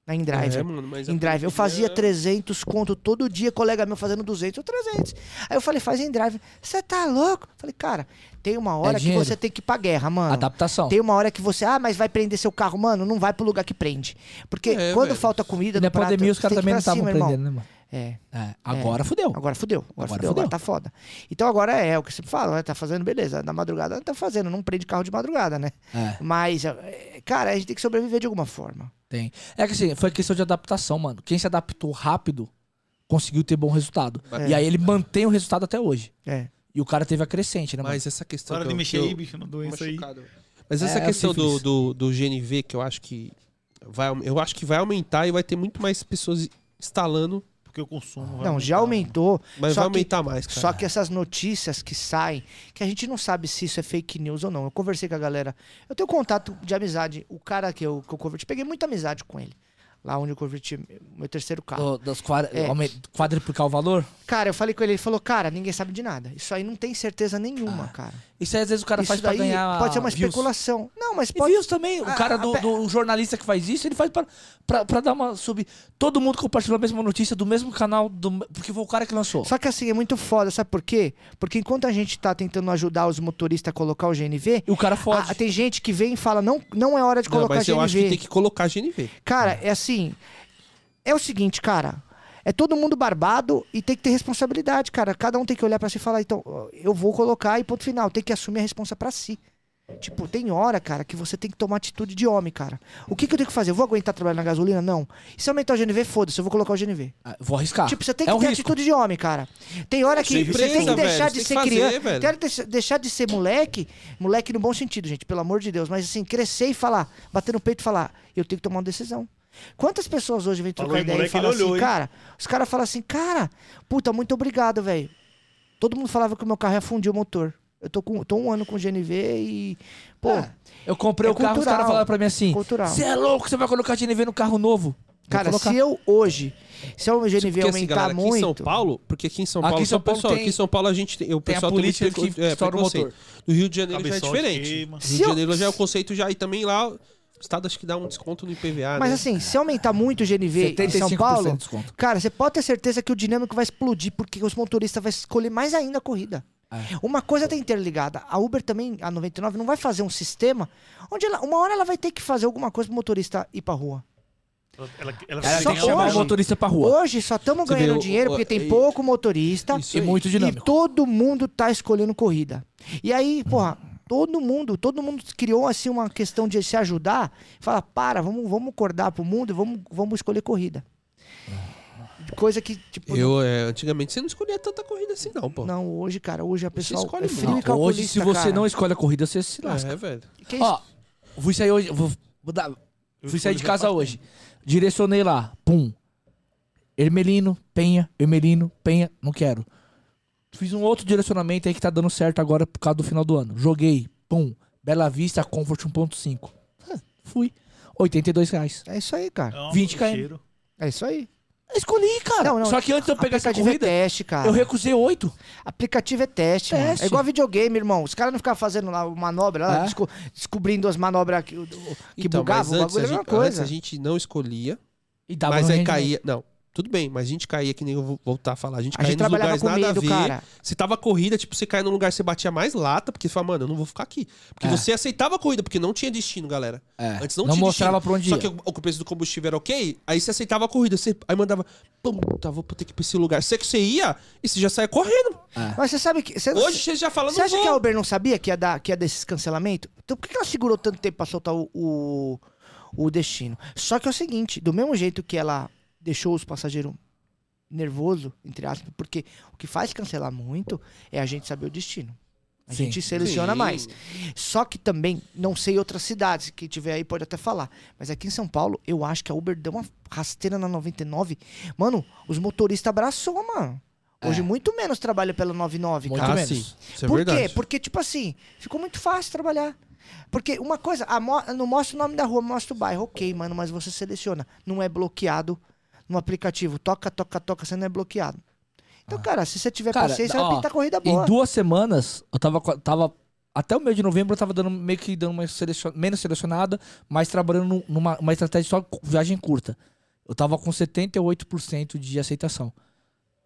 [SPEAKER 4] na em driver.
[SPEAKER 2] É, mano, mas a
[SPEAKER 4] Em drive. Eu
[SPEAKER 2] pandemia-
[SPEAKER 4] fazia 300 conto todo dia, colega meu fazendo 200 ou 300. Aí eu falei, faz em drive. Você tá louco? Falei, cara, tem uma hora que
[SPEAKER 3] dinheiro. Ah, tá
[SPEAKER 4] você tem que ir pra guerra, mano.
[SPEAKER 3] Adaptação.
[SPEAKER 4] Tem uma hora que você, ah, mas vai prender seu carro, mano, não vai pro lugar que prende. Porque
[SPEAKER 2] É,
[SPEAKER 4] quando
[SPEAKER 2] velho.
[SPEAKER 4] falta comida
[SPEAKER 3] E
[SPEAKER 4] no
[SPEAKER 3] na
[SPEAKER 4] prato,
[SPEAKER 3] pandemia os
[SPEAKER 4] você
[SPEAKER 3] caras
[SPEAKER 4] tem que
[SPEAKER 3] também
[SPEAKER 4] ir
[SPEAKER 3] não
[SPEAKER 4] pra
[SPEAKER 3] estavam
[SPEAKER 4] cima, irmão.
[SPEAKER 3] aprendendo, né, mano?
[SPEAKER 4] É.
[SPEAKER 3] É, agora fudeu.
[SPEAKER 4] Agora fudeu, agora,
[SPEAKER 3] Agora
[SPEAKER 4] fudeu,
[SPEAKER 3] fudeu.
[SPEAKER 4] agora tá foda. Então agora é o que você fala, né? Tá fazendo, beleza. Na madrugada tá fazendo, não prende carro de madrugada, né?
[SPEAKER 3] É.
[SPEAKER 4] Mas, é, cara, a gente tem que sobreviver de alguma forma.
[SPEAKER 3] Tem. É que assim, foi questão de adaptação, mano. Quem se adaptou rápido conseguiu ter bom resultado.
[SPEAKER 4] É.
[SPEAKER 3] E aí ele mantém o resultado até hoje.
[SPEAKER 4] É.
[SPEAKER 3] E o cara teve a crescente, né, mano?
[SPEAKER 2] Mas essa questão.
[SPEAKER 5] Para
[SPEAKER 2] que
[SPEAKER 5] de
[SPEAKER 2] eu-
[SPEAKER 5] mexer
[SPEAKER 2] que eu-
[SPEAKER 5] aí, bicho, na doença aí.
[SPEAKER 2] machucado. Mas essa
[SPEAKER 3] É,
[SPEAKER 2] questão do,
[SPEAKER 3] sífilis.
[SPEAKER 2] do, do GNV, que eu acho que vai, eu acho que vai aumentar e vai ter muito mais pessoas instalando,
[SPEAKER 5] Porque o consumo. vai
[SPEAKER 4] Não, já
[SPEAKER 5] aumentar.
[SPEAKER 4] aumentou.
[SPEAKER 2] mas
[SPEAKER 4] só
[SPEAKER 2] vai
[SPEAKER 4] que
[SPEAKER 2] aumentar mais, cara.
[SPEAKER 4] Só que essas notícias que saem, que a gente não sabe se isso é fake news ou não. Eu conversei com a galera. Eu tenho contato de amizade. O cara que eu, que eu converti, peguei muita amizade com ele. Lá onde eu converti meu terceiro carro.
[SPEAKER 3] Do- das quadra-
[SPEAKER 4] É.
[SPEAKER 3] aumen- Quadriplicar o valor?
[SPEAKER 4] Cara, eu falei com ele, ele falou, cara, ninguém sabe de nada. Isso aí não tem certeza nenhuma, cara.
[SPEAKER 3] Isso aí às vezes Ah, o cara
[SPEAKER 4] isso
[SPEAKER 3] faz pra
[SPEAKER 4] daí
[SPEAKER 3] ganhar.
[SPEAKER 4] pode ser uma
[SPEAKER 3] views.
[SPEAKER 4] especulação. Não, mas
[SPEAKER 3] E
[SPEAKER 4] pode.
[SPEAKER 3] views também. O
[SPEAKER 4] Ah,
[SPEAKER 3] cara
[SPEAKER 4] a
[SPEAKER 3] do,
[SPEAKER 4] pe-
[SPEAKER 3] do- o jornalista que faz isso, ele faz pra, pra, pra dar uma sub. Todo mundo compartilhou a mesma notícia do mesmo canal, do... porque foi o cara que lançou.
[SPEAKER 4] Só que assim, é muito foda, sabe por quê? Porque enquanto a gente tá tentando ajudar os motoristas a colocar o GNV,
[SPEAKER 3] E o cara fode.
[SPEAKER 4] ah, tem gente que vem e fala, não, não é hora de
[SPEAKER 2] Não,
[SPEAKER 4] colocar
[SPEAKER 2] mas
[SPEAKER 4] GNV.
[SPEAKER 2] eu acho que tem que colocar GNV.
[SPEAKER 4] Cara, é assim. É o seguinte, cara. É todo mundo barbado e tem que ter responsabilidade, cara. Cada um tem que olhar pra si e falar, então, ó, eu vou colocar e ponto final. Tem que assumir a responsa pra si. Tipo, tem hora, cara, que você tem que tomar atitude de homem, cara. O que, que eu tenho que fazer? Eu vou aguentar trabalhar na gasolina? Não. E se aumentar o GNV, foda-se, eu vou colocar o GNV.
[SPEAKER 3] Ah, Vou arriscar.
[SPEAKER 4] Tipo, você tem
[SPEAKER 3] é
[SPEAKER 4] que
[SPEAKER 3] um
[SPEAKER 4] ter
[SPEAKER 3] risco.
[SPEAKER 4] atitude de homem, cara. Tem hora que
[SPEAKER 2] Sem
[SPEAKER 4] você tem
[SPEAKER 2] presa,
[SPEAKER 4] que deixar
[SPEAKER 2] velho,
[SPEAKER 4] de
[SPEAKER 2] você
[SPEAKER 4] ser
[SPEAKER 2] tem que fazer,
[SPEAKER 4] criança.
[SPEAKER 2] velho.
[SPEAKER 4] Tem hora de deixar- deixar de ser moleque. Moleque no bom sentido, gente, pelo amor de Deus. Mas assim, crescer e falar, bater no peito e falar, eu tenho que tomar uma decisão. Quantas pessoas hoje vêm
[SPEAKER 5] Falou
[SPEAKER 4] trocar
[SPEAKER 5] em
[SPEAKER 4] ideia e
[SPEAKER 5] moleque,
[SPEAKER 4] falam
[SPEAKER 5] ele
[SPEAKER 4] assim,
[SPEAKER 5] olhou, hein?
[SPEAKER 4] cara? Os caras falam assim, cara, puta, muito obrigado, velho. Todo mundo falava que o meu carro ia fundir o motor. Eu tô, com, tô um ano com GNV e. Pô,
[SPEAKER 3] É, Eu comprei
[SPEAKER 4] É
[SPEAKER 3] o carro, os caras
[SPEAKER 4] cultural.
[SPEAKER 3] falaram pra mim assim:
[SPEAKER 4] Cultural.
[SPEAKER 3] Você é louco, você vai colocar GNV no um carro novo. Vou
[SPEAKER 4] cara,
[SPEAKER 3] colocar.
[SPEAKER 4] se eu hoje. Se o meu
[SPEAKER 2] Isso
[SPEAKER 4] GNV
[SPEAKER 2] porque, assim,
[SPEAKER 4] aumentar
[SPEAKER 2] galera, aqui em São
[SPEAKER 4] muito.
[SPEAKER 2] Paulo, porque aqui em São
[SPEAKER 3] Aqui em
[SPEAKER 2] Paulo,
[SPEAKER 3] São Paulo
[SPEAKER 2] pessoal,
[SPEAKER 3] tem-
[SPEAKER 2] aqui em São Paulo a gente tem, o
[SPEAKER 3] Tem a
[SPEAKER 2] pessoal muito
[SPEAKER 3] política que
[SPEAKER 2] preconce-
[SPEAKER 3] estoura o motor.
[SPEAKER 2] preconceito. No Rio de Janeiro
[SPEAKER 5] Cabeção
[SPEAKER 2] já é
[SPEAKER 5] de
[SPEAKER 2] diferente.
[SPEAKER 5] queima.
[SPEAKER 2] No Rio
[SPEAKER 4] Se
[SPEAKER 2] de
[SPEAKER 4] eu-
[SPEAKER 2] Janeiro já é o conceito já e também lá o estado acho que dá um desconto no IPVA,
[SPEAKER 4] Mas
[SPEAKER 2] né?
[SPEAKER 4] assim, se aumentar muito o GNV em São
[SPEAKER 3] 75%
[SPEAKER 4] Paulo,
[SPEAKER 3] de desconto.
[SPEAKER 4] cara, você pode ter certeza que o dinâmico vai explodir, porque os motoristas vão escolher mais ainda a corrida.
[SPEAKER 3] É.
[SPEAKER 4] Uma coisa tá interligada. A Uber também, a 99, não vai fazer um sistema onde ela- uma hora ela vai ter que fazer alguma coisa pro motorista ir pra rua.
[SPEAKER 5] Ela, ela, ela
[SPEAKER 3] Ela
[SPEAKER 4] Só
[SPEAKER 3] É, tem que chamar o
[SPEAKER 4] hoje-
[SPEAKER 3] motorista pra rua.
[SPEAKER 4] Hoje só estamos
[SPEAKER 2] Você vê,
[SPEAKER 4] ganhando
[SPEAKER 2] o-
[SPEAKER 4] dinheiro
[SPEAKER 2] o-
[SPEAKER 4] porque tem
[SPEAKER 2] e-
[SPEAKER 4] pouco motorista
[SPEAKER 2] Isso
[SPEAKER 3] E
[SPEAKER 2] aí.
[SPEAKER 3] é muito
[SPEAKER 4] e
[SPEAKER 3] dinâmico.
[SPEAKER 4] todo mundo tá escolhendo corrida. E aí, porra, todo mundo, todo mundo criou assim uma questão de se ajudar, fala, para, vamos, vamos acordar pro mundo, e vamos, vamos escolher corrida. Coisa que, tipo,
[SPEAKER 2] Eu, é, antigamente você não escolhia tanta corrida assim não, pô.
[SPEAKER 4] não, hoje, cara, hoje a pessoa
[SPEAKER 2] escolhe
[SPEAKER 4] é
[SPEAKER 2] muito.
[SPEAKER 4] frio e
[SPEAKER 3] Não, hoje, se
[SPEAKER 4] calculista,
[SPEAKER 3] você
[SPEAKER 4] cara.
[SPEAKER 3] não escolhe a corrida, você se lasca.
[SPEAKER 2] É, velho.
[SPEAKER 4] Que isso?
[SPEAKER 3] Ó, fui sair hoje. Vou, vou dar- fui sair de casa hoje. Direcionei lá. Pum. Ermelino, Penha, Ermelino, Penha, não quero. Fiz um outro direcionamento aí que tá dando certo agora por causa do final do ano. Joguei. Pum. Bela Vista, Comfort 1.5. Ah, fui. 82 reais.
[SPEAKER 4] É isso aí, cara.
[SPEAKER 5] É um
[SPEAKER 3] 20 km.
[SPEAKER 5] cheiro.
[SPEAKER 4] É isso aí.
[SPEAKER 3] Escolhi, cara.
[SPEAKER 4] Não, não,
[SPEAKER 3] Só que antes de eu pegar essa
[SPEAKER 4] Aplicativo é
[SPEAKER 3] corrida,
[SPEAKER 4] teste, cara.
[SPEAKER 3] eu recusei 8.
[SPEAKER 4] Aplicativo é teste, mano.
[SPEAKER 3] Teste.
[SPEAKER 4] É igual videogame, irmão. Os caras não ficavam fazendo lá manobra, lá,
[SPEAKER 3] É.
[SPEAKER 4] desco- descobrindo as manobras que, o- o- que
[SPEAKER 2] Então, mas
[SPEAKER 4] bugavam. O
[SPEAKER 2] antes
[SPEAKER 4] bagulho
[SPEAKER 2] a
[SPEAKER 4] é a mesma
[SPEAKER 2] gente- antes
[SPEAKER 4] coisa.
[SPEAKER 2] a gente não escolhia,
[SPEAKER 3] E dava
[SPEAKER 2] mas
[SPEAKER 3] no
[SPEAKER 2] aí
[SPEAKER 3] rendimento.
[SPEAKER 2] caía, não. Tudo bem, mas a gente caía que nem eu vou voltar a falar. A gente
[SPEAKER 4] A
[SPEAKER 2] caía
[SPEAKER 4] gente
[SPEAKER 2] nos
[SPEAKER 4] trabalhava
[SPEAKER 2] lugares
[SPEAKER 4] com
[SPEAKER 2] nada
[SPEAKER 4] medo,
[SPEAKER 2] a ver.
[SPEAKER 4] cara.
[SPEAKER 2] Se tava corrida, tipo, você caía num lugar, você batia mais lata, porque você fala, mano, eu não vou ficar aqui. Porque
[SPEAKER 3] É.
[SPEAKER 2] você aceitava a corrida, porque não tinha destino, galera.
[SPEAKER 3] É.
[SPEAKER 2] Antes não,
[SPEAKER 3] Não
[SPEAKER 2] tinha
[SPEAKER 3] mostrava
[SPEAKER 2] destino.
[SPEAKER 3] pra onde
[SPEAKER 2] Só
[SPEAKER 3] ia.
[SPEAKER 2] que o, o preço do combustível era ok, aí você aceitava a corrida. Você, aí mandava, puta, vou ter que ir pra esse lugar. Você que você ia, e você já saia correndo.
[SPEAKER 4] Mas você sabe que. Você,
[SPEAKER 2] Hoje você já fala,
[SPEAKER 4] você
[SPEAKER 2] não
[SPEAKER 4] acha
[SPEAKER 2] vou.
[SPEAKER 3] é
[SPEAKER 4] que a Uber não sabia que ia dar, que ia dar esses cancelamentos? Então por que que ela segurou tanto tempo pra soltar o, o, o destino? Só que é o seguinte: do mesmo jeito que ela deixou os passageiros nervoso, entre aspas, porque o que faz cancelar muito é a gente saber o destino. A
[SPEAKER 3] Sim.
[SPEAKER 4] gente seleciona
[SPEAKER 2] Sim.
[SPEAKER 4] mais. Só que também, não sei outras cidades, quem tiver aí pode até falar. Mas aqui em São Paulo, eu acho que a Uber deu uma rasteira na 99. Mano, os motoristas abraçou, mano. Hoje muito menos trabalha pela 99,
[SPEAKER 3] É. Muito
[SPEAKER 4] cara.
[SPEAKER 2] Ah,
[SPEAKER 3] menos.
[SPEAKER 2] sim. Isso é
[SPEAKER 4] Por
[SPEAKER 2] verdade.
[SPEAKER 4] quê? Porque, tipo assim, ficou muito fácil trabalhar. Porque uma coisa, a mo- não mostra o nome da rua, mostra o bairro. Ok, mano, mas você seleciona. Não é bloqueado no aplicativo. Toca, toca, toca, você não é bloqueado. Então, cara, se você tiver
[SPEAKER 3] Cara,
[SPEAKER 4] paciência,
[SPEAKER 3] ó,
[SPEAKER 4] vai pintar corrida boa.
[SPEAKER 3] Em duas semanas, eu tava. co- tava até o mês de novembro eu tava dando, meio que dando uma selecion- menos selecionada, mas trabalhando num- numa uma estratégia só cu- viagem curta. Eu tava com 78% de aceitação.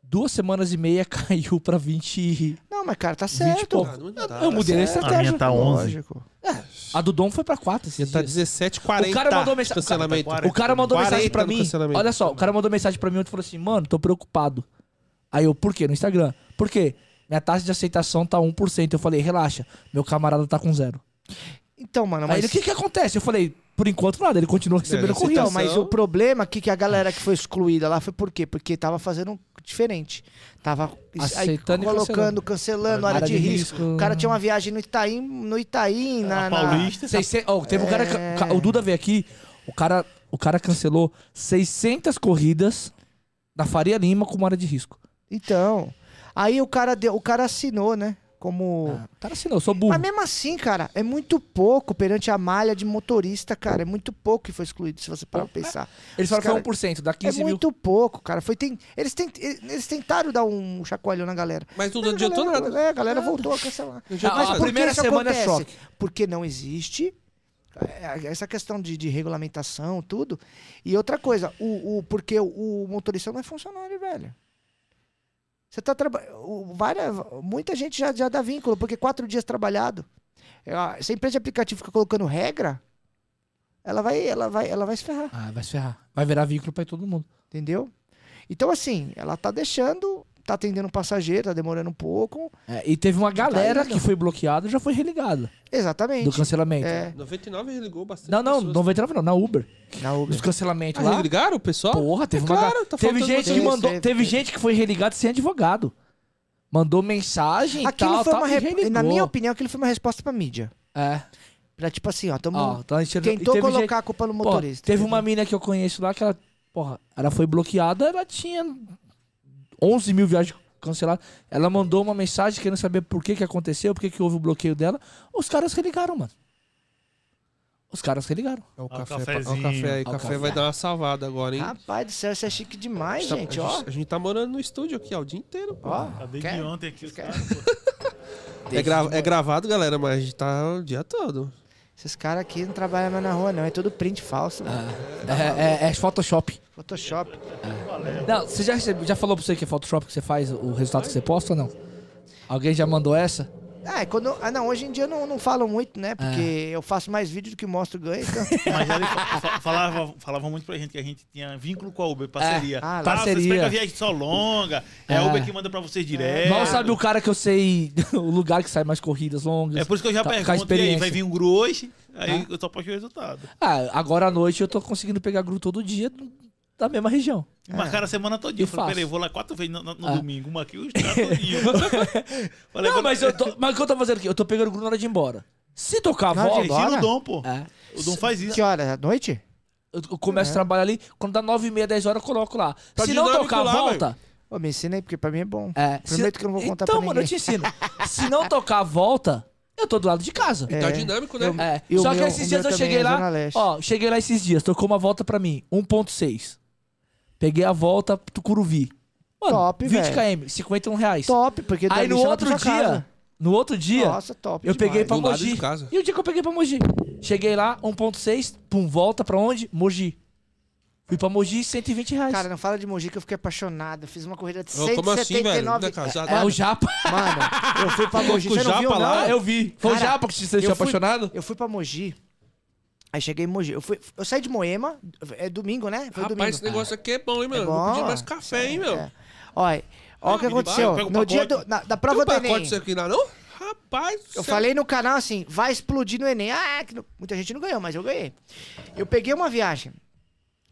[SPEAKER 3] Duas semanas e meia caiu pra 20.
[SPEAKER 4] Não, mas, cara, tá
[SPEAKER 3] e
[SPEAKER 4] certo.
[SPEAKER 3] pouco.
[SPEAKER 2] Ah, não
[SPEAKER 3] eu
[SPEAKER 2] dá,
[SPEAKER 3] eu
[SPEAKER 2] tá
[SPEAKER 3] mudei a
[SPEAKER 4] certo.
[SPEAKER 3] estratégia.
[SPEAKER 5] A minha tá 11.
[SPEAKER 4] Lógico.
[SPEAKER 3] A do Dom foi pra 4.
[SPEAKER 2] Você tá 17,40
[SPEAKER 3] O cara mandou
[SPEAKER 2] de
[SPEAKER 3] mensagem-
[SPEAKER 2] cancelamento.
[SPEAKER 5] Cara, tá
[SPEAKER 3] O cara mandou
[SPEAKER 2] 40
[SPEAKER 3] mensagem pra
[SPEAKER 2] no
[SPEAKER 3] mim.
[SPEAKER 2] cancelamento.
[SPEAKER 3] Olha só, o cara mandou mensagem pra mim ontem e falou assim: Mano, tô preocupado. Aí eu, por quê? No Instagram. Por quê? Minha taxa de aceitação tá 1%. Eu falei, relaxa, meu camarada tá com zero.
[SPEAKER 4] Então, mano,
[SPEAKER 3] Aí
[SPEAKER 4] mas...
[SPEAKER 3] ele, o que que acontece? Eu falei, por enquanto nada. Ele continua recebendo
[SPEAKER 2] não sei
[SPEAKER 3] corrida.
[SPEAKER 4] Então,
[SPEAKER 2] Aceitação.
[SPEAKER 4] mas o problema aqui que a galera que foi excluída lá foi por quê? Porque tava fazendo diferente. Tava is- aí
[SPEAKER 3] Aceitando e
[SPEAKER 4] colocando, cancelando, área de, risco. O cara tinha uma viagem no Itaim, no Itaim, na,
[SPEAKER 5] A
[SPEAKER 4] na-
[SPEAKER 5] Paulista.
[SPEAKER 3] Seisce- ó, teve um cara... que- ca- O Duda veio aqui, o cara, o cara cancelou 600 corridas da Faria Lima com uma área de risco.
[SPEAKER 4] Então, aí o cara deu, o cara assinou, né? Como
[SPEAKER 3] O cara assinou, eu sou burro.
[SPEAKER 4] Mas mesmo assim, cara, é muito pouco perante a malha de motorista, cara. É muito pouco que foi excluído, se você parar pra pensar.
[SPEAKER 3] é. Eles falaram
[SPEAKER 4] cara-
[SPEAKER 3] que foi 1%, dá
[SPEAKER 4] É
[SPEAKER 3] 15 mil.
[SPEAKER 4] muito pouco, cara. Foi, tem, eles, tent- eles tentaram dar um chacoalhão na galera.
[SPEAKER 2] Mas não adiantou
[SPEAKER 4] galera,
[SPEAKER 2] nada.
[SPEAKER 4] É, a galera voltou a cancelar.
[SPEAKER 2] Não adiantou
[SPEAKER 3] Ah,
[SPEAKER 2] nada.
[SPEAKER 3] a primeira semana é choque.
[SPEAKER 4] Porque não existe é, essa questão de, de regulamentação, tudo. E outra coisa, o, o- porque o, o motorista não é funcionário, velho. Você tá trabalhando. Muita gente já, já dá vínculo, porque quatro dias trabalhado. É, ó, Se a empresa de aplicativo fica colocando regra, ela vai, ela vai, ela vai se ferrar.
[SPEAKER 3] Ah, vai se ferrar. Vai virar veículo pra todo mundo.
[SPEAKER 4] Entendeu? Então, assim, ela tá deixando, tá atendendo o passageiro, tá demorando um pouco.
[SPEAKER 3] É, e teve uma galera
[SPEAKER 4] Tá indo.
[SPEAKER 3] que foi bloqueada e já foi religada do
[SPEAKER 4] Exatamente.
[SPEAKER 3] cancelamento.
[SPEAKER 4] É,
[SPEAKER 2] 99 ligou bastante.
[SPEAKER 3] Não, não,
[SPEAKER 2] pessoas.
[SPEAKER 3] 99 não, na Uber.
[SPEAKER 4] na
[SPEAKER 3] Dos
[SPEAKER 4] Uber.
[SPEAKER 3] cancelamentos
[SPEAKER 2] Ah,
[SPEAKER 3] lá.
[SPEAKER 2] religaram o pessoal?
[SPEAKER 3] Porra, teve
[SPEAKER 2] É
[SPEAKER 3] uma
[SPEAKER 2] claro,
[SPEAKER 3] ga-
[SPEAKER 2] tá
[SPEAKER 3] Teve
[SPEAKER 2] faltando
[SPEAKER 3] gente que
[SPEAKER 4] motorista.
[SPEAKER 3] mandou,
[SPEAKER 4] Teve-
[SPEAKER 3] teve gente que foi religada sem advogado. Mandou mensagem e
[SPEAKER 4] Aquilo
[SPEAKER 3] tal,
[SPEAKER 4] foi
[SPEAKER 3] tal,
[SPEAKER 4] uma.
[SPEAKER 3] e
[SPEAKER 4] re-
[SPEAKER 3] religou.
[SPEAKER 4] Na minha opinião, aquilo foi uma resposta pra mídia.
[SPEAKER 3] É.
[SPEAKER 4] Pra tipo assim, ó, tamo,
[SPEAKER 3] Ó, então a gente
[SPEAKER 4] tentou
[SPEAKER 3] e teve
[SPEAKER 4] colocar
[SPEAKER 3] gente-
[SPEAKER 4] a culpa no
[SPEAKER 3] Porra,
[SPEAKER 4] motorista.
[SPEAKER 3] teve
[SPEAKER 4] entendeu?
[SPEAKER 3] uma mina que eu conheço lá que ela, porra, ela foi bloqueada, ela tinha 11 mil viagens canceladas. Ela mandou uma mensagem querendo saber por que que aconteceu, por que que houve o bloqueio dela. Os caras religaram, mano. Os caras religaram.
[SPEAKER 2] É o
[SPEAKER 5] Ó o
[SPEAKER 2] café, pra- ó o
[SPEAKER 5] cafezinho.
[SPEAKER 2] café aí.
[SPEAKER 3] Ó o
[SPEAKER 2] café
[SPEAKER 3] café.
[SPEAKER 2] vai dar uma salvada agora, hein?
[SPEAKER 4] Rapaz do céu, isso é chique demais,
[SPEAKER 2] Tá-
[SPEAKER 4] gente,
[SPEAKER 2] a
[SPEAKER 4] ó.
[SPEAKER 2] gente- A gente tá morando no estúdio aqui, ó, o dia inteiro. pô.
[SPEAKER 4] Ó,
[SPEAKER 5] Acabei
[SPEAKER 4] quer?
[SPEAKER 5] de ontem aqui. Os
[SPEAKER 4] Quer?
[SPEAKER 5] caras, pô.
[SPEAKER 2] É, gra- é gravado, galera, mas a gente tá o dia todo.
[SPEAKER 4] Esses caras aqui não trabalham mais na rua, não. É tudo print falso, mano.
[SPEAKER 3] É, é- é Photoshop.
[SPEAKER 4] Photoshop.
[SPEAKER 3] Não, você já, recebe- já falou pra você que é Photoshop que você faz o resultado que você posta ou não? Alguém já mandou essa?
[SPEAKER 4] Ah, é quando. Ah, não, hoje em dia eu não, não falo muito, né? Porque
[SPEAKER 3] Ah.
[SPEAKER 4] eu faço mais vídeo do que mostro ganho. Então...
[SPEAKER 5] Mas ele fa- fa- falava, falava muito pra gente que a gente tinha vínculo com a
[SPEAKER 3] É.
[SPEAKER 5] Uber, parceria.
[SPEAKER 4] Ah,
[SPEAKER 5] Tá,
[SPEAKER 3] parceria.
[SPEAKER 5] Vocês pegam a viagem só longa, é a
[SPEAKER 3] É.
[SPEAKER 5] Uber que manda pra vocês direto.
[SPEAKER 3] Mal sabe o cara que eu sei, o lugar que sai mais corridas longas.
[SPEAKER 5] É por isso que eu já
[SPEAKER 3] Tá- com a
[SPEAKER 5] pergunto, e aí, vai
[SPEAKER 3] experiência.
[SPEAKER 5] vir um gru hoje? Aí eu só posto o resultado.
[SPEAKER 3] Ah, agora à noite eu tô conseguindo pegar gru todo dia da mesma região.
[SPEAKER 5] E Marcaram a semana todinha.
[SPEAKER 3] É. E
[SPEAKER 5] Eu falei,
[SPEAKER 3] faço.
[SPEAKER 5] peraí, eu vou lá quatro vezes no, no- no
[SPEAKER 3] Ah.
[SPEAKER 5] domingo, uma aqui, os caras todinho. Falei,
[SPEAKER 3] Não,
[SPEAKER 5] agora-
[SPEAKER 3] mas eu tô. Mas o que eu tô fazendo aqui? Eu tô pegando gru na hora de ir embora. Se tocar a
[SPEAKER 4] Não,
[SPEAKER 3] volta.
[SPEAKER 4] gente.
[SPEAKER 5] Ensina
[SPEAKER 4] Agora?
[SPEAKER 5] o Dom, pô.
[SPEAKER 3] É,
[SPEAKER 5] O Dom faz isso.
[SPEAKER 4] que hora? À noite?
[SPEAKER 3] eu eu
[SPEAKER 4] É.
[SPEAKER 3] começo a trabalhar ali, quando dá 9 e meia, 10 horas, eu coloco lá.
[SPEAKER 2] Tá
[SPEAKER 3] se não
[SPEAKER 2] dinâmico
[SPEAKER 3] tocar a
[SPEAKER 2] lá,
[SPEAKER 3] volta.
[SPEAKER 4] Ô, me ensina aí, porque pra mim é bom.
[SPEAKER 3] É,
[SPEAKER 4] Prometo que eu não vou contar
[SPEAKER 3] então,
[SPEAKER 4] pra
[SPEAKER 3] mano, eu te
[SPEAKER 4] ninguém.
[SPEAKER 3] ensino. se não tocar a volta, eu tô do lado de casa.
[SPEAKER 2] Tá
[SPEAKER 4] É.
[SPEAKER 2] dinâmico, né?
[SPEAKER 3] É,
[SPEAKER 4] E o
[SPEAKER 3] só que
[SPEAKER 4] meu-
[SPEAKER 3] esses
[SPEAKER 4] o
[SPEAKER 3] dias
[SPEAKER 4] meu
[SPEAKER 3] eu
[SPEAKER 4] também,
[SPEAKER 3] cheguei
[SPEAKER 4] é
[SPEAKER 3] lá.
[SPEAKER 4] Zona Leste.
[SPEAKER 3] Ó, cheguei lá esses dias, tocou uma volta pra mim, 1,6. Peguei a volta Tucuruvi. Mano,
[SPEAKER 4] Top,
[SPEAKER 3] 20
[SPEAKER 4] velho.
[SPEAKER 3] km, 51 reais.
[SPEAKER 4] Top, porque
[SPEAKER 3] Aí
[SPEAKER 4] dali
[SPEAKER 3] no
[SPEAKER 4] você vai
[SPEAKER 3] outro
[SPEAKER 4] pra
[SPEAKER 3] dia,
[SPEAKER 4] sua casa.
[SPEAKER 3] no outro dia,
[SPEAKER 4] Nossa, top.
[SPEAKER 3] eu
[SPEAKER 4] demais.
[SPEAKER 3] peguei pra
[SPEAKER 2] Do lado
[SPEAKER 3] Mogi.
[SPEAKER 2] de casa.
[SPEAKER 3] E o dia que eu peguei pra Mogi? Cheguei lá, 1.6, pum, volta pra onde? Mogi. Fui pra Mogi, 120 reais.
[SPEAKER 4] Cara, não fala de Mogi que eu fiquei apaixonado. Eu fiz uma corrida de
[SPEAKER 2] Ô, como assim, velho?
[SPEAKER 4] 179
[SPEAKER 2] Não é casado?
[SPEAKER 3] é o Japa.
[SPEAKER 4] Mano, eu fui pra Mogi.
[SPEAKER 2] Com
[SPEAKER 4] Você não
[SPEAKER 2] japa
[SPEAKER 4] viu, não?
[SPEAKER 2] lá?
[SPEAKER 3] eu vi. Foi
[SPEAKER 4] Cara,
[SPEAKER 3] o Japa que você
[SPEAKER 4] eu
[SPEAKER 3] deixou
[SPEAKER 4] fui-
[SPEAKER 3] apaixonado?
[SPEAKER 4] Eu fui pra Mogi. Aí cheguei em Mogi. Eu, fui, eu saí de Moema. É domingo, né? Foi
[SPEAKER 2] Rapaz,
[SPEAKER 4] domingo.
[SPEAKER 2] esse negócio aqui é bom, hein, mano?
[SPEAKER 4] bom,
[SPEAKER 2] Vou pedir mais
[SPEAKER 4] ó.
[SPEAKER 2] café, hein, meu?
[SPEAKER 4] É. Olha, olha o que
[SPEAKER 5] Ele vai,
[SPEAKER 4] aconteceu.
[SPEAKER 5] pega o
[SPEAKER 4] No dia
[SPEAKER 5] pacote.
[SPEAKER 4] do- na- da
[SPEAKER 2] Tem
[SPEAKER 4] prova
[SPEAKER 2] um
[SPEAKER 4] do
[SPEAKER 2] pacote
[SPEAKER 4] Enem.
[SPEAKER 2] disso aqui lá, não? Rapaz, do
[SPEAKER 4] Eu
[SPEAKER 2] céu.
[SPEAKER 4] falei no canal assim, vai explodir no Enem. Ah, que não- muita gente não ganhou, mas eu ganhei. Eu peguei uma viagem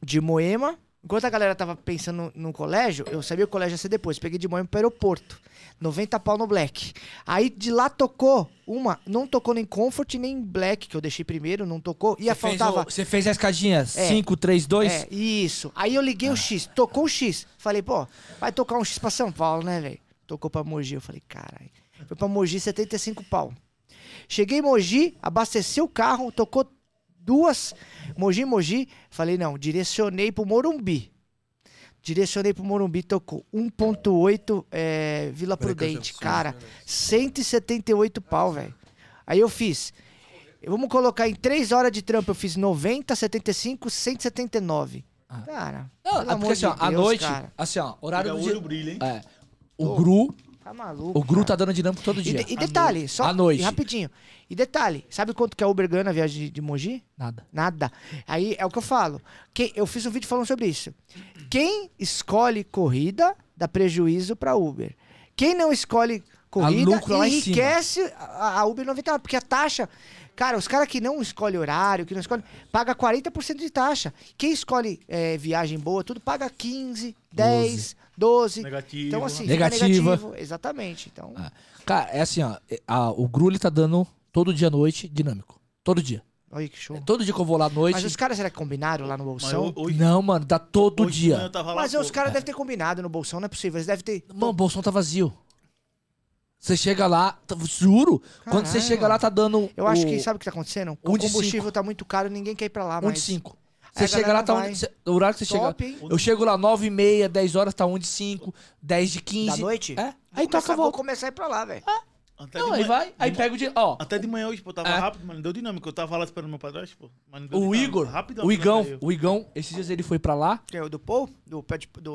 [SPEAKER 4] de Moema. Enquanto a galera tava pensando no colégio, eu sabia que o colégio ia ser depois. Peguei de Moema pro aeroporto. 90 pau no Black. Aí de lá tocou uma, não tocou nem Comfort, nem Black, que eu deixei primeiro, não tocou. Ia faltava.
[SPEAKER 3] Você fez a escadinha 5, 3, 2.
[SPEAKER 4] É, isso. Aí eu liguei o X, tocou o X. Falei, pô, vai tocar um X pra São Paulo, né, velho? Tocou pra Mogi. Eu falei, caralho. Foi pra Mogi, 75 pau. Cheguei em Mogi, abasteci o carro, tocou duas. Mogi, Mogi. Falei, não, direcionei pro Morumbi. Direcionei pro Morumbi, tocou 1.8 é, Vila
[SPEAKER 2] Peraí que eu um
[SPEAKER 4] Prudente.
[SPEAKER 2] já-
[SPEAKER 4] Cara, 178 pau, velho. Aí eu fiz. Vamos colocar em 3 horas de trampo, eu fiz 90, 75, 179. Cara,
[SPEAKER 3] Ah. Não,
[SPEAKER 4] pelo
[SPEAKER 3] é
[SPEAKER 4] amor
[SPEAKER 3] porque assim, ó,
[SPEAKER 4] de
[SPEAKER 3] à
[SPEAKER 4] Deus,
[SPEAKER 3] noite,
[SPEAKER 4] cara.
[SPEAKER 3] assim, ó, horário
[SPEAKER 5] Olha,
[SPEAKER 3] do
[SPEAKER 5] O
[SPEAKER 3] dia.
[SPEAKER 5] olho brilha, hein?
[SPEAKER 3] É, o Gru,
[SPEAKER 4] Tá maluco.
[SPEAKER 3] o Gru
[SPEAKER 4] cara.
[SPEAKER 3] tá dando dinâmico todo
[SPEAKER 4] E,
[SPEAKER 3] dia.
[SPEAKER 4] de- e detalhe, só
[SPEAKER 3] À noite.
[SPEAKER 4] e rapidinho. E detalhe, sabe quanto que é a Uber ganha na viagem de, de Mogi?
[SPEAKER 3] Nada.
[SPEAKER 4] Nada. Aí é o que eu falo. Que, eu fiz um vídeo falando sobre isso. Quem escolhe corrida dá prejuízo pra Uber. Quem não escolhe corrida
[SPEAKER 3] lucro lá em cima.
[SPEAKER 4] enriquece a, a Uber 99, porque a taxa. Cara, os caras que não escolhem horário, que não escolhem, paga 40% de taxa. Quem escolhe eh, viagem boa, tudo paga 15, 10, 12.
[SPEAKER 5] Negativo.
[SPEAKER 4] Então, assim,
[SPEAKER 3] Negativa.
[SPEAKER 4] Fica negativo. Exatamente. Então,
[SPEAKER 3] Ah, Cara, é assim, ó, é- a- o Gru ele tá dando todo dia à noite dinâmico. Todo dia.
[SPEAKER 4] olha que show.
[SPEAKER 3] Todo dia que eu vou lá à É, noite.
[SPEAKER 4] Mas os caras, será que combinaram lá no
[SPEAKER 5] Mas
[SPEAKER 4] Bolsão?
[SPEAKER 5] eu- hoje,
[SPEAKER 3] Não, mano, dá todo
[SPEAKER 5] hoje de manhã
[SPEAKER 3] dia.
[SPEAKER 5] eu tava lá,
[SPEAKER 4] Mas é
[SPEAKER 5] pô.
[SPEAKER 4] os
[SPEAKER 3] É.
[SPEAKER 4] caras devem ter combinado no Bolsão, não é possível. Eles devem ter.
[SPEAKER 3] Mano, o bolsão tá vazio. Você chega lá, t- juro, quando você
[SPEAKER 4] Caralho.
[SPEAKER 3] chega lá tá dando.
[SPEAKER 4] Eu acho
[SPEAKER 3] o-
[SPEAKER 4] que sabe o que tá acontecendo?
[SPEAKER 3] um
[SPEAKER 4] O
[SPEAKER 3] de
[SPEAKER 4] combustível tá muito caro, ninguém quer ir pra lá,
[SPEAKER 3] Um
[SPEAKER 4] mas.
[SPEAKER 3] de cinco.
[SPEAKER 4] Aí
[SPEAKER 3] Você
[SPEAKER 4] a
[SPEAKER 3] chega lá,
[SPEAKER 4] galera
[SPEAKER 3] tá um
[SPEAKER 4] vai.
[SPEAKER 3] de... cê- O horário que você chega.
[SPEAKER 4] Top, hein?
[SPEAKER 3] Eu chego lá 9 e meia, 10 horas, tá um de 5, 10 de 15.
[SPEAKER 4] Da noite?
[SPEAKER 3] É. Aí
[SPEAKER 4] Vou começar-
[SPEAKER 3] toca a
[SPEAKER 4] Vou
[SPEAKER 3] volta. Ah.
[SPEAKER 4] começar a ir pra lá, velho.
[SPEAKER 5] Até
[SPEAKER 3] Não,
[SPEAKER 5] de
[SPEAKER 3] aí
[SPEAKER 5] manhã-
[SPEAKER 3] vai, aí pega o dia. Ó,
[SPEAKER 5] Até de manhã hoje, pô, tava
[SPEAKER 3] É.
[SPEAKER 5] rápido, mano. Deu dinâmica. Eu tava lá esperando meu padrasto, pô. Mas não deu
[SPEAKER 3] o
[SPEAKER 5] dinâmica.
[SPEAKER 3] Igor,
[SPEAKER 5] Rapidão,
[SPEAKER 3] o
[SPEAKER 5] né,
[SPEAKER 3] Igão,
[SPEAKER 5] saiu.
[SPEAKER 3] o Igão, esses dias ele foi pra lá.
[SPEAKER 4] Quem é o do Paul? Do, pé de- do, do,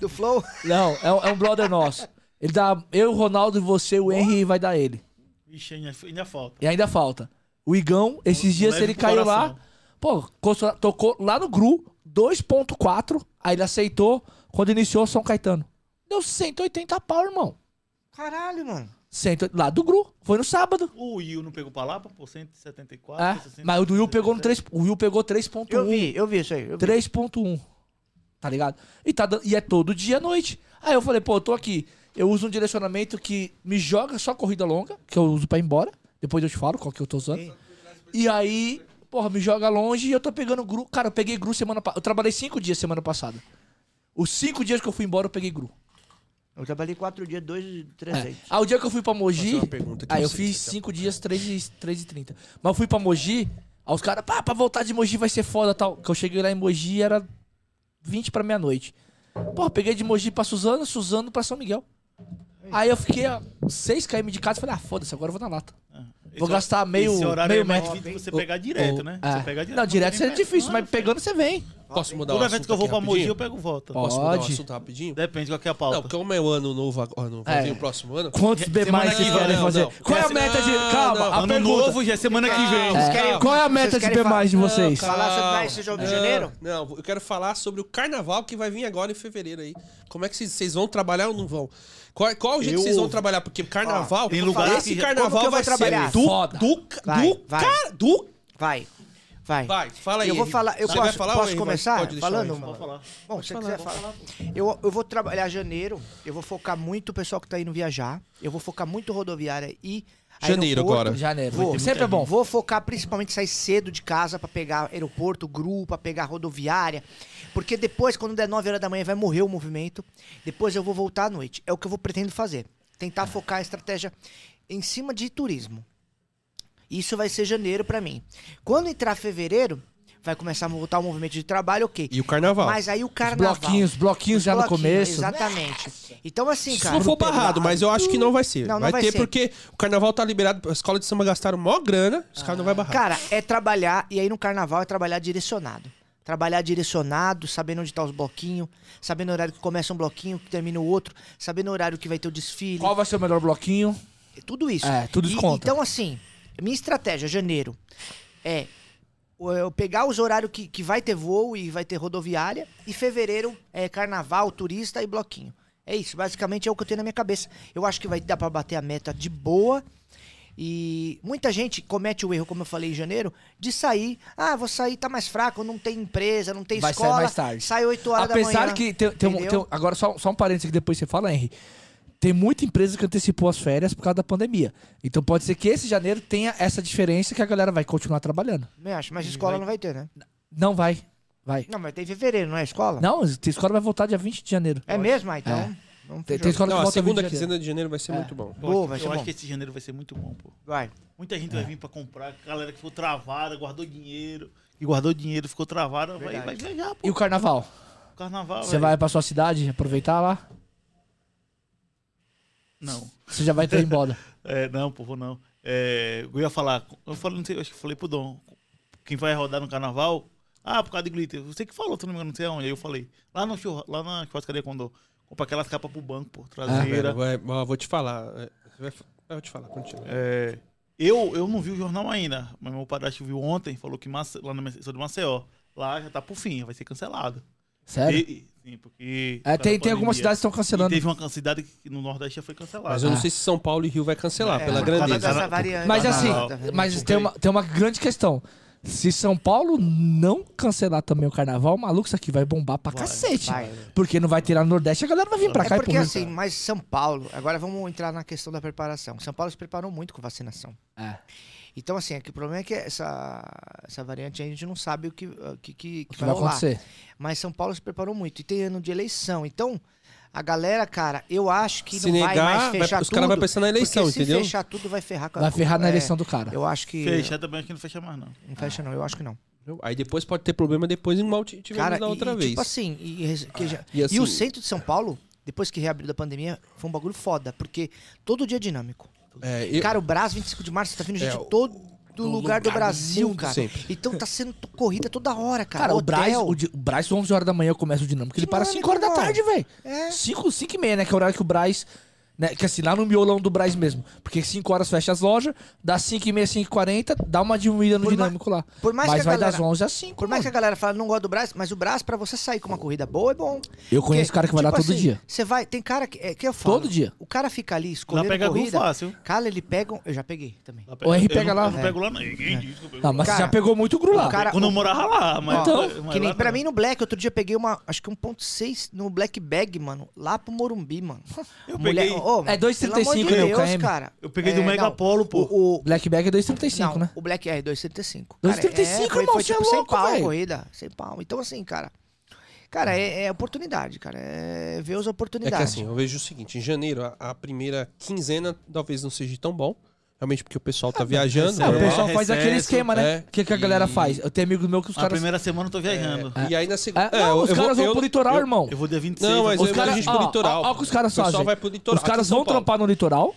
[SPEAKER 4] do Flow?
[SPEAKER 3] Não, é, um- é um brother nosso. Ele dá eu, o Ronaldo, você, o Henry vai dar ele.
[SPEAKER 5] Ixi, ainda, ainda falta.
[SPEAKER 3] E ainda falta. O Igão, esses dias
[SPEAKER 5] Leve
[SPEAKER 3] ele
[SPEAKER 5] pro
[SPEAKER 3] caiu
[SPEAKER 5] coração.
[SPEAKER 3] lá. Pô, costa- tocou lá no Gru, 2.4. Aí ele aceitou quando iniciou São Caetano. Deu 180 pau, irmão.
[SPEAKER 4] Caralho, mano.
[SPEAKER 3] Cento, lá do Gru. Foi no sábado.
[SPEAKER 5] O Will não pegou pra lá, pô, 174,
[SPEAKER 3] É,
[SPEAKER 5] 60,
[SPEAKER 3] mas o do Will pegou no 3. O Will pegou 3.1.
[SPEAKER 4] Eu vi, eu vi isso aí. eu vi.
[SPEAKER 3] 3.1. Tá ligado? E, tá, dan- e é todo dia à noite. Aí eu falei, pô, eu tô aqui. Eu uso um direcionamento que me joga só corrida longa, que eu uso pra ir embora. Depois eu te falo qual que eu tô usando. E aí, porra, me joga longe e eu tô pegando Gru. Cara, eu peguei Gru semana passada. Eu trabalhei cinco dias semana passada. Os cinco dias que eu fui embora, eu peguei Gru.
[SPEAKER 4] Eu trabalhei quatro dias, dois,
[SPEAKER 3] É.
[SPEAKER 4] trezentos.
[SPEAKER 3] Ah, o dia que eu fui pra Mogi.
[SPEAKER 2] Fazer uma pergunta que
[SPEAKER 3] Ah,
[SPEAKER 2] eu
[SPEAKER 3] eu
[SPEAKER 2] sei
[SPEAKER 3] fiz
[SPEAKER 2] que você então?
[SPEAKER 3] cinco dias, 3 e 30. Mas eu fui pra Mogi, aí os caras, pá, pra voltar de Mogi vai ser foda tal. Que eu cheguei lá em Mogi era 20 pra meia-noite. Porra, peguei de Mogi pra Suzano, Suzano pra São Miguel. Aí eu fiquei a 6 km de casa e falei, ah, foda-se, agora eu vou na lata. Vou gastar meio-
[SPEAKER 5] Esse horário
[SPEAKER 3] meio
[SPEAKER 5] é mais
[SPEAKER 3] metro.
[SPEAKER 5] difícil você pegar direto,
[SPEAKER 3] Ou-
[SPEAKER 5] né?
[SPEAKER 3] é.
[SPEAKER 5] Você pegar direto.
[SPEAKER 3] Não, direto
[SPEAKER 4] né?
[SPEAKER 3] seria
[SPEAKER 5] é
[SPEAKER 3] difícil, mas pegando você vem.
[SPEAKER 2] Posso mudar o
[SPEAKER 5] Toda
[SPEAKER 2] assunto
[SPEAKER 5] vez que eu vou
[SPEAKER 2] aqui
[SPEAKER 5] pra Mogi, eu
[SPEAKER 2] rapidinho?
[SPEAKER 5] pego volta.
[SPEAKER 3] Ó.
[SPEAKER 2] Posso mudar o
[SPEAKER 3] Pode.
[SPEAKER 2] assunto rapidinho?
[SPEAKER 5] Depende qual que é a
[SPEAKER 2] Não,
[SPEAKER 5] pauta.
[SPEAKER 2] como é o ano novo agora, não
[SPEAKER 3] É.
[SPEAKER 2] vem o próximo ano?
[SPEAKER 3] Quantos B mais
[SPEAKER 5] semana
[SPEAKER 3] vocês
[SPEAKER 5] que
[SPEAKER 3] querem
[SPEAKER 2] vem,
[SPEAKER 3] fazer?
[SPEAKER 2] não, não.
[SPEAKER 3] Qual é a
[SPEAKER 2] Essa-
[SPEAKER 3] meta de.
[SPEAKER 2] não,
[SPEAKER 3] Calma,
[SPEAKER 2] não.
[SPEAKER 3] a
[SPEAKER 5] ano
[SPEAKER 3] pergunta.
[SPEAKER 5] novo já é semana que vem.
[SPEAKER 2] Calma,
[SPEAKER 3] É,
[SPEAKER 2] calma.
[SPEAKER 3] Qual é a meta
[SPEAKER 4] vocês
[SPEAKER 3] de
[SPEAKER 4] querem
[SPEAKER 3] B mais de
[SPEAKER 4] falar-
[SPEAKER 3] vocês?
[SPEAKER 4] Não, Falar sobre mais esse jogo de
[SPEAKER 2] Não,
[SPEAKER 4] janeiro?
[SPEAKER 2] Não, eu quero falar sobre o carnaval que vai vir agora em fevereiro aí. Como é que vocês, vocês vão trabalhar ou não vão? Qual, qual o jeito que vocês vão trabalhar? Porque carnaval,
[SPEAKER 5] tem lugar
[SPEAKER 2] esse
[SPEAKER 5] que-
[SPEAKER 4] como que
[SPEAKER 2] carnaval
[SPEAKER 4] eu vou
[SPEAKER 2] vai
[SPEAKER 4] trabalhar?
[SPEAKER 2] ser do,
[SPEAKER 3] Foda.
[SPEAKER 2] do, do,
[SPEAKER 4] Vai,
[SPEAKER 2] do,
[SPEAKER 4] vai.
[SPEAKER 2] cara- do-
[SPEAKER 3] É.
[SPEAKER 4] Vai. Vai.
[SPEAKER 2] Vai, fala aí.
[SPEAKER 4] Eu vou
[SPEAKER 2] Henrique.
[SPEAKER 4] falar, eu
[SPEAKER 2] Você
[SPEAKER 4] posso,
[SPEAKER 2] vai falar, ou
[SPEAKER 4] posso
[SPEAKER 2] Henrique vai-
[SPEAKER 4] começar
[SPEAKER 2] pode deixar o
[SPEAKER 4] falando?
[SPEAKER 2] Henrique
[SPEAKER 4] mano?
[SPEAKER 5] falar.
[SPEAKER 4] Bom, se você quiser falar. Eu, eu vou trabalhar janeiro, eu vou focar muito o pessoal que tá indo viajar, eu vou focar muito rodoviária e
[SPEAKER 2] Janeiro
[SPEAKER 4] aeroporto.
[SPEAKER 2] agora.
[SPEAKER 3] Janeiro.
[SPEAKER 4] Vou.
[SPEAKER 3] Sempre é bom.
[SPEAKER 4] Vou focar principalmente em sair cedo de casa pra pegar aeroporto, grupo, pra pegar rodoviária. Porque depois, quando der 9 horas da manhã, vai morrer o movimento. Depois eu vou voltar à noite. É o que eu vou pretendo fazer.
[SPEAKER 2] É.
[SPEAKER 4] Tentar focar a estratégia em cima de turismo. Isso vai ser janeiro pra mim. Quando entrar fevereiro, vai começar a voltar o movimento de trabalho, ok.
[SPEAKER 2] E o carnaval.
[SPEAKER 4] Mas aí o carnaval.
[SPEAKER 3] Bloquinhos, bloquinhos já no
[SPEAKER 4] bloquinhos,
[SPEAKER 3] começo.
[SPEAKER 4] Exatamente. Então, assim,
[SPEAKER 2] Se
[SPEAKER 4] cara.
[SPEAKER 2] não for barrado, mas eu acho que não vai ser.
[SPEAKER 4] Não, não
[SPEAKER 2] vai,
[SPEAKER 4] vai
[SPEAKER 2] ter
[SPEAKER 4] ser.
[SPEAKER 2] porque o carnaval tá liberado, a escola de samba gastaram mó grana, os caras não vai barrar.
[SPEAKER 4] Cara, é trabalhar, e aí no carnaval é trabalhar direcionado. Trabalhar direcionado, sabendo onde tá os bloquinhos, sabendo o horário que começa um bloquinho, que termina o outro, sabendo o horário que vai ter o desfile.
[SPEAKER 3] Qual vai ser o melhor bloquinho?
[SPEAKER 4] Tudo isso.
[SPEAKER 3] É, tudo isso
[SPEAKER 4] E-
[SPEAKER 3] conta.
[SPEAKER 4] Então, assim, minha estratégia, janeiro, é eu pegar os horários que, que vai ter voo e vai ter rodoviária, e fevereiro é carnaval, turista e bloquinho. É isso, basicamente é o que eu tenho na minha cabeça. Eu acho que vai dar pra bater a meta de boa. E muita gente comete o erro, como eu falei em janeiro, de sair. Ah, vou sair, tá mais fraco, não tem empresa, não tem
[SPEAKER 3] Vai sair
[SPEAKER 4] escola.
[SPEAKER 3] mais tarde.
[SPEAKER 4] Sai 8 horas
[SPEAKER 3] Apesar
[SPEAKER 4] da manhã.
[SPEAKER 3] que tem, tem um-
[SPEAKER 4] entendeu?
[SPEAKER 3] tem um- agora só, só um parênteses que depois você fala, Henry. Tem muita empresa que antecipou as férias por causa da pandemia. Então pode ser que esse janeiro tenha essa diferença que a galera vai continuar trabalhando.
[SPEAKER 4] Não acho, mas escola não vai ter, né?
[SPEAKER 3] Não vai. Vai.
[SPEAKER 4] Não, mas tem fevereiro, não é escola?
[SPEAKER 3] Não, tem escola que vai voltar dia 20 de janeiro.
[SPEAKER 4] É mesmo? Ah, então.
[SPEAKER 3] É.
[SPEAKER 4] vamos
[SPEAKER 3] Tem,
[SPEAKER 4] pro
[SPEAKER 3] tem
[SPEAKER 4] jogo.
[SPEAKER 3] escola que
[SPEAKER 2] não, a
[SPEAKER 3] volta
[SPEAKER 2] segunda
[SPEAKER 3] 20 de janeiro.
[SPEAKER 2] quinzena de janeiro vai ser
[SPEAKER 4] É.
[SPEAKER 2] muito bom.
[SPEAKER 4] Boa,
[SPEAKER 5] Eu
[SPEAKER 4] vai ser
[SPEAKER 5] acho
[SPEAKER 4] bom.
[SPEAKER 5] que esse janeiro vai ser muito bom, pô.
[SPEAKER 4] Vai.
[SPEAKER 5] Muita
[SPEAKER 3] É.
[SPEAKER 5] gente vai vir pra comprar, galera que ficou travada, guardou dinheiro. E guardou dinheiro, ficou travada, vai, vai viajar, pô.
[SPEAKER 3] E o carnaval?
[SPEAKER 5] Carnaval,
[SPEAKER 3] Você vai pra sua cidade aproveitar lá?
[SPEAKER 5] Não.
[SPEAKER 3] Você já vai ter ido embora.
[SPEAKER 5] É, não, pô, vou não. É, eu ia falar, eu falei, não sei, acho que falei pro Dom. Quem vai rodar no carnaval? Ah, por causa de glitter. Você que falou, tu não me engano, não sei aonde. Aí eu falei, lá, no churra, lá na churrascaria Condor. Compra aquelas capas pro banco, pô, traseira.
[SPEAKER 3] Ah,
[SPEAKER 2] Velho, vai- ó, vou te falar. é, você vai- Eu vou te falar, continua.
[SPEAKER 5] É, eu, eu não vi o jornal ainda, mas meu padrasto viu ontem, falou que Mace- lá na minha sessão de Maceió, lá já tá pro fim, vai ser cancelado.
[SPEAKER 3] Sério?
[SPEAKER 5] E- e- sim, porque.
[SPEAKER 3] É, tem, tem
[SPEAKER 5] pandemia.
[SPEAKER 3] algumas cidades que estão
[SPEAKER 5] E
[SPEAKER 3] cancelando.
[SPEAKER 5] teve uma cidade que no Nordeste já foi cancelada.
[SPEAKER 2] Mas eu não
[SPEAKER 3] Ah.
[SPEAKER 2] sei se São Paulo e Rio vai cancelar,
[SPEAKER 3] É,
[SPEAKER 2] pela
[SPEAKER 5] por causa
[SPEAKER 2] grandeza.
[SPEAKER 5] da-
[SPEAKER 3] Mas
[SPEAKER 5] Ah,
[SPEAKER 3] assim,
[SPEAKER 5] não.
[SPEAKER 3] mas
[SPEAKER 4] Tipo,
[SPEAKER 3] tem uma, tem uma grande questão. Se São Paulo não cancelar também o carnaval, maluco, isso aqui vai bombar pra cacete.
[SPEAKER 4] vai. né?
[SPEAKER 3] Porque não vai tirar no Nordeste, a galera vai vir pra cá e
[SPEAKER 4] É
[SPEAKER 3] pro
[SPEAKER 4] porque
[SPEAKER 3] Rio.
[SPEAKER 4] assim, mas São Paulo, agora vamos entrar na questão da preparação. São Paulo se preparou muito com vacinação.
[SPEAKER 3] É.
[SPEAKER 4] Então, assim, é que o problema é que essa, essa variante a gente não sabe o que, o que, que,
[SPEAKER 3] O
[SPEAKER 4] que
[SPEAKER 3] que vai
[SPEAKER 4] rolar.
[SPEAKER 3] acontecer?
[SPEAKER 4] Mas São Paulo se preparou muito. E tem ano de eleição. Então, a galera, cara, eu acho que
[SPEAKER 2] Se
[SPEAKER 4] não vai
[SPEAKER 2] negar,
[SPEAKER 4] mais
[SPEAKER 2] vai-
[SPEAKER 4] fechar
[SPEAKER 2] os
[SPEAKER 4] tudo.
[SPEAKER 2] caras vão pensar na eleição,
[SPEAKER 4] porque se
[SPEAKER 2] entendeu?
[SPEAKER 4] fechar tudo, vai ferrar com a
[SPEAKER 3] Vai ferrar na
[SPEAKER 4] é,
[SPEAKER 3] eleição do cara.
[SPEAKER 4] Eu acho que.
[SPEAKER 5] Fechar também acho que não fecha mais, não.
[SPEAKER 4] Não fecha, não. Eu acho que não.
[SPEAKER 2] Aí depois pode ter problema depois em mal t- tivemos
[SPEAKER 4] Cara,
[SPEAKER 2] da
[SPEAKER 4] e-
[SPEAKER 2] outra
[SPEAKER 4] e,
[SPEAKER 2] vez.
[SPEAKER 4] Tipo assim, e, e res- que já-
[SPEAKER 2] E assim-
[SPEAKER 4] e o centro de São Paulo, depois que reabriu da pandemia, foi um bagulho foda, porque todo dia é dinâmico.
[SPEAKER 2] É, eu-
[SPEAKER 4] Cara, o Brás, 25 de março, tá vindo gente
[SPEAKER 2] É,
[SPEAKER 4] de todo lugar do
[SPEAKER 2] lugar do
[SPEAKER 4] Brasil,
[SPEAKER 2] mundo
[SPEAKER 4] cara.
[SPEAKER 2] sempre.
[SPEAKER 4] Então tá sendo t- corrida toda hora, cara.
[SPEAKER 3] Cara, o
[SPEAKER 4] Hotel.
[SPEAKER 3] Braz, o, di- o Braz, 11 horas da manhã começa o dinâmico. Ele para
[SPEAKER 4] Dinâmico,
[SPEAKER 3] 5 horas da
[SPEAKER 4] irmão.
[SPEAKER 3] tarde, velho.
[SPEAKER 4] É.
[SPEAKER 3] 5, 5 e meia, né? Que é o horário que o Braz. Né, que assim, lá no miolão do Braz mesmo. Porque 5 horas fecha as lojas, dá 5 e meia, 5 e 40, dá uma diminuída no
[SPEAKER 4] Por ma-
[SPEAKER 3] dinâmico lá.
[SPEAKER 4] por mais
[SPEAKER 3] Mas
[SPEAKER 4] que a
[SPEAKER 3] vai
[SPEAKER 4] galera-
[SPEAKER 3] das 11 às 5.
[SPEAKER 4] Por mais que a galera fale, não gosta do Brás, mas o Brás, pra você sair com uma corrida boa, é bom.
[SPEAKER 3] Eu conheço cara que vai lá todo
[SPEAKER 4] assim,
[SPEAKER 3] dia.
[SPEAKER 4] Você vai, tem cara que, é, que eu falo.
[SPEAKER 3] Todo dia.
[SPEAKER 4] O cara fica ali escolhendo
[SPEAKER 5] Lá pega gol
[SPEAKER 4] corrida.
[SPEAKER 5] fácil.
[SPEAKER 4] Cara, ele pega, um- eu já peguei também.
[SPEAKER 5] Lá
[SPEAKER 3] O R
[SPEAKER 5] eu
[SPEAKER 3] pega
[SPEAKER 5] não-
[SPEAKER 3] lá. né? É.
[SPEAKER 5] Eu não pego lá, não. Ninguém diz que eu pego
[SPEAKER 3] Não,
[SPEAKER 5] lá.
[SPEAKER 3] mas
[SPEAKER 4] Cara,
[SPEAKER 3] você já pegou muito gru lá.
[SPEAKER 4] o cara-
[SPEAKER 5] Quando eu morava lá, mas.
[SPEAKER 3] Então,
[SPEAKER 5] mas
[SPEAKER 4] Que nem
[SPEAKER 5] lá
[SPEAKER 4] pra
[SPEAKER 5] não.
[SPEAKER 4] mim no Black, um outro dia eu peguei uma, acho que 1.6 no Black Bag, mano, lá pro Morumbi, mano.
[SPEAKER 5] Eu
[SPEAKER 4] Mulher,
[SPEAKER 5] peguei-
[SPEAKER 4] ô, mas
[SPEAKER 3] É 2,35
[SPEAKER 4] pelo amor de
[SPEAKER 3] o
[SPEAKER 4] Deus,
[SPEAKER 3] KM.
[SPEAKER 4] cara.
[SPEAKER 5] Eu peguei
[SPEAKER 4] É,
[SPEAKER 5] do
[SPEAKER 4] não,
[SPEAKER 5] Mega Polo, pô.
[SPEAKER 4] O, o,
[SPEAKER 3] Blackback é 2,35,
[SPEAKER 4] não,
[SPEAKER 3] né?
[SPEAKER 4] o Black é 2,35.
[SPEAKER 3] 2,35,
[SPEAKER 4] cara, é, foi,
[SPEAKER 3] irmão,
[SPEAKER 4] foi
[SPEAKER 3] você é
[SPEAKER 4] tipo sem
[SPEAKER 3] louco,
[SPEAKER 4] pau a
[SPEAKER 3] velho.
[SPEAKER 4] corrida. Sem pau. Então, assim, cara. Cara, é, é oportunidade, cara. É ver as
[SPEAKER 2] É que
[SPEAKER 4] oportunidades.
[SPEAKER 2] assim, eu vejo o seguinte, em janeiro, a, a primeira quinzena talvez não seja tão bom. Realmente porque o pessoal tá viajando.
[SPEAKER 3] É, o
[SPEAKER 2] normal.
[SPEAKER 3] pessoal faz
[SPEAKER 5] recesso,
[SPEAKER 3] aquele esquema, né?
[SPEAKER 2] é.
[SPEAKER 3] O que, que a galera faz? Eu tenho amigo meu que os
[SPEAKER 5] Na
[SPEAKER 3] caras.
[SPEAKER 5] primeira semana eu tô viajando.
[SPEAKER 2] E aí na
[SPEAKER 3] É,
[SPEAKER 2] segunda.
[SPEAKER 3] não, os caras vão
[SPEAKER 2] eu,
[SPEAKER 3] pro litoral, irmão.
[SPEAKER 5] Eu vou dia 26.
[SPEAKER 2] Não, mas
[SPEAKER 5] eu...
[SPEAKER 2] os
[SPEAKER 3] Os
[SPEAKER 2] eu
[SPEAKER 3] caras-
[SPEAKER 2] caras, gente
[SPEAKER 3] ó,
[SPEAKER 2] pro litoral.
[SPEAKER 3] ó, ó o que os caras
[SPEAKER 2] O pessoal
[SPEAKER 3] fazem.
[SPEAKER 2] vai pro litoral.
[SPEAKER 3] Os caras
[SPEAKER 2] Aqui em São
[SPEAKER 3] vão
[SPEAKER 2] Paulo.
[SPEAKER 3] trampar no litoral.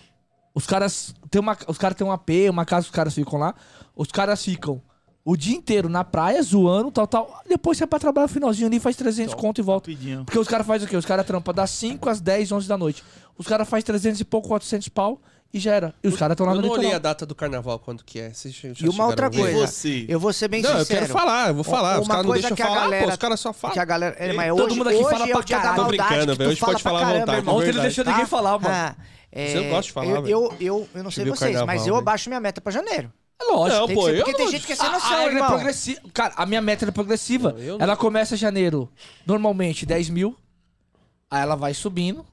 [SPEAKER 3] Os caras têm uma, os caras têm um AP, uma casa, os caras ficam lá. Os caras ficam o dia inteiro na praia, zoando, tal, tal. Depois você vai pra trabalhar no finalzinho ali, faz 300 conto e volta.
[SPEAKER 5] Rapidinho.
[SPEAKER 3] Porque os caras fazem o quê? Os caras trampam das 5 às 10, 11 da noite. Os caras fazem 300 e pouco, 400 pau e já era. E os caras estão lá
[SPEAKER 2] Eu
[SPEAKER 3] no
[SPEAKER 2] não olhei a
[SPEAKER 3] litoral.
[SPEAKER 2] data do carnaval, quando que é. Vocês já
[SPEAKER 4] E uma
[SPEAKER 2] chegaram a
[SPEAKER 4] outra
[SPEAKER 2] ver?
[SPEAKER 5] E
[SPEAKER 4] coisa.
[SPEAKER 5] você?
[SPEAKER 4] Eu vou ser bem
[SPEAKER 2] Não, eu
[SPEAKER 4] sincero.
[SPEAKER 2] quero falar, eu vou falar.
[SPEAKER 4] Uma
[SPEAKER 2] Os caras não
[SPEAKER 4] coisa
[SPEAKER 2] deixam
[SPEAKER 4] que a
[SPEAKER 2] falar,
[SPEAKER 4] galera-
[SPEAKER 2] pô, os caras só falam.
[SPEAKER 4] Que a galera. é, mas
[SPEAKER 3] Todo
[SPEAKER 4] hoje,
[SPEAKER 3] mundo aqui
[SPEAKER 4] hoje
[SPEAKER 3] fala
[SPEAKER 4] é
[SPEAKER 3] pra
[SPEAKER 4] o dia da
[SPEAKER 3] caralho. Tô
[SPEAKER 4] maldade
[SPEAKER 2] brincando,
[SPEAKER 4] que
[SPEAKER 2] velho,
[SPEAKER 4] tu
[SPEAKER 2] hoje
[SPEAKER 4] fala
[SPEAKER 2] pode
[SPEAKER 4] pra
[SPEAKER 2] falar à
[SPEAKER 4] caramba,
[SPEAKER 2] vontade, mas
[SPEAKER 4] irmão.
[SPEAKER 3] Ontem ele
[SPEAKER 2] Verdade.
[SPEAKER 3] deixou ninguém falar, mano.
[SPEAKER 4] Ah, é,
[SPEAKER 2] Eu gosto de falar,
[SPEAKER 4] eu,
[SPEAKER 2] velho.
[SPEAKER 4] eu, eu, eu não sei
[SPEAKER 2] ver o
[SPEAKER 4] vocês, mas
[SPEAKER 2] carnaval,
[SPEAKER 4] eu
[SPEAKER 2] né?
[SPEAKER 4] abaixo minha meta pra janeiro.
[SPEAKER 3] É lógico.
[SPEAKER 2] Não,
[SPEAKER 4] Tem
[SPEAKER 2] pô,
[SPEAKER 4] que ser,
[SPEAKER 2] eu
[SPEAKER 4] porque tem gente que é sem
[SPEAKER 3] A-
[SPEAKER 4] noção,
[SPEAKER 3] a regra é
[SPEAKER 4] irmão.
[SPEAKER 3] progressiva. Cara, a minha meta é progressiva.
[SPEAKER 2] Não, eu não.
[SPEAKER 3] ela começa em janeiro, normalmente 10 mil. Aí ela vai subindo.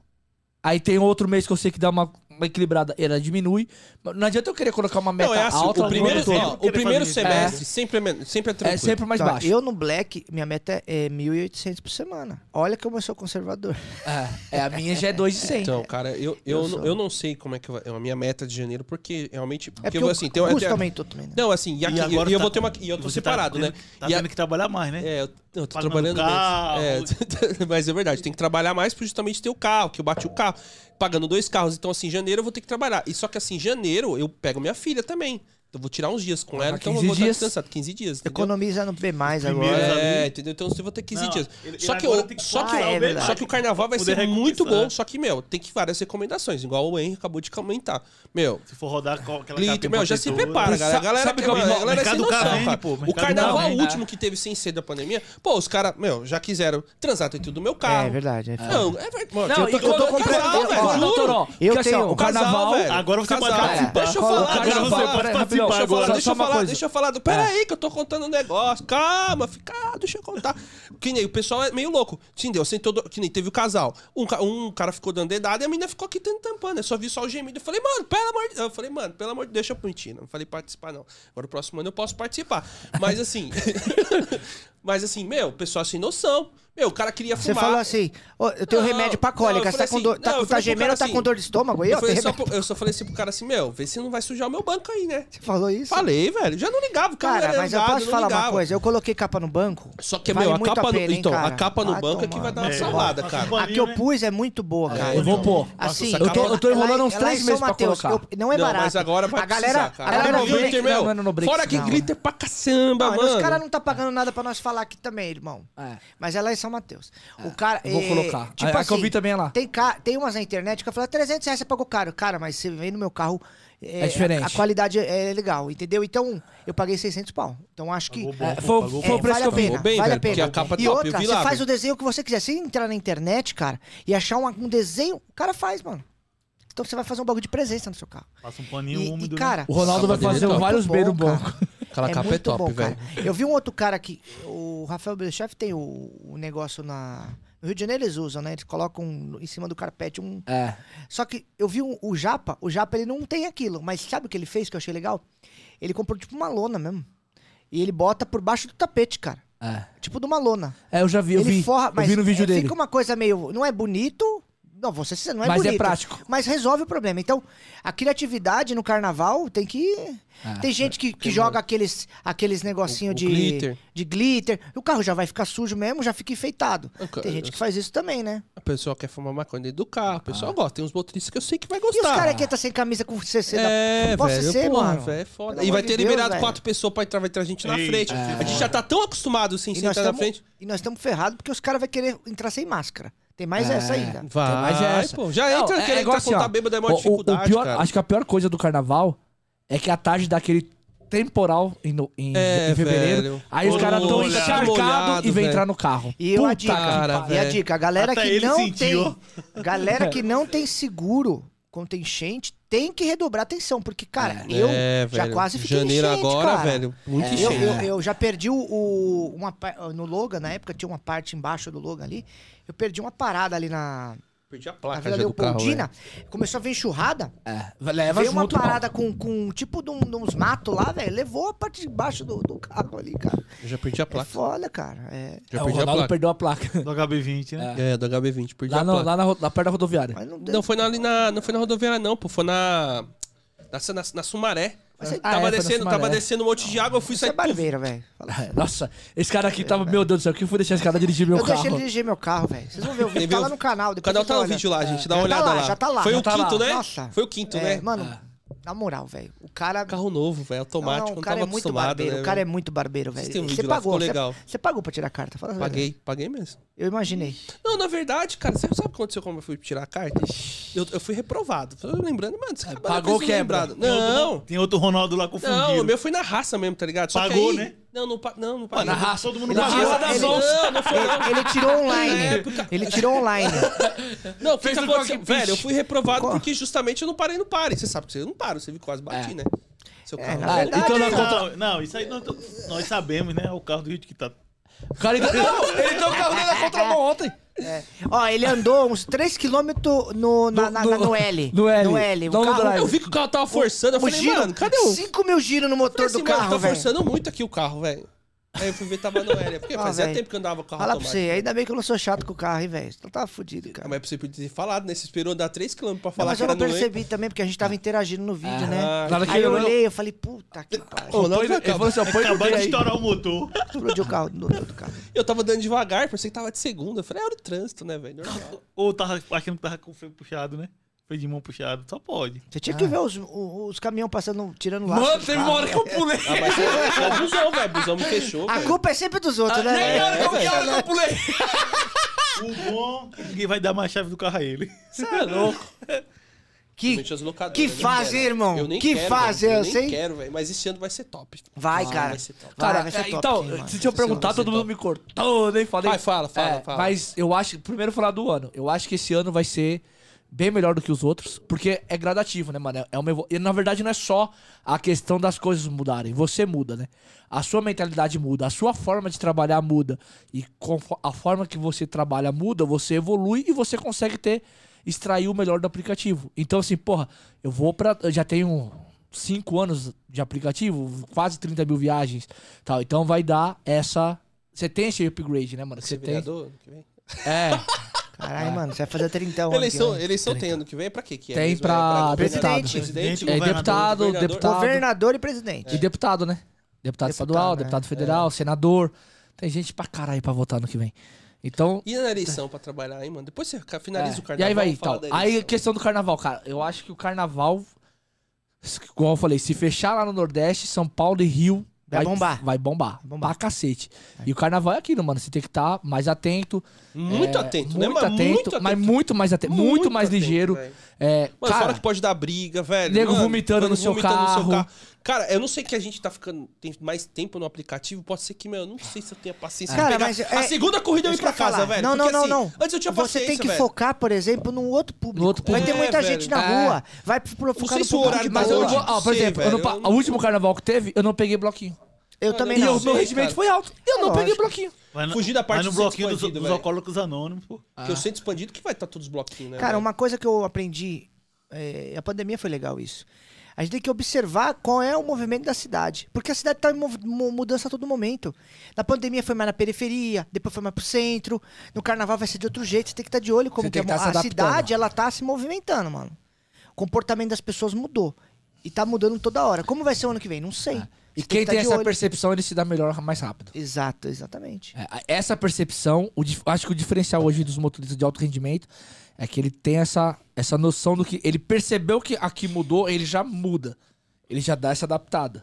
[SPEAKER 3] Aí tem outro mês que eu sei que dá uma, uma equilibrada, ela diminui. Mas Não adianta eu querer colocar uma meta
[SPEAKER 2] Não, é assim,
[SPEAKER 3] alta.
[SPEAKER 2] o
[SPEAKER 3] no
[SPEAKER 2] primeiro,
[SPEAKER 3] ano todo.
[SPEAKER 2] ó, o
[SPEAKER 5] Querer
[SPEAKER 2] primeiro
[SPEAKER 5] fazer isso.
[SPEAKER 2] semestre sempre é, men- sempre é tranquilo.
[SPEAKER 3] é sempre mais
[SPEAKER 4] Tá,
[SPEAKER 3] baixo.
[SPEAKER 4] eu no Black, minha meta é 1.800 por semana. Olha como eu sou conservador.
[SPEAKER 3] É, é, a minha já é 2,100.
[SPEAKER 2] Então, cara, eu, eu,
[SPEAKER 4] Eu
[SPEAKER 2] não-
[SPEAKER 4] sou.
[SPEAKER 2] eu não sei como é que vai- é a minha meta de janeiro, porque realmente.
[SPEAKER 4] É porque
[SPEAKER 2] eu, assim, tem
[SPEAKER 4] o
[SPEAKER 2] uma-
[SPEAKER 4] custo
[SPEAKER 2] tem-
[SPEAKER 4] aumentou também, né?
[SPEAKER 2] Não, assim, e, aqui- e eu vou ter uma. E eu tô
[SPEAKER 5] tá- você
[SPEAKER 2] separado,
[SPEAKER 5] tá
[SPEAKER 2] né?
[SPEAKER 5] tendo- Tá
[SPEAKER 2] E a-
[SPEAKER 5] tendo que trabalhar mais, né?
[SPEAKER 2] É, eu, eu tô
[SPEAKER 5] Pagando
[SPEAKER 2] trabalhando
[SPEAKER 5] carro.
[SPEAKER 2] menos. É, mas é verdade, tem que trabalhar mais pra justamente ter o carro, que eu bati o carro. Pagando dois carros, então assim, em janeiro eu vou ter que trabalhar. E só que assim, em janeiro eu pego minha filha também. Então eu vou tirar uns dias com ela, então eu
[SPEAKER 3] 15
[SPEAKER 2] vou estar
[SPEAKER 3] dias.
[SPEAKER 2] descansado. 15 dias, entendeu?
[SPEAKER 4] Economiza no B mais
[SPEAKER 5] primeiros
[SPEAKER 4] agora.
[SPEAKER 5] ali.
[SPEAKER 2] É, entendeu? Então eu vou ter 15
[SPEAKER 5] Não,
[SPEAKER 2] dias.
[SPEAKER 5] ele-
[SPEAKER 2] só,
[SPEAKER 5] ele
[SPEAKER 2] que
[SPEAKER 5] agora
[SPEAKER 2] eu,
[SPEAKER 5] tem que
[SPEAKER 2] só, que,
[SPEAKER 4] focar
[SPEAKER 2] só
[SPEAKER 4] no
[SPEAKER 2] que
[SPEAKER 4] verdade.
[SPEAKER 2] o carnaval vai
[SPEAKER 5] Pra poder né?
[SPEAKER 2] ser muito
[SPEAKER 5] reconquistar.
[SPEAKER 2] bom, só que, meu, tem que várias recomendações, igual o Henry acabou de comentar. Meu,
[SPEAKER 5] Se for rodar com aquela
[SPEAKER 2] Glitter, meu, já se
[SPEAKER 5] protetora.
[SPEAKER 2] prepara, galera. A galera, que,
[SPEAKER 3] Sabe que eu-
[SPEAKER 2] mano, a galera é sem
[SPEAKER 5] mercado
[SPEAKER 2] noção,
[SPEAKER 5] carro, hein,
[SPEAKER 2] cara.
[SPEAKER 5] pô,
[SPEAKER 2] O
[SPEAKER 5] mercado né?
[SPEAKER 2] carnaval
[SPEAKER 5] carro, hein,
[SPEAKER 2] último que teve sem ser da pandemia, pô, os caras, meu, já quiseram transar tá dentro do meu carro.
[SPEAKER 4] É verdade. É.
[SPEAKER 2] Não, é verdade. Mano,
[SPEAKER 3] Não,
[SPEAKER 2] eu tô,
[SPEAKER 3] e eu tô comprando.
[SPEAKER 2] casal,
[SPEAKER 3] eu-
[SPEAKER 2] velho,
[SPEAKER 3] ó,
[SPEAKER 2] juro.
[SPEAKER 3] doutor, ó,
[SPEAKER 4] Eu
[SPEAKER 3] porque assim, ó,
[SPEAKER 4] tenho-
[SPEAKER 3] o carnaval.
[SPEAKER 2] Casal, velho.
[SPEAKER 5] Agora você pode
[SPEAKER 2] Casal. é.
[SPEAKER 5] participar.
[SPEAKER 2] Deixa eu
[SPEAKER 3] Coloca-
[SPEAKER 2] falar, deixa eu
[SPEAKER 5] Agora você
[SPEAKER 2] falar.
[SPEAKER 5] pode
[SPEAKER 3] Pera, rapidão, deixa eu falar,
[SPEAKER 5] participar agora.
[SPEAKER 2] Deixa
[SPEAKER 3] só
[SPEAKER 2] eu
[SPEAKER 3] uma
[SPEAKER 2] falar,
[SPEAKER 3] coisa. É.
[SPEAKER 2] deixa eu falar. do- Pera aí que eu tô contando um negócio. Calma, fica, ah, deixa eu contar. Que nem o pessoal é meio louco. Entendeu? Sentou do- Que nem teve o casal. Um, ca- um cara ficou dando dedada e a menina ficou aqui tentando tampando. Eu só vi só o gemido. Eu falei, mano, pelo amor de Eu falei, mano, pelo amor de Deus, deixa eu mentir. Não falei participar, não. Agora o próximo ano eu posso participar. Mas assim. mas assim, meu, o pessoal sem noção. Meu, o cara queria
[SPEAKER 4] Você
[SPEAKER 2] fumar.
[SPEAKER 4] falou assim, ó, eu tenho
[SPEAKER 2] Não,
[SPEAKER 4] remédio pra
[SPEAKER 2] não,
[SPEAKER 4] cólica,
[SPEAKER 2] eu
[SPEAKER 4] você tá,
[SPEAKER 2] falei
[SPEAKER 4] com
[SPEAKER 2] assim,
[SPEAKER 4] dor, tá,
[SPEAKER 2] não,
[SPEAKER 4] com-
[SPEAKER 2] eu falei
[SPEAKER 4] tá
[SPEAKER 2] pro
[SPEAKER 4] gemendo
[SPEAKER 2] cara
[SPEAKER 4] ou tá
[SPEAKER 2] assim,
[SPEAKER 4] com dor de estômago? Aí,
[SPEAKER 2] Eu,
[SPEAKER 4] ó,
[SPEAKER 2] falei
[SPEAKER 4] tem
[SPEAKER 2] só
[SPEAKER 4] remédio.
[SPEAKER 2] pro- eu só falei assim pro cara assim, meu, vê se não vai sujar o meu banco aí, né?
[SPEAKER 4] Você falou isso?
[SPEAKER 2] Falei, velho. Já não ligava, o cara,
[SPEAKER 4] Cara,
[SPEAKER 2] era
[SPEAKER 4] mas eu
[SPEAKER 2] ligado,
[SPEAKER 4] posso
[SPEAKER 2] não
[SPEAKER 4] falar uma
[SPEAKER 2] ligava.
[SPEAKER 4] coisa, eu coloquei capa no banco.
[SPEAKER 2] Só que,
[SPEAKER 4] vale
[SPEAKER 2] meu, a
[SPEAKER 4] muito
[SPEAKER 2] capa, no,
[SPEAKER 4] pena, hein,
[SPEAKER 2] então,
[SPEAKER 4] cara?
[SPEAKER 2] a capa no
[SPEAKER 4] Vai
[SPEAKER 2] banco é que
[SPEAKER 4] tomar.
[SPEAKER 2] vai dar uma
[SPEAKER 5] É.
[SPEAKER 2] salada, cara.
[SPEAKER 4] A que eu pus é muito boa, cara.
[SPEAKER 3] eu vou pôr.
[SPEAKER 4] Assim,
[SPEAKER 2] Nossa, eu tô-
[SPEAKER 3] eu tô enrolando
[SPEAKER 4] ela-
[SPEAKER 3] uns
[SPEAKER 4] ela é
[SPEAKER 3] três
[SPEAKER 4] São
[SPEAKER 3] meses pra
[SPEAKER 4] Mateus,
[SPEAKER 3] colocar.
[SPEAKER 4] eu- não é barato.
[SPEAKER 2] Não, mas agora vai
[SPEAKER 4] a galera,
[SPEAKER 2] precisar,
[SPEAKER 4] a
[SPEAKER 2] cara.
[SPEAKER 3] Ela
[SPEAKER 4] galera
[SPEAKER 2] Agora
[SPEAKER 3] não vem-
[SPEAKER 2] no
[SPEAKER 4] vende-
[SPEAKER 2] Glitter,
[SPEAKER 3] não,
[SPEAKER 2] meu.
[SPEAKER 3] não é no Breaks,
[SPEAKER 2] Fora que
[SPEAKER 4] não,
[SPEAKER 2] glitter pra caçamba,
[SPEAKER 4] Mano,
[SPEAKER 2] mano.
[SPEAKER 4] os caras não tá pagando nada pra nós falar aqui também, irmão.
[SPEAKER 3] É.
[SPEAKER 4] Mas ela é em São Mateus. O cara.
[SPEAKER 3] eu vou
[SPEAKER 4] é,
[SPEAKER 3] colocar. A- a que eu vi também é lá.
[SPEAKER 4] Tem, ca- tem umas na internet que eu falo, 300 reais você pagou caro. Cara, mas você vem no meu carro.
[SPEAKER 3] É diferente.
[SPEAKER 4] A, a qualidade é legal, entendeu? Então, eu paguei 600 pau. Então, acho que.
[SPEAKER 5] Pagou bom.
[SPEAKER 3] É, foi, foi o
[SPEAKER 4] É,
[SPEAKER 3] preço
[SPEAKER 4] vale a
[SPEAKER 3] que eu vi.
[SPEAKER 4] pena,
[SPEAKER 2] bem,
[SPEAKER 4] vale a
[SPEAKER 2] velho,
[SPEAKER 4] pena.
[SPEAKER 2] porque a capa é top,
[SPEAKER 4] e
[SPEAKER 2] eu
[SPEAKER 4] outra,
[SPEAKER 2] vi
[SPEAKER 4] você
[SPEAKER 2] lá,
[SPEAKER 4] faz
[SPEAKER 2] velho.
[SPEAKER 4] o desenho que você quiser. Se entrar na internet, cara, e achar um, um desenho, o cara faz, mano. Então você vai fazer um bagulho de presença no seu carro.
[SPEAKER 5] Passa um
[SPEAKER 4] E,
[SPEAKER 5] paninho
[SPEAKER 4] e,
[SPEAKER 5] úmido. né?
[SPEAKER 4] cara,
[SPEAKER 3] O Ronaldo vai
[SPEAKER 2] Capa dele
[SPEAKER 3] fazer
[SPEAKER 2] é top.
[SPEAKER 3] vários B no
[SPEAKER 4] Muito bom, cara.
[SPEAKER 3] banco.
[SPEAKER 2] Aquela capa é
[SPEAKER 4] muito
[SPEAKER 2] top,
[SPEAKER 4] bom, cara.
[SPEAKER 2] velho.
[SPEAKER 4] Eu vi um outro cara que. O Rafael Belchef tem o, o negócio na. No Rio de Janeiro eles usam, né? Eles colocam um- em cima do carpete um.
[SPEAKER 3] É.
[SPEAKER 4] Só que eu vi um- o Japa, o Japa ele não tem aquilo, mas sabe o que ele fez que eu achei legal? Ele comprou tipo uma lona mesmo. E ele bota por baixo do tapete, cara.
[SPEAKER 3] É.
[SPEAKER 4] Tipo de uma lona.
[SPEAKER 3] É, eu já vi, eu
[SPEAKER 4] ele
[SPEAKER 3] vi.
[SPEAKER 4] forra,
[SPEAKER 3] eu
[SPEAKER 4] mas
[SPEAKER 3] vi no vídeo
[SPEAKER 4] é,
[SPEAKER 3] dele.
[SPEAKER 4] fica uma coisa meio. Não é bonito. Não, você você não é
[SPEAKER 3] Mas é
[SPEAKER 4] bonito.
[SPEAKER 3] prático.
[SPEAKER 4] Mas resolve o problema. Então, a criatividade no carnaval tem que.
[SPEAKER 3] Ah,
[SPEAKER 4] tem gente que, que joga aqueles, aqueles negocinho
[SPEAKER 2] O- o
[SPEAKER 4] de,
[SPEAKER 2] glitter.
[SPEAKER 4] de glitter. O carro já vai ficar sujo mesmo, já fica enfeitado.
[SPEAKER 2] Eu ca-
[SPEAKER 4] Tem gente que faz isso também, né?
[SPEAKER 2] O pessoal quer fumar maconha dentro do carro. O pessoal gosta. Tem uns motoristas que eu sei que vai
[SPEAKER 4] E os
[SPEAKER 2] gostar.
[SPEAKER 4] caras que tá sem camisa com CC
[SPEAKER 2] É,
[SPEAKER 4] da. Pode
[SPEAKER 2] velho.
[SPEAKER 4] ser,
[SPEAKER 2] porra,
[SPEAKER 4] mano.
[SPEAKER 2] velho, é foda.
[SPEAKER 4] Pelo
[SPEAKER 2] E vai
[SPEAKER 4] amor
[SPEAKER 2] ter
[SPEAKER 4] de Deus,
[SPEAKER 2] liberado
[SPEAKER 4] velho.
[SPEAKER 2] quatro pessoas pra entrar, vai entrar a gente na
[SPEAKER 5] Eita,
[SPEAKER 2] frente.
[SPEAKER 5] é.
[SPEAKER 2] A gente já tá tão acostumado sem
[SPEAKER 4] E nós
[SPEAKER 2] sentar na
[SPEAKER 4] tamo-
[SPEAKER 2] frente.
[SPEAKER 4] E nós estamos ferrados porque os caras vão querer entrar sem máscara. Tem
[SPEAKER 3] É.
[SPEAKER 4] mais essa ainda.
[SPEAKER 3] Tem mais essa.
[SPEAKER 2] pô. Já
[SPEAKER 3] Não,
[SPEAKER 2] entra querendo
[SPEAKER 3] igual
[SPEAKER 2] tá
[SPEAKER 3] assim,
[SPEAKER 2] contar
[SPEAKER 3] ó,
[SPEAKER 2] bêbado é
[SPEAKER 3] o-
[SPEAKER 2] maior
[SPEAKER 3] o- o
[SPEAKER 2] dificuldade,
[SPEAKER 3] pior-
[SPEAKER 2] cara.
[SPEAKER 3] Acho que a pior coisa do carnaval é que a tarde dá aquele temporal em, no- em-
[SPEAKER 2] É,
[SPEAKER 3] em fevereiro.
[SPEAKER 2] velho.
[SPEAKER 3] Aí os
[SPEAKER 5] Todo
[SPEAKER 3] caras estão
[SPEAKER 5] molhado,
[SPEAKER 3] encharcados e
[SPEAKER 2] molhado,
[SPEAKER 3] vem
[SPEAKER 2] velho.
[SPEAKER 3] entrar no carro.
[SPEAKER 4] E eu a
[SPEAKER 3] Puta
[SPEAKER 4] dica,
[SPEAKER 2] cara,
[SPEAKER 4] e a
[SPEAKER 2] velho.
[SPEAKER 4] dica, a galera
[SPEAKER 5] Até
[SPEAKER 4] que
[SPEAKER 5] ele
[SPEAKER 4] não
[SPEAKER 5] sentiu.
[SPEAKER 4] tem, galera que não tem seguro contra enchente, tem que redobrar atenção, porque cara, eu
[SPEAKER 2] É,
[SPEAKER 4] já
[SPEAKER 2] velho.
[SPEAKER 4] quase fiquei
[SPEAKER 2] Janeiro
[SPEAKER 4] enchente,
[SPEAKER 2] agora,
[SPEAKER 4] cara. É,
[SPEAKER 2] velho. Muito
[SPEAKER 4] Eu,
[SPEAKER 2] enchente.
[SPEAKER 4] eu, eu já perdi o, o- uma pa- no Logan, na época tinha uma parte embaixo do Logan ali, eu perdi uma parada ali na
[SPEAKER 2] Perdi a
[SPEAKER 4] na
[SPEAKER 2] placa
[SPEAKER 4] Vila
[SPEAKER 2] já do carro.
[SPEAKER 4] Leopoldina, começou a vir enxurrada.
[SPEAKER 3] É, leva
[SPEAKER 4] veio uma
[SPEAKER 3] junto, mano.
[SPEAKER 4] parada com, com um tipo de, um- de uns matos lá, velho. Levou a parte de baixo do, do carro ali, cara.
[SPEAKER 2] velho. Eu já perdi a
[SPEAKER 4] É
[SPEAKER 2] placa.
[SPEAKER 4] foda, cara. É,
[SPEAKER 2] Já
[SPEAKER 3] É, o
[SPEAKER 2] perdi a
[SPEAKER 3] Ronaldo
[SPEAKER 2] placa.
[SPEAKER 3] perdeu a placa.
[SPEAKER 5] Do HB20, né?
[SPEAKER 2] É, do HB20, perdi
[SPEAKER 3] Lá,
[SPEAKER 2] a
[SPEAKER 3] não,
[SPEAKER 2] placa.
[SPEAKER 3] lá, na, ro- lá perto da rodoviária.
[SPEAKER 4] mas não deu.
[SPEAKER 2] Não foi na, ali na, não foi na rodoviária, não, pô. Foi na. Na, na, na Sumaré.
[SPEAKER 4] Mas você-
[SPEAKER 3] Ah, é,
[SPEAKER 2] tava
[SPEAKER 3] foi na
[SPEAKER 2] descendo,
[SPEAKER 3] Sumaré.
[SPEAKER 2] tava descendo um monte de água, eu fui
[SPEAKER 4] Isso
[SPEAKER 2] sair.
[SPEAKER 4] é barbeiro, velho. Fala-
[SPEAKER 3] É, Nossa, esse cara aqui tava. Meu Deus do céu, que eu fui deixar esse cara dirigir meu
[SPEAKER 4] Eu
[SPEAKER 3] carro?
[SPEAKER 4] deixei ele dirigir meu carro, velho. Vocês vão ver o vídeo.
[SPEAKER 2] Tem
[SPEAKER 4] Tá
[SPEAKER 2] ver-
[SPEAKER 4] lá no canal.
[SPEAKER 2] O
[SPEAKER 4] depois
[SPEAKER 2] canal
[SPEAKER 4] vocês
[SPEAKER 2] tá no
[SPEAKER 4] olham.
[SPEAKER 2] vídeo lá, gente. Dá
[SPEAKER 4] Já
[SPEAKER 2] uma
[SPEAKER 4] tá
[SPEAKER 2] olhada
[SPEAKER 4] lá,
[SPEAKER 2] lá.
[SPEAKER 4] já tá lá,
[SPEAKER 2] Foi
[SPEAKER 4] já
[SPEAKER 2] o
[SPEAKER 3] tá
[SPEAKER 2] quinto,
[SPEAKER 3] lá.
[SPEAKER 2] né?
[SPEAKER 4] Nossa.
[SPEAKER 2] Foi o quinto,
[SPEAKER 4] É,
[SPEAKER 2] né?
[SPEAKER 4] mano, na moral, velho. O cara.
[SPEAKER 2] Carro novo, velho,
[SPEAKER 4] Não,
[SPEAKER 2] automático,
[SPEAKER 4] não,
[SPEAKER 2] não,
[SPEAKER 4] o cara
[SPEAKER 2] tava
[SPEAKER 4] é muito
[SPEAKER 2] acostumado.
[SPEAKER 4] barbeiro.
[SPEAKER 2] né,
[SPEAKER 4] o cara é
[SPEAKER 2] velho?
[SPEAKER 4] muito barbeiro, velho.
[SPEAKER 2] tem um
[SPEAKER 4] Você
[SPEAKER 2] vídeo lá,
[SPEAKER 4] pagou,
[SPEAKER 2] ficou
[SPEAKER 4] você-
[SPEAKER 2] legal.
[SPEAKER 4] Você pagou pra tirar a carta? Fala a verdade.
[SPEAKER 2] Paguei, paguei mesmo.
[SPEAKER 4] Eu imaginei.
[SPEAKER 2] Não, na verdade, cara, você sabe o que aconteceu quando eu fui tirar a carta? Eu, eu fui reprovado. Tô lembrando, mano, você acabou
[SPEAKER 3] pagou quebra.
[SPEAKER 2] Não,
[SPEAKER 5] Tem outro Ronaldo lá confundido.
[SPEAKER 2] não, o meu foi na raça mesmo, tá ligado? Só que
[SPEAKER 5] Pagou,
[SPEAKER 2] aí-
[SPEAKER 5] né?
[SPEAKER 2] Não, não, pa- não, não paguei.
[SPEAKER 3] na raça,
[SPEAKER 5] Todo mundo
[SPEAKER 3] Ele
[SPEAKER 5] pagou.
[SPEAKER 3] tirou-
[SPEAKER 2] das
[SPEAKER 4] ele-
[SPEAKER 2] onças. Não, não foi não.
[SPEAKER 4] Ele tirou online.
[SPEAKER 2] É, porque-
[SPEAKER 4] Ele tirou online.
[SPEAKER 2] Não, o que que
[SPEAKER 5] Fez um
[SPEAKER 2] aconteceu?
[SPEAKER 5] cockpit.
[SPEAKER 2] Velho, eu fui reprovado
[SPEAKER 4] Qual?
[SPEAKER 2] porque justamente eu não parei no pare. Você sabe que você não para, você viu quase bati,
[SPEAKER 3] É.
[SPEAKER 2] né? Seu
[SPEAKER 4] É,
[SPEAKER 2] carro.
[SPEAKER 4] na verdade.
[SPEAKER 3] então
[SPEAKER 5] Não,
[SPEAKER 3] não conta.
[SPEAKER 5] conta- não, isso aí nós, nós sabemos, né? O carro do Rio que tá.
[SPEAKER 3] O cara entrou. Não, ele entrou o carro
[SPEAKER 4] né?
[SPEAKER 3] dele na contramão ontem.
[SPEAKER 4] É. Ó, ele andou uns 3km no,
[SPEAKER 3] No-
[SPEAKER 4] na, na,
[SPEAKER 3] no-
[SPEAKER 4] na- no L.
[SPEAKER 3] no L.
[SPEAKER 4] No L. O
[SPEAKER 3] Não no
[SPEAKER 4] carro-
[SPEAKER 3] drive.
[SPEAKER 2] Eu vi que o carro tava forçando, Então eu
[SPEAKER 4] O
[SPEAKER 2] falei,
[SPEAKER 4] giro,
[SPEAKER 2] mano, cadê o...
[SPEAKER 4] 5 mil giros no motor
[SPEAKER 2] Falei assim,
[SPEAKER 4] do
[SPEAKER 2] mano,
[SPEAKER 4] carro,
[SPEAKER 2] tá
[SPEAKER 4] velho.
[SPEAKER 2] forçando muito aqui o carro, velho. Aí eu fui ver, tava no L. Porque
[SPEAKER 4] Ah,
[SPEAKER 2] fazia
[SPEAKER 4] velho.
[SPEAKER 2] tempo que eu andava com o carro
[SPEAKER 4] Fala pra
[SPEAKER 2] Tá automático.
[SPEAKER 4] você, ainda bem que eu não sou chato com o carro, hein, velho. Então tava fudido, cara.
[SPEAKER 2] Ah, mas é possível ter falado, né? Você esperou dar 3km pra
[SPEAKER 4] Não,
[SPEAKER 2] falar
[SPEAKER 4] mas
[SPEAKER 2] que
[SPEAKER 4] eu
[SPEAKER 2] era
[SPEAKER 4] não
[SPEAKER 2] no L.
[SPEAKER 4] percebi também, porque a gente tava interagindo no vídeo, né?
[SPEAKER 2] Ah,
[SPEAKER 3] Nada que
[SPEAKER 4] Aí eu
[SPEAKER 3] eu-
[SPEAKER 4] olhei, eu falei, puta que pariu.
[SPEAKER 2] Ô, não,
[SPEAKER 3] Põe-
[SPEAKER 2] não,
[SPEAKER 3] Ele falou assim: ó, põe no
[SPEAKER 5] Acabaram
[SPEAKER 3] play
[SPEAKER 5] de
[SPEAKER 3] aí.
[SPEAKER 5] estourar o motor.
[SPEAKER 4] Explodiu o carro do, do carro.
[SPEAKER 2] Eu tava dando devagar, pensei que tava de segunda. Eu falei, ah, era o trânsito, né, velho? Normal.
[SPEAKER 5] Ou tava achando que tava com o freio puxado, né? Freio de mão puxado. Só pode.
[SPEAKER 4] Você tinha
[SPEAKER 2] Ah.
[SPEAKER 4] que ver os, o- os caminhões passando, tirando lá.
[SPEAKER 3] Mano, teve uma hora que eu pulei.
[SPEAKER 2] Ah, mas é, é busão, velho. Busão me fechou,
[SPEAKER 4] A
[SPEAKER 2] velho. é,
[SPEAKER 4] culpa é sempre dos
[SPEAKER 2] Ah,
[SPEAKER 4] outros, né?
[SPEAKER 3] Nem
[SPEAKER 4] velho?
[SPEAKER 3] hora que eu- que hora que eu pulei.
[SPEAKER 5] O bom é que ninguém vai dar mais chave do carro a ele.
[SPEAKER 2] Você é louco.
[SPEAKER 4] Que,
[SPEAKER 2] Principalmente as locadoras,
[SPEAKER 4] que
[SPEAKER 2] eu nem
[SPEAKER 4] fase,
[SPEAKER 2] quero. né?
[SPEAKER 4] irmão?
[SPEAKER 2] Eu nem
[SPEAKER 4] que
[SPEAKER 2] quero,
[SPEAKER 4] fase
[SPEAKER 2] velho.
[SPEAKER 4] essa,
[SPEAKER 2] Eu nem
[SPEAKER 4] hein?
[SPEAKER 2] quero, velho. Mas esse ano vai ser top.
[SPEAKER 4] Vai,
[SPEAKER 2] Ah,
[SPEAKER 4] cara.
[SPEAKER 2] Vai ser top.
[SPEAKER 4] Vai,
[SPEAKER 3] Cara,
[SPEAKER 4] vai ser top,
[SPEAKER 3] então,
[SPEAKER 4] sim, mano.
[SPEAKER 3] se tinha
[SPEAKER 4] Vai ser
[SPEAKER 3] perguntar,
[SPEAKER 2] top, vai
[SPEAKER 3] todo
[SPEAKER 2] ser
[SPEAKER 3] mundo
[SPEAKER 2] top.
[SPEAKER 3] me cortou, nem falei.
[SPEAKER 2] Vai, fala, fala,
[SPEAKER 3] É,
[SPEAKER 2] fala.
[SPEAKER 3] Mas eu acho, primeiro falar do ano. Eu acho que esse ano vai ser bem melhor do que os outros, porque é gradativo, né, mano? É uma evol- E na verdade não é só a questão das coisas mudarem. Você muda, né? A sua mentalidade muda, a sua forma de trabalhar muda. E confo- a forma que você trabalha muda, você evolui e você consegue ter extrair o melhor do aplicativo. Então assim, porra, eu vou pra. eu já tenho 5 anos de aplicativo, quase 30 mil viagens tal. Então vai dar essa. Você tem esse upgrade, né, mano? Você
[SPEAKER 2] Ser
[SPEAKER 3] tem.
[SPEAKER 2] vereador ano que vem?
[SPEAKER 3] É,
[SPEAKER 4] Caralho, mano, você vai fazer 30 anos.
[SPEAKER 2] Eleição, eleição tem ano que vem? Pra quê? que é
[SPEAKER 3] Tem
[SPEAKER 2] mesmo?
[SPEAKER 3] pra
[SPEAKER 2] governador,
[SPEAKER 4] presidente.
[SPEAKER 2] presidente,
[SPEAKER 5] Presidente,
[SPEAKER 3] é
[SPEAKER 5] Governador,
[SPEAKER 3] deputado,
[SPEAKER 2] governador.
[SPEAKER 3] deputado.
[SPEAKER 4] Governador e presidente.
[SPEAKER 3] E deputado, né? Deputado,
[SPEAKER 4] Deputado,
[SPEAKER 3] estadual,
[SPEAKER 4] né?
[SPEAKER 2] É.
[SPEAKER 3] deputado federal, senador. Tem gente pra caralho pra votar no que vem. Então.
[SPEAKER 2] E na eleição pra trabalhar, hein, mano? Depois você ca-
[SPEAKER 3] é.
[SPEAKER 2] finaliza o
[SPEAKER 3] e
[SPEAKER 2] carnaval.
[SPEAKER 3] aí vai,
[SPEAKER 2] fala
[SPEAKER 3] tal.
[SPEAKER 2] da
[SPEAKER 3] Aí a
[SPEAKER 2] eleição.
[SPEAKER 3] questão do carnaval, cara. Eu acho que o carnaval. Como eu falei, se fechar lá no Nordeste, São Paulo e Rio.
[SPEAKER 4] Vai bombar.
[SPEAKER 3] Vai bombar.
[SPEAKER 4] Vai bombar.
[SPEAKER 3] Pra cacete. E o carnaval é aquilo, mano. Você tem que estar mais atento.
[SPEAKER 2] Muito
[SPEAKER 3] É,
[SPEAKER 2] atento, né?
[SPEAKER 3] muito
[SPEAKER 2] mano?
[SPEAKER 3] atento,
[SPEAKER 2] Muito atento.
[SPEAKER 3] mas muito mais atento, muito, mais
[SPEAKER 2] atento,
[SPEAKER 3] ligeiro.
[SPEAKER 2] velho.
[SPEAKER 3] É,
[SPEAKER 2] Mano,
[SPEAKER 3] cara,
[SPEAKER 2] fora que pode dar briga, velho.
[SPEAKER 3] Nego
[SPEAKER 2] Mano,
[SPEAKER 3] vomitando
[SPEAKER 2] mano,
[SPEAKER 3] no seu carro.
[SPEAKER 2] Cara, eu não sei que a gente tá ficando tem mais tempo no aplicativo. Pode ser que, meu, eu não sei se eu tenha paciência.
[SPEAKER 4] Cara,
[SPEAKER 2] pra pegar
[SPEAKER 4] mas,
[SPEAKER 2] a
[SPEAKER 4] é,
[SPEAKER 2] segunda corrida eu ir
[SPEAKER 4] Isso
[SPEAKER 2] pra
[SPEAKER 4] que eu ia
[SPEAKER 2] casa,
[SPEAKER 4] falar.
[SPEAKER 2] velho.
[SPEAKER 4] Não, não,
[SPEAKER 2] porque,
[SPEAKER 4] não,
[SPEAKER 2] assim,
[SPEAKER 4] não.
[SPEAKER 2] Antes eu tinha
[SPEAKER 4] Você
[SPEAKER 2] paciência,
[SPEAKER 4] tem que
[SPEAKER 2] velho.
[SPEAKER 4] focar, por exemplo, num outro público.
[SPEAKER 3] No outro
[SPEAKER 4] Vai ter
[SPEAKER 2] público.
[SPEAKER 4] muita
[SPEAKER 2] É,
[SPEAKER 4] gente
[SPEAKER 2] velho.
[SPEAKER 4] na
[SPEAKER 3] É.
[SPEAKER 4] rua. Vai pro,
[SPEAKER 2] sei
[SPEAKER 4] pro, focar no
[SPEAKER 2] se o
[SPEAKER 4] público
[SPEAKER 2] horário
[SPEAKER 4] de
[SPEAKER 2] tá
[SPEAKER 3] mas eu não
[SPEAKER 4] boa.
[SPEAKER 2] hoje.
[SPEAKER 3] vou, ó, por
[SPEAKER 2] Sei,
[SPEAKER 3] exemplo, eu não
[SPEAKER 2] velho,
[SPEAKER 3] pa-
[SPEAKER 2] eu
[SPEAKER 3] o
[SPEAKER 2] não-
[SPEAKER 3] último carnaval que teve, eu não peguei bloquinho.
[SPEAKER 4] Eu também
[SPEAKER 3] e
[SPEAKER 4] não.
[SPEAKER 3] o meu
[SPEAKER 2] sei,
[SPEAKER 3] rendimento
[SPEAKER 2] cara.
[SPEAKER 3] foi alto. Eu
[SPEAKER 4] É
[SPEAKER 3] não peguei
[SPEAKER 4] lógico.
[SPEAKER 3] bloquinho.
[SPEAKER 5] Vai na-
[SPEAKER 2] Fugir da parte
[SPEAKER 5] vai no
[SPEAKER 2] do
[SPEAKER 5] bloquinho dos,
[SPEAKER 2] expandido,
[SPEAKER 5] dos
[SPEAKER 2] velho.
[SPEAKER 5] alcoólicos anônimos, pô.
[SPEAKER 2] Porque o centro expandido que vai estar todos os bloquinhos, né?
[SPEAKER 4] Cara,
[SPEAKER 2] velho?
[SPEAKER 4] uma coisa que eu aprendi, é, a pandemia foi legal isso. A gente tem que observar qual é o movimento da cidade. Porque a cidade está em mov- mu- mudança a todo momento. Na pandemia foi mais na periferia, depois foi mais pro centro. No carnaval vai ser de outro jeito. Você tem que estar de olho como
[SPEAKER 3] Você
[SPEAKER 4] que
[SPEAKER 3] tem que
[SPEAKER 4] a,
[SPEAKER 3] tá se
[SPEAKER 4] a
[SPEAKER 3] adaptando.
[SPEAKER 4] cidade ela tá se movimentando, mano. O comportamento das pessoas mudou. E tá mudando toda hora. Como vai ser o ano que vem? Não sei.
[SPEAKER 3] É. E
[SPEAKER 4] Você
[SPEAKER 3] quem
[SPEAKER 4] que tá
[SPEAKER 3] tem
[SPEAKER 4] de
[SPEAKER 3] essa
[SPEAKER 4] olho.
[SPEAKER 3] percepção, ele se dá melhor mais rápido.
[SPEAKER 4] Exato, exatamente.
[SPEAKER 3] É, Essa percepção, o dif- acho que o diferencial hoje dos motoristas de alto rendimento é que ele tem essa, essa noção do que. Ele percebeu que aqui mudou, ele já muda. Ele já dá essa adaptada.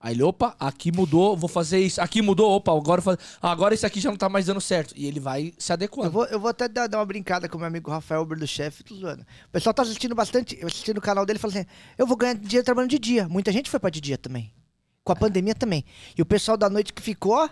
[SPEAKER 3] Aí ele, opa, aqui mudou, vou fazer isso. Aqui mudou, opa, agora eu fa- ah, agora isso aqui já não tá mais dando certo. E ele vai se
[SPEAKER 4] Eu
[SPEAKER 3] adequando.
[SPEAKER 4] vou, eu vou até dar, dar uma brincada com o meu amigo Rafael Uber do Chefe, tô zoando. O pessoal tá assistindo bastante, eu assistindo o canal dele, fala assim, eu vou ganhar dinheiro trabalhando de dia. Muita gente foi pra de dia também. Com a pandemia também. E o pessoal da noite que ficou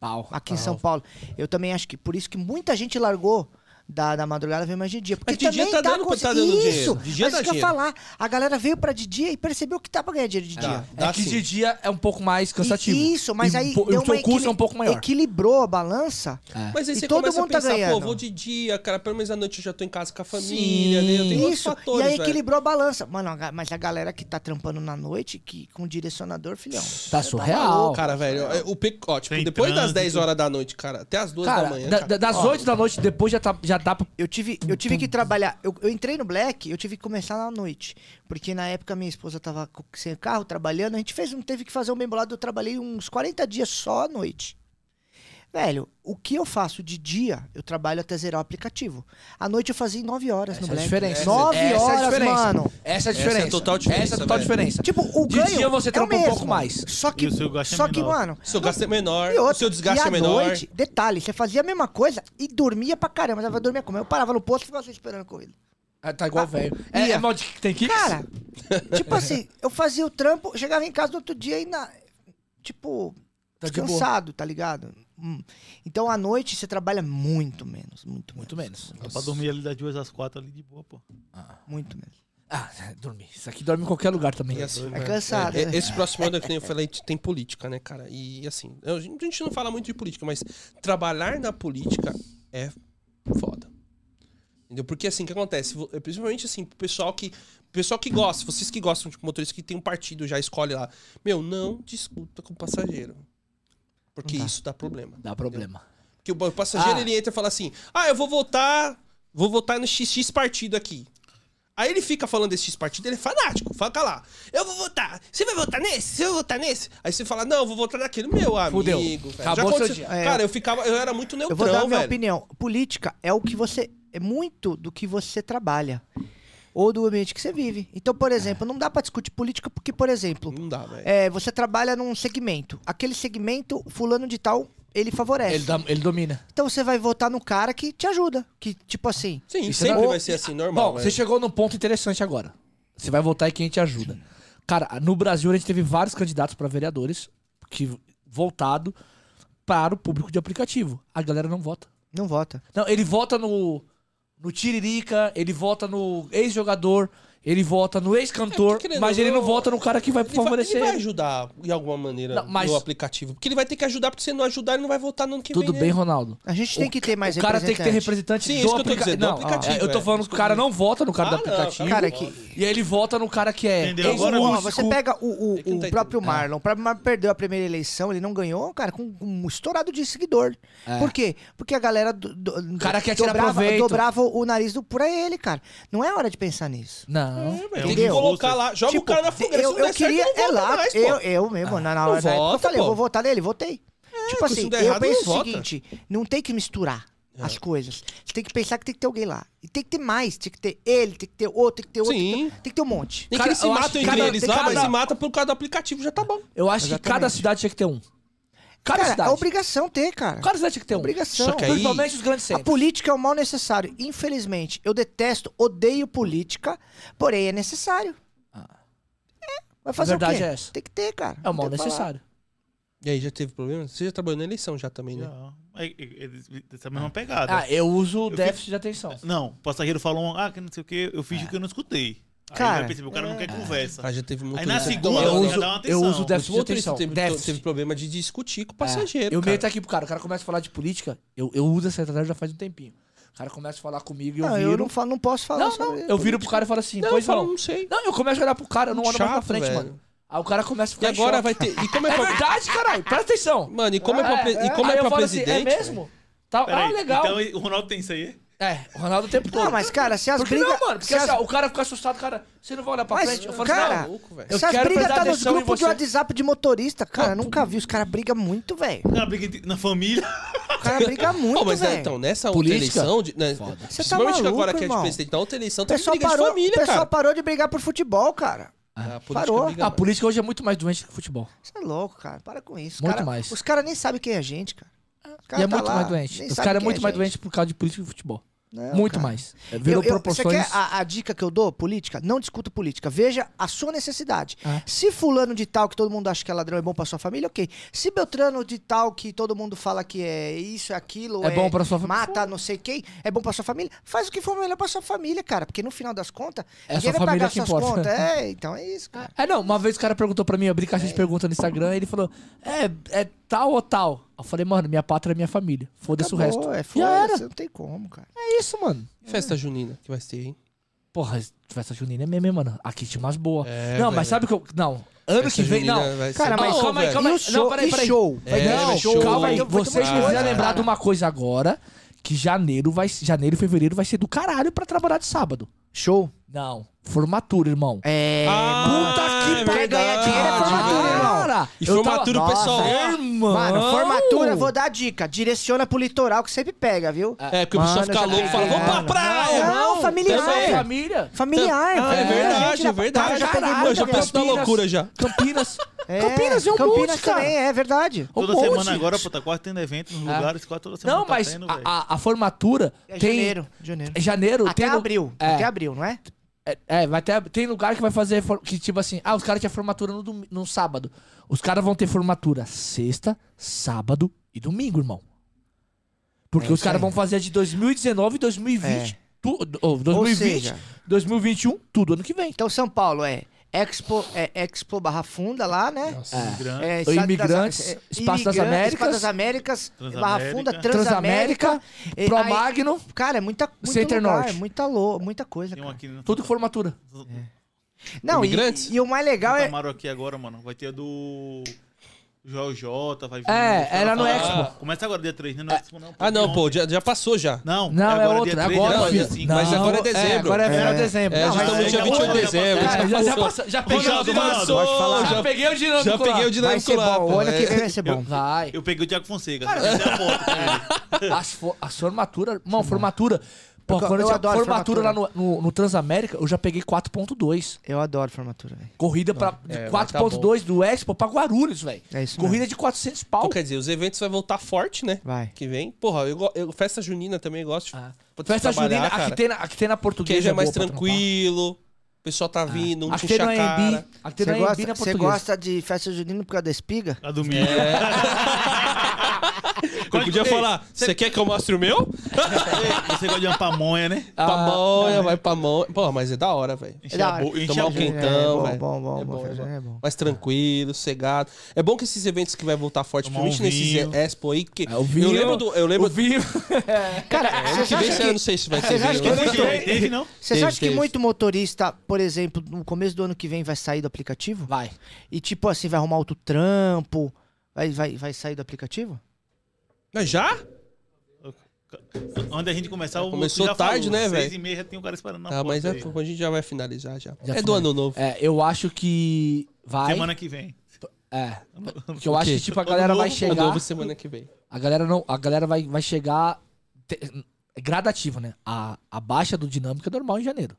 [SPEAKER 3] Pau.
[SPEAKER 4] aqui em São Paulo, eu também acho que por isso que muita gente largou da, da madrugada veio mais de dia. Porque
[SPEAKER 2] Mas de
[SPEAKER 4] também
[SPEAKER 2] dia tá dando pra-
[SPEAKER 4] consi-
[SPEAKER 2] tá dando dinheiro.
[SPEAKER 4] Isso,
[SPEAKER 2] De dia
[SPEAKER 4] mas
[SPEAKER 2] dá
[SPEAKER 4] isso que eu
[SPEAKER 2] dinheiro.
[SPEAKER 4] ia falar. A galera veio pra de dia e percebeu que dá pra ganhar dinheiro de dia.
[SPEAKER 3] É
[SPEAKER 2] Dá
[SPEAKER 3] que
[SPEAKER 2] sim.
[SPEAKER 3] de dia é um pouco mais cansativo.
[SPEAKER 4] Isso, mas
[SPEAKER 3] E
[SPEAKER 4] aí
[SPEAKER 3] po-
[SPEAKER 4] deu
[SPEAKER 3] o seu
[SPEAKER 4] uma
[SPEAKER 3] custo
[SPEAKER 4] equili-
[SPEAKER 3] é um pouco maior.
[SPEAKER 4] Equilibrou a balança.
[SPEAKER 2] Mas aí
[SPEAKER 4] E
[SPEAKER 2] você
[SPEAKER 4] todo
[SPEAKER 2] começa a
[SPEAKER 4] mundo tá
[SPEAKER 2] pensar, pô,
[SPEAKER 4] ganhando.
[SPEAKER 2] vou de dia, cara, pelo menos à noite eu já tô em casa com a família, né? Eu tenho outros
[SPEAKER 4] Isso, e
[SPEAKER 2] fatores,
[SPEAKER 4] aí
[SPEAKER 3] é.
[SPEAKER 2] velho.
[SPEAKER 4] equilibrou a balança. Mano, a ga- mas a galera que tá trampando na noite, que com direcionador, filhão.
[SPEAKER 3] Tá surreal.
[SPEAKER 2] Ô, cara, velho, é, o pe... ó, tipo,
[SPEAKER 5] Tem
[SPEAKER 2] depois das
[SPEAKER 5] trânsito.
[SPEAKER 2] 10 horas da noite, cara, até as 2
[SPEAKER 3] Cara,
[SPEAKER 2] da manhã,
[SPEAKER 3] da-
[SPEAKER 2] cara.
[SPEAKER 3] da- das
[SPEAKER 2] Ó,
[SPEAKER 3] 8 da noite depois já, tá, já dá pra.
[SPEAKER 4] Eu tive, eu tive que trabalhar. Eu, eu entrei no Black, eu tive que começar na noite. Porque na época minha esposa tava co- sem carro, trabalhando. A gente fez, um- teve que fazer um bem bolado. Eu trabalhei uns 40 dias só à noite. Velho, o que eu faço de dia, eu trabalho até zerar o aplicativo. À noite eu fazia em 9 horas
[SPEAKER 3] Essa é
[SPEAKER 4] no
[SPEAKER 3] a
[SPEAKER 4] Black.
[SPEAKER 3] diferença.
[SPEAKER 4] 9
[SPEAKER 3] Essa é a
[SPEAKER 4] horas,
[SPEAKER 3] diferença. Essa é
[SPEAKER 4] mano.
[SPEAKER 3] a
[SPEAKER 2] Essa é a
[SPEAKER 3] diferença.
[SPEAKER 2] total diferença,
[SPEAKER 3] Essa é a total
[SPEAKER 2] velho.
[SPEAKER 3] diferença.
[SPEAKER 4] Tipo, o
[SPEAKER 3] De
[SPEAKER 4] ganho
[SPEAKER 3] dia você
[SPEAKER 4] é o
[SPEAKER 3] trampa um
[SPEAKER 4] mesmo.
[SPEAKER 3] pouco mais.
[SPEAKER 4] Só que,
[SPEAKER 5] E o seu gasto é
[SPEAKER 4] só que
[SPEAKER 5] menor.
[SPEAKER 4] mano,
[SPEAKER 2] Seu gasto é menor,
[SPEAKER 4] e outra,
[SPEAKER 2] o seu
[SPEAKER 4] e
[SPEAKER 2] desgaste
[SPEAKER 4] à
[SPEAKER 2] é menor.
[SPEAKER 4] Noite, detalhe, você fazia a mesma coisa e dormia pra caramba. Tava dormia como? Eu parava no posto e ficava só esperando a corrida.
[SPEAKER 3] Ah, Tá igual
[SPEAKER 4] Ah,
[SPEAKER 3] velho. É,
[SPEAKER 4] ia.
[SPEAKER 3] é mal de que tem que.
[SPEAKER 4] Cara, tipo assim, eu fazia o trampo, chegava em casa no outro dia e na. Tipo,
[SPEAKER 3] Tá de boa.
[SPEAKER 4] descansado, tá ligado? Hum. Então à noite você trabalha muito menos, muito, muito,
[SPEAKER 3] Muito menos.
[SPEAKER 5] Dá pra dormir ali das duas às quatro ali de boa, pô.
[SPEAKER 4] muito menos.
[SPEAKER 3] Ah, dormir. Isso aqui dorme em qualquer lugar também.
[SPEAKER 2] E assim,
[SPEAKER 4] É cansado,
[SPEAKER 2] É,
[SPEAKER 4] né?
[SPEAKER 2] Esse próximo ano, que nem eu falei, tem política, né, cara? E assim, eu- a gente não fala muito de política, mas trabalhar na política é foda. Entendeu? Porque assim, o que acontece? Vo- Principalmente assim, pro pessoal que. Pessoal que gosta, vocês que gostam de motorista que tem um partido, já escolhe lá. Meu, não discuta com o passageiro. Porque isso dá problema.
[SPEAKER 3] Dá problema.
[SPEAKER 2] Porque o passageiro
[SPEAKER 3] Ah.
[SPEAKER 2] ele entra e fala assim: ah, eu vou votar, vou votar no XX partido aqui. Aí ele fica falando desse X partido, ele é fanático, fica lá. Eu vou votar, você vai votar nesse, você vai votar nesse. Aí você fala, não, eu vou votar naquele. Meu amigo,
[SPEAKER 3] Fudeu.
[SPEAKER 2] velho.
[SPEAKER 3] Acabou
[SPEAKER 2] Já
[SPEAKER 3] seu
[SPEAKER 2] aconteceu-
[SPEAKER 3] dia.
[SPEAKER 2] Cara, eu ficava, eu era muito neutrão,
[SPEAKER 4] Eu vou dar a minha
[SPEAKER 2] velho.
[SPEAKER 4] opinião. Política é o que você. É muito do que você trabalha. Ou do ambiente que você vive. Então, por exemplo, não dá pra discutir política porque, por exemplo,
[SPEAKER 2] Não dá, velho.
[SPEAKER 4] é, você trabalha num segmento. Aquele segmento, fulano de tal, ele favorece.
[SPEAKER 3] Ele, dá- ele domina.
[SPEAKER 4] Então você vai votar no cara que te ajuda. Que, tipo assim.
[SPEAKER 2] Sim,
[SPEAKER 3] Isso
[SPEAKER 2] sempre
[SPEAKER 3] não-
[SPEAKER 2] vai ser assim, normal.
[SPEAKER 3] Bom,
[SPEAKER 2] velho.
[SPEAKER 3] você chegou num ponto interessante agora. Você vai votar e quem te ajuda. Cara, no Brasil a gente teve vários candidatos pra vereadores que voltado para o público de aplicativo. A galera não vota.
[SPEAKER 4] Não vota.
[SPEAKER 3] Não, ele vota no no Tiririca, ele vota no ex-jogador, ele vota no
[SPEAKER 2] É,
[SPEAKER 3] ex-cantor,
[SPEAKER 2] porque, querendo
[SPEAKER 3] mas ele
[SPEAKER 2] ou
[SPEAKER 3] não
[SPEAKER 2] não,
[SPEAKER 3] vota no cara que vai
[SPEAKER 2] Ele vai-
[SPEAKER 3] favorecer
[SPEAKER 2] Ele vai
[SPEAKER 3] ele.
[SPEAKER 2] ajudar de alguma maneira
[SPEAKER 3] Não, mas-
[SPEAKER 2] no aplicativo. Porque ele vai ter que ajudar, porque se não ajudar, ele não vai votar no ano que
[SPEAKER 3] Tudo
[SPEAKER 2] vem.
[SPEAKER 3] bem,
[SPEAKER 2] né?
[SPEAKER 3] Ronaldo.
[SPEAKER 4] A gente tem que ter mais
[SPEAKER 3] O cara tem que ter
[SPEAKER 4] representante.
[SPEAKER 3] representante
[SPEAKER 2] Sim,
[SPEAKER 3] do,
[SPEAKER 2] isso que eu tô
[SPEAKER 3] aplica-
[SPEAKER 2] dizendo, do
[SPEAKER 3] não, ah,
[SPEAKER 2] aplicativo,
[SPEAKER 3] Eu tô
[SPEAKER 2] é.
[SPEAKER 3] falando que o cara não vota no cara do
[SPEAKER 2] Ah, não,
[SPEAKER 3] aplicativo.
[SPEAKER 4] Cara, que.
[SPEAKER 3] E aí ele vota no cara que é.
[SPEAKER 5] Entendeu?
[SPEAKER 3] ex-
[SPEAKER 5] Agora-
[SPEAKER 4] Ó,
[SPEAKER 5] músico-
[SPEAKER 4] você pega o, o-
[SPEAKER 2] É que não tá
[SPEAKER 4] o próprio
[SPEAKER 2] entendendo.
[SPEAKER 4] Marlon. O próprio Marlon perdeu a primeira eleição, ele não ganhou, cara, com um estourado de seguidor. Por quê? Porque a galera do, do-
[SPEAKER 3] É. O cara quer tirar
[SPEAKER 4] dobrava,
[SPEAKER 3] proveito.
[SPEAKER 4] dobrava o nariz do, pra ele, cara. Não é hora de pensar nisso.
[SPEAKER 3] Não.
[SPEAKER 2] É, velho, Tem que
[SPEAKER 4] Entendeu?
[SPEAKER 2] colocar lá, joga o cara na fogueira.
[SPEAKER 4] Tipo,
[SPEAKER 2] se
[SPEAKER 4] eu,
[SPEAKER 2] não
[SPEAKER 4] eu
[SPEAKER 2] der
[SPEAKER 4] queria.
[SPEAKER 2] certo, não
[SPEAKER 4] é
[SPEAKER 2] volta
[SPEAKER 4] lá,
[SPEAKER 2] mais, pô.
[SPEAKER 4] eu, eu mesmo, na, na
[SPEAKER 2] Ah. Não
[SPEAKER 4] hora da época, eu
[SPEAKER 2] vota,
[SPEAKER 4] falei,
[SPEAKER 2] pô.
[SPEAKER 4] eu vou votar nele, votei. tipo
[SPEAKER 2] É, se
[SPEAKER 4] assim,
[SPEAKER 2] der
[SPEAKER 4] eu
[SPEAKER 2] errado,
[SPEAKER 4] penso
[SPEAKER 2] não
[SPEAKER 4] o
[SPEAKER 2] vota.
[SPEAKER 4] seguinte: não tem que misturar
[SPEAKER 2] É.
[SPEAKER 4] as coisas. Você tem que pensar que tem que ter alguém lá. E tem que ter mais, tem que ter ele, tem que ter outro, tem que ter outro.
[SPEAKER 2] Sim.
[SPEAKER 4] Tem que ter, tem que ter um monte.
[SPEAKER 2] Nem
[SPEAKER 3] Cara,
[SPEAKER 2] que eles se
[SPEAKER 3] eu acho
[SPEAKER 2] matam
[SPEAKER 3] que
[SPEAKER 2] entre
[SPEAKER 3] cada-
[SPEAKER 2] eles
[SPEAKER 3] tem
[SPEAKER 2] lá,
[SPEAKER 3] cada-
[SPEAKER 2] mas se mata por causa do aplicativo, já tá bom.
[SPEAKER 3] Eu acho que
[SPEAKER 4] Exatamente.
[SPEAKER 3] cada cidade tinha que ter um. Cada
[SPEAKER 4] Cara, é
[SPEAKER 3] cidade.
[SPEAKER 4] obrigação ter, cara.
[SPEAKER 3] Cada cidade tinha que ter um.
[SPEAKER 4] Obrigação.
[SPEAKER 2] Só que aí-
[SPEAKER 3] Principalmente os grandes
[SPEAKER 4] A
[SPEAKER 3] centros.
[SPEAKER 4] política é o mal necessário. Infelizmente, eu detesto, odeio política, porém é necessário.
[SPEAKER 2] Ah.
[SPEAKER 4] É, vai fazer
[SPEAKER 3] verdade
[SPEAKER 4] o quê?
[SPEAKER 3] é essa.
[SPEAKER 4] Tem que ter, cara.
[SPEAKER 3] É o
[SPEAKER 4] Não
[SPEAKER 3] mal
[SPEAKER 4] tem o que falar.
[SPEAKER 3] necessário.
[SPEAKER 2] E aí, já teve problema? Você já trabalhou na eleição já também, né?
[SPEAKER 5] Já. É, é, é dessa mesma pegada.
[SPEAKER 3] Ah, eu uso o
[SPEAKER 5] Eu
[SPEAKER 3] déficit de atenção.
[SPEAKER 5] Não, o passageiro falou, ah, que não sei o que, eu fingi que eu não escutei. Aí
[SPEAKER 4] Cara,
[SPEAKER 5] vai perceber, o cara não quer conversa.
[SPEAKER 2] É. Ah, já teve muito
[SPEAKER 5] Aí na segunda,
[SPEAKER 3] Eu uso,
[SPEAKER 5] já dá uma
[SPEAKER 3] eu
[SPEAKER 5] atenção.
[SPEAKER 3] uso o
[SPEAKER 2] Os
[SPEAKER 3] déficit de
[SPEAKER 2] motoristas
[SPEAKER 3] atenção.
[SPEAKER 2] teve,
[SPEAKER 3] Déficit.
[SPEAKER 2] teve problema de discutir com o
[SPEAKER 3] É,
[SPEAKER 2] passageiro.
[SPEAKER 3] eu
[SPEAKER 2] cara.
[SPEAKER 3] meio tá aqui pro cara. O cara começa a falar de política. Eu, eu uso essa estratégia já faz um tempinho. O cara começa a falar comigo e eu
[SPEAKER 4] Não,
[SPEAKER 3] viro.
[SPEAKER 4] Ah, eu não, falo, não posso falar
[SPEAKER 3] não,
[SPEAKER 4] sobre
[SPEAKER 3] não, Eu viro pro cara e falo assim,
[SPEAKER 2] Não, eu
[SPEAKER 3] pois
[SPEAKER 2] falo,
[SPEAKER 3] não.
[SPEAKER 2] não sei.
[SPEAKER 3] Não, eu começo a olhar pro cara, eu não olho mais pra
[SPEAKER 2] Chato,
[SPEAKER 3] frente,
[SPEAKER 2] velho.
[SPEAKER 3] mano. Aí o cara começa
[SPEAKER 2] E
[SPEAKER 3] a ficar em
[SPEAKER 2] agora
[SPEAKER 3] choque.
[SPEAKER 2] vai ter. E como é
[SPEAKER 3] É
[SPEAKER 2] pra.
[SPEAKER 3] verdade, caralho. Presta atenção.
[SPEAKER 2] Mano, e como é, pra, pre- e como
[SPEAKER 3] Aí
[SPEAKER 2] é
[SPEAKER 3] eu
[SPEAKER 2] pra
[SPEAKER 3] falo assim,
[SPEAKER 2] presidente?
[SPEAKER 3] é mesmo? Tá,
[SPEAKER 5] Peraí,
[SPEAKER 3] ah, legal.
[SPEAKER 5] Então o Ronaldo tem isso aí?
[SPEAKER 3] É, o Ronaldo o tempo todo.
[SPEAKER 4] Não, mas, cara, se as
[SPEAKER 3] Por que
[SPEAKER 4] brigas.
[SPEAKER 3] não, mano? Porque
[SPEAKER 4] se as-
[SPEAKER 3] assim, ó, o cara fica assustado, cara, você não vai olhar pra
[SPEAKER 4] Mas,
[SPEAKER 3] frente? Eu falo
[SPEAKER 4] cara,
[SPEAKER 3] assim, não,
[SPEAKER 2] Louco, velho.
[SPEAKER 3] eu
[SPEAKER 4] se as
[SPEAKER 3] quero
[SPEAKER 4] brigas
[SPEAKER 3] prestar
[SPEAKER 4] tá nos
[SPEAKER 3] atenção em
[SPEAKER 4] grupos de
[SPEAKER 3] você.
[SPEAKER 4] WhatsApp de motorista, cara, eu nunca vi. Os caras brigam muito, velho.
[SPEAKER 5] O cara briga entre- na família.
[SPEAKER 4] O cara briga
[SPEAKER 2] Pô,
[SPEAKER 4] muito,
[SPEAKER 3] é,
[SPEAKER 2] mas né,
[SPEAKER 4] velho.
[SPEAKER 2] então, nessa outra
[SPEAKER 3] Política?
[SPEAKER 2] eleição. De, né,
[SPEAKER 3] Foda.
[SPEAKER 2] Você tá maluco, agora que é de
[SPEAKER 4] irmão?
[SPEAKER 2] presidente. Na outra eleição
[SPEAKER 4] o
[SPEAKER 2] teve
[SPEAKER 4] pessoal,
[SPEAKER 2] briga
[SPEAKER 4] parou,
[SPEAKER 2] de família,
[SPEAKER 4] o pessoal
[SPEAKER 2] cara.
[SPEAKER 4] parou de brigar por futebol, cara.
[SPEAKER 2] Ah, a política
[SPEAKER 4] parou.
[SPEAKER 2] briga
[SPEAKER 3] A
[SPEAKER 2] mais.
[SPEAKER 3] política hoje é muito mais doente que o futebol.
[SPEAKER 4] Você é louco, cara. Para com isso. Os
[SPEAKER 3] Muito
[SPEAKER 4] cara-
[SPEAKER 3] mais.
[SPEAKER 4] Os caras nem sabem quem é a gente, cara. Os
[SPEAKER 3] e
[SPEAKER 4] cara
[SPEAKER 3] é
[SPEAKER 4] tá
[SPEAKER 3] muito
[SPEAKER 4] lá,
[SPEAKER 3] mais
[SPEAKER 4] nem
[SPEAKER 3] doente. Os
[SPEAKER 4] sabe
[SPEAKER 3] caras é
[SPEAKER 4] quem
[SPEAKER 3] muito
[SPEAKER 4] a
[SPEAKER 3] mais
[SPEAKER 4] gente.
[SPEAKER 3] doentes por causa de política e futebol.
[SPEAKER 4] Não,
[SPEAKER 3] Muito
[SPEAKER 4] cara.
[SPEAKER 3] mais. É, Virou
[SPEAKER 4] Eu- eu-
[SPEAKER 3] proporções.
[SPEAKER 4] Você quer a, a dica que eu dou? Política? Não discuta política. Veja a sua necessidade.
[SPEAKER 3] É.
[SPEAKER 4] Se fulano de tal, que todo mundo acha que é ladrão, é bom pra sua família, ok. Se Beltrano de tal, que todo mundo fala que é isso, é aquilo...
[SPEAKER 3] É bom pra sua família.
[SPEAKER 4] Mata não sei quem, é bom pra sua família. Faz o que for melhor pra sua família, cara. Porque no final das contas,
[SPEAKER 3] É a
[SPEAKER 4] ninguém
[SPEAKER 3] sua
[SPEAKER 4] vai
[SPEAKER 3] família
[SPEAKER 4] pagar
[SPEAKER 3] que
[SPEAKER 4] suas
[SPEAKER 3] importa.
[SPEAKER 4] contas. É, então é isso, cara.
[SPEAKER 3] É, não, uma vez o cara perguntou pra mim, eu abri caixa de pergunta no Instagram, ele falou, é, é tal ou tal? Eu falei, mano, minha pátria é minha família. Foda-se o resto.
[SPEAKER 4] Acabou, É,
[SPEAKER 3] Já
[SPEAKER 4] foda
[SPEAKER 3] era.
[SPEAKER 4] não tem como, cara.
[SPEAKER 3] É isso, mano.
[SPEAKER 2] Festa junina que vai ter, hein?
[SPEAKER 3] Porra, festa junina é meme, hein, mano. Aqui tinha umas boas.
[SPEAKER 2] É,
[SPEAKER 3] não,
[SPEAKER 2] velho.
[SPEAKER 3] mas sabe o que eu... Não, ano
[SPEAKER 2] Festa
[SPEAKER 3] que vem,
[SPEAKER 2] junina
[SPEAKER 3] não.
[SPEAKER 2] vai ser-
[SPEAKER 4] Cara, mas
[SPEAKER 3] Ô, calma aí,
[SPEAKER 2] velho.
[SPEAKER 3] calma aí.
[SPEAKER 4] E o
[SPEAKER 3] Não,
[SPEAKER 4] show?
[SPEAKER 3] peraí,
[SPEAKER 4] e
[SPEAKER 3] peraí.
[SPEAKER 4] show? Vai
[SPEAKER 2] É,
[SPEAKER 4] ter
[SPEAKER 3] Não,
[SPEAKER 2] show.
[SPEAKER 3] calma
[SPEAKER 4] Vai
[SPEAKER 3] aí.
[SPEAKER 4] ter- vai ter
[SPEAKER 3] Vocês
[SPEAKER 4] muita coisa,
[SPEAKER 3] quiserem lembrar
[SPEAKER 4] cara.
[SPEAKER 3] de uma coisa agora, que janeiro vai... Janeiro e fevereiro vai ser do caralho pra trabalhar de sábado.
[SPEAKER 4] Show.
[SPEAKER 3] Não. Formatura, irmão.
[SPEAKER 4] É...
[SPEAKER 2] Ah,
[SPEAKER 3] puta que pariu.
[SPEAKER 4] Quer ganhar dinheiro é formatura,
[SPEAKER 2] velho.
[SPEAKER 4] irmão.
[SPEAKER 2] E
[SPEAKER 3] eu
[SPEAKER 2] formatura o
[SPEAKER 4] Nossa,
[SPEAKER 2] pessoal.
[SPEAKER 4] é.
[SPEAKER 3] Irmão.
[SPEAKER 4] Mano, formatura, vou dar dica. Direciona pro litoral que sempre pega, viu?
[SPEAKER 2] É, porque o pessoal
[SPEAKER 4] Mano,
[SPEAKER 2] fica
[SPEAKER 4] já
[SPEAKER 2] louco e fala,
[SPEAKER 4] peguei.
[SPEAKER 2] vamos pra praia!
[SPEAKER 4] Não, familiar.
[SPEAKER 2] Também.
[SPEAKER 3] Família.
[SPEAKER 4] Familiar,
[SPEAKER 2] Ah, é
[SPEAKER 4] velho. A
[SPEAKER 2] verdade,
[SPEAKER 4] gente já-
[SPEAKER 2] é verdade.
[SPEAKER 4] Cara, já peguei
[SPEAKER 2] Caralho,
[SPEAKER 4] muita
[SPEAKER 2] já
[SPEAKER 4] viagem.
[SPEAKER 2] posso dar loucura já.
[SPEAKER 3] Campinas.
[SPEAKER 4] É,
[SPEAKER 3] Campinas é um
[SPEAKER 4] Campinas
[SPEAKER 3] monte, cara.
[SPEAKER 4] também, é verdade.
[SPEAKER 3] Um
[SPEAKER 5] Toda
[SPEAKER 3] monte.
[SPEAKER 5] semana agora, pô, tá quase tendo evento nos lugares, quase toda semana
[SPEAKER 3] Ah. Não,
[SPEAKER 5] tá
[SPEAKER 3] mas
[SPEAKER 5] tendo,
[SPEAKER 3] a-
[SPEAKER 5] velho.
[SPEAKER 3] a, a formatura
[SPEAKER 4] É
[SPEAKER 3] tem...
[SPEAKER 4] janeiro, janeiro.
[SPEAKER 3] É Janeiro
[SPEAKER 4] Até
[SPEAKER 3] tem... lu-
[SPEAKER 4] abril.
[SPEAKER 3] É,
[SPEAKER 4] Até abril, não é?
[SPEAKER 3] é, é, vai até... Tem lugar que vai fazer... for- Que tipo assim... Ah, os caras tinham formatura no, domi- no sábado. Os caras vão ter formatura sexta, sábado e domingo, irmão. Porque
[SPEAKER 4] É
[SPEAKER 3] os
[SPEAKER 4] isso
[SPEAKER 3] caras
[SPEAKER 4] aí.
[SPEAKER 3] vão fazer de 2019 2020.
[SPEAKER 4] É.
[SPEAKER 3] Tu, oh, 2020,
[SPEAKER 4] seja-
[SPEAKER 3] 2021, tudo ano que vem.
[SPEAKER 4] Então São Paulo é Expo, é Expo Barra Funda lá, né?
[SPEAKER 5] Grande.
[SPEAKER 4] É,
[SPEAKER 3] O Imigrantes,
[SPEAKER 4] é,
[SPEAKER 3] Espaço das
[SPEAKER 4] Imigrantes,
[SPEAKER 3] Américas.
[SPEAKER 4] Espaço das Américas,
[SPEAKER 5] Transamérica.
[SPEAKER 4] Barra Funda,
[SPEAKER 3] Transamérica,
[SPEAKER 4] Transamérica, e- aí-
[SPEAKER 3] Promagno,
[SPEAKER 4] Cara, é muita, muito
[SPEAKER 3] Center
[SPEAKER 4] lugar,
[SPEAKER 3] Norte.
[SPEAKER 4] é muita, lo, muita coisa,
[SPEAKER 5] Tem um
[SPEAKER 4] cara.
[SPEAKER 5] aqui no
[SPEAKER 3] tudo é. com formatura.
[SPEAKER 4] Não, e,
[SPEAKER 2] Imigrantes?
[SPEAKER 4] e o mais legal é...
[SPEAKER 5] Camaro aqui agora, mano. Vai ter a do. Joel Jota, vai vir.
[SPEAKER 3] É,
[SPEAKER 5] Os caras
[SPEAKER 3] era no
[SPEAKER 5] falaram-
[SPEAKER 3] Expo. É.
[SPEAKER 5] Começa agora, dia 3, né? No Expo não.
[SPEAKER 2] Ah, não,
[SPEAKER 5] ontem.
[SPEAKER 2] pô, já, já passou já.
[SPEAKER 5] Não,
[SPEAKER 3] Não, é
[SPEAKER 5] agora
[SPEAKER 3] outra.
[SPEAKER 5] dia assim, 3,
[SPEAKER 3] Agora,
[SPEAKER 5] dia
[SPEAKER 3] filho.
[SPEAKER 5] 5.
[SPEAKER 2] Mas
[SPEAKER 3] Não,
[SPEAKER 2] agora é dezembro.
[SPEAKER 3] agora é final
[SPEAKER 4] É.
[SPEAKER 3] de dezembro.
[SPEAKER 2] É, já
[SPEAKER 4] Não, mas
[SPEAKER 2] estamos no
[SPEAKER 4] aí
[SPEAKER 2] dia
[SPEAKER 4] já
[SPEAKER 2] 21 de
[SPEAKER 5] passou,
[SPEAKER 2] dezembro. né?
[SPEAKER 5] já
[SPEAKER 3] Cara, É, já, já,
[SPEAKER 2] passou.
[SPEAKER 3] passa- já peguei o
[SPEAKER 2] Ronaldo
[SPEAKER 3] dinâmico.
[SPEAKER 2] passou,
[SPEAKER 4] Pode falar.
[SPEAKER 2] já,
[SPEAKER 3] Já peguei o dinâmico.
[SPEAKER 2] já peguei o
[SPEAKER 3] dinâmico.
[SPEAKER 4] Vai um
[SPEAKER 2] dinâmico
[SPEAKER 4] ser
[SPEAKER 2] lá.
[SPEAKER 4] bom,
[SPEAKER 2] pô,
[SPEAKER 4] o ano
[SPEAKER 2] é.
[SPEAKER 4] que vem vai ser bom.
[SPEAKER 3] Vai.
[SPEAKER 5] Eu peguei o Thiago Fonseca. Cadê a foto com
[SPEAKER 3] É.
[SPEAKER 5] ele?
[SPEAKER 3] As, fo as formatura, irmão, formatura. Pô,
[SPEAKER 4] Eu-
[SPEAKER 3] quando
[SPEAKER 4] eu
[SPEAKER 3] eu tinha
[SPEAKER 4] adoro
[SPEAKER 3] formatura
[SPEAKER 4] formatura.
[SPEAKER 3] lá no, no, no Transamérica, eu já peguei 4.2.
[SPEAKER 4] Eu adoro formatura, velho.
[SPEAKER 3] Corrida pra, de
[SPEAKER 2] é, vai tá
[SPEAKER 3] 4.2 do Expo pra Guarulhos, velho.
[SPEAKER 4] É isso
[SPEAKER 3] Corrida de 400 pau.
[SPEAKER 2] Então, quer dizer, os eventos vai voltar forte, né?
[SPEAKER 4] Vai.
[SPEAKER 2] Que vem. Porra, eu, go- eu- festa junina também gosto.
[SPEAKER 3] Ah.
[SPEAKER 2] Pô,
[SPEAKER 3] Festa
[SPEAKER 2] trabalhar,
[SPEAKER 3] junina, a
[SPEAKER 2] cara.
[SPEAKER 3] que, tem na, a que tem na portuguesa.
[SPEAKER 2] Queijo é mais
[SPEAKER 3] boa pra
[SPEAKER 2] tranquilo. O pessoal
[SPEAKER 4] Ah.
[SPEAKER 2] tá vindo, um
[SPEAKER 3] trampar. A que
[SPEAKER 2] puxa
[SPEAKER 3] tem
[SPEAKER 2] a
[SPEAKER 4] é
[SPEAKER 3] na
[SPEAKER 2] cara.
[SPEAKER 3] EMB. A que tem
[SPEAKER 4] Você
[SPEAKER 3] na EMB
[SPEAKER 4] gosta,
[SPEAKER 3] na
[SPEAKER 4] você
[SPEAKER 3] portuguesa.
[SPEAKER 4] gosta de festa junina por causa da espiga?
[SPEAKER 5] A do Minho.
[SPEAKER 2] Eu podia falar, você quer que eu mostre o meu?
[SPEAKER 5] Você gosta de uma pamonha, né?
[SPEAKER 2] pamonha, vai pamonha. Pô, mas é da hora, velho.
[SPEAKER 5] Encher
[SPEAKER 4] da
[SPEAKER 5] a
[SPEAKER 4] hora.
[SPEAKER 5] bo- encher
[SPEAKER 2] Tomar
[SPEAKER 5] a
[SPEAKER 2] um
[SPEAKER 5] boca.
[SPEAKER 2] quentão,
[SPEAKER 4] é bom,
[SPEAKER 2] velho.
[SPEAKER 4] bom, bom, bom,
[SPEAKER 2] é bom,
[SPEAKER 4] é
[SPEAKER 2] é
[SPEAKER 4] bom.
[SPEAKER 2] bom. Mais tranquilo, sossegado. É bom que esses eventos que vai voltar forte,
[SPEAKER 5] Tomar um
[SPEAKER 2] principalmente nesses
[SPEAKER 5] vinho.
[SPEAKER 2] Expo aí, que
[SPEAKER 3] É, o vinho,
[SPEAKER 2] eu lembro do, eu lembro
[SPEAKER 3] O vinho.
[SPEAKER 4] Cara,
[SPEAKER 2] Ano que
[SPEAKER 4] você
[SPEAKER 2] vem,
[SPEAKER 4] acha
[SPEAKER 2] eu não
[SPEAKER 4] É, que,
[SPEAKER 2] sei se vai ter
[SPEAKER 4] Vocês
[SPEAKER 2] vinho.
[SPEAKER 4] acham que
[SPEAKER 2] né?
[SPEAKER 4] é muito-
[SPEAKER 5] Teve, teve, não?
[SPEAKER 4] vocês
[SPEAKER 2] Teve,
[SPEAKER 4] acham que
[SPEAKER 2] teve.
[SPEAKER 4] muito motorista, por exemplo, no começo do ano que vem vai sair do aplicativo?
[SPEAKER 3] Vai.
[SPEAKER 4] E tipo assim, vai arrumar outro trampo? Vai, vai, vai sair do aplicativo?
[SPEAKER 2] Mas já?
[SPEAKER 5] Onde a gente começar, o
[SPEAKER 2] Começou
[SPEAKER 5] já falou,
[SPEAKER 2] tarde, né,
[SPEAKER 5] Seis
[SPEAKER 2] velho?
[SPEAKER 5] e meia já tem um cara esperando na
[SPEAKER 2] Ah,
[SPEAKER 5] porta
[SPEAKER 2] mas é-
[SPEAKER 5] aí.
[SPEAKER 2] a gente já vai finalizar já.
[SPEAKER 3] Já
[SPEAKER 2] é do
[SPEAKER 3] finalizou.
[SPEAKER 2] ano novo.
[SPEAKER 3] É, eu acho que vai.
[SPEAKER 5] Semana que vem.
[SPEAKER 3] É. Que eu acho
[SPEAKER 2] quê?
[SPEAKER 3] que tipo a galera vai
[SPEAKER 5] Ano novo,
[SPEAKER 2] É
[SPEAKER 3] chegar.
[SPEAKER 2] novo semana que vem.
[SPEAKER 3] A galera não, a galera vai, vai chegar te- é gradativo, né? A, a baixa do dinâmico é normal em janeiro.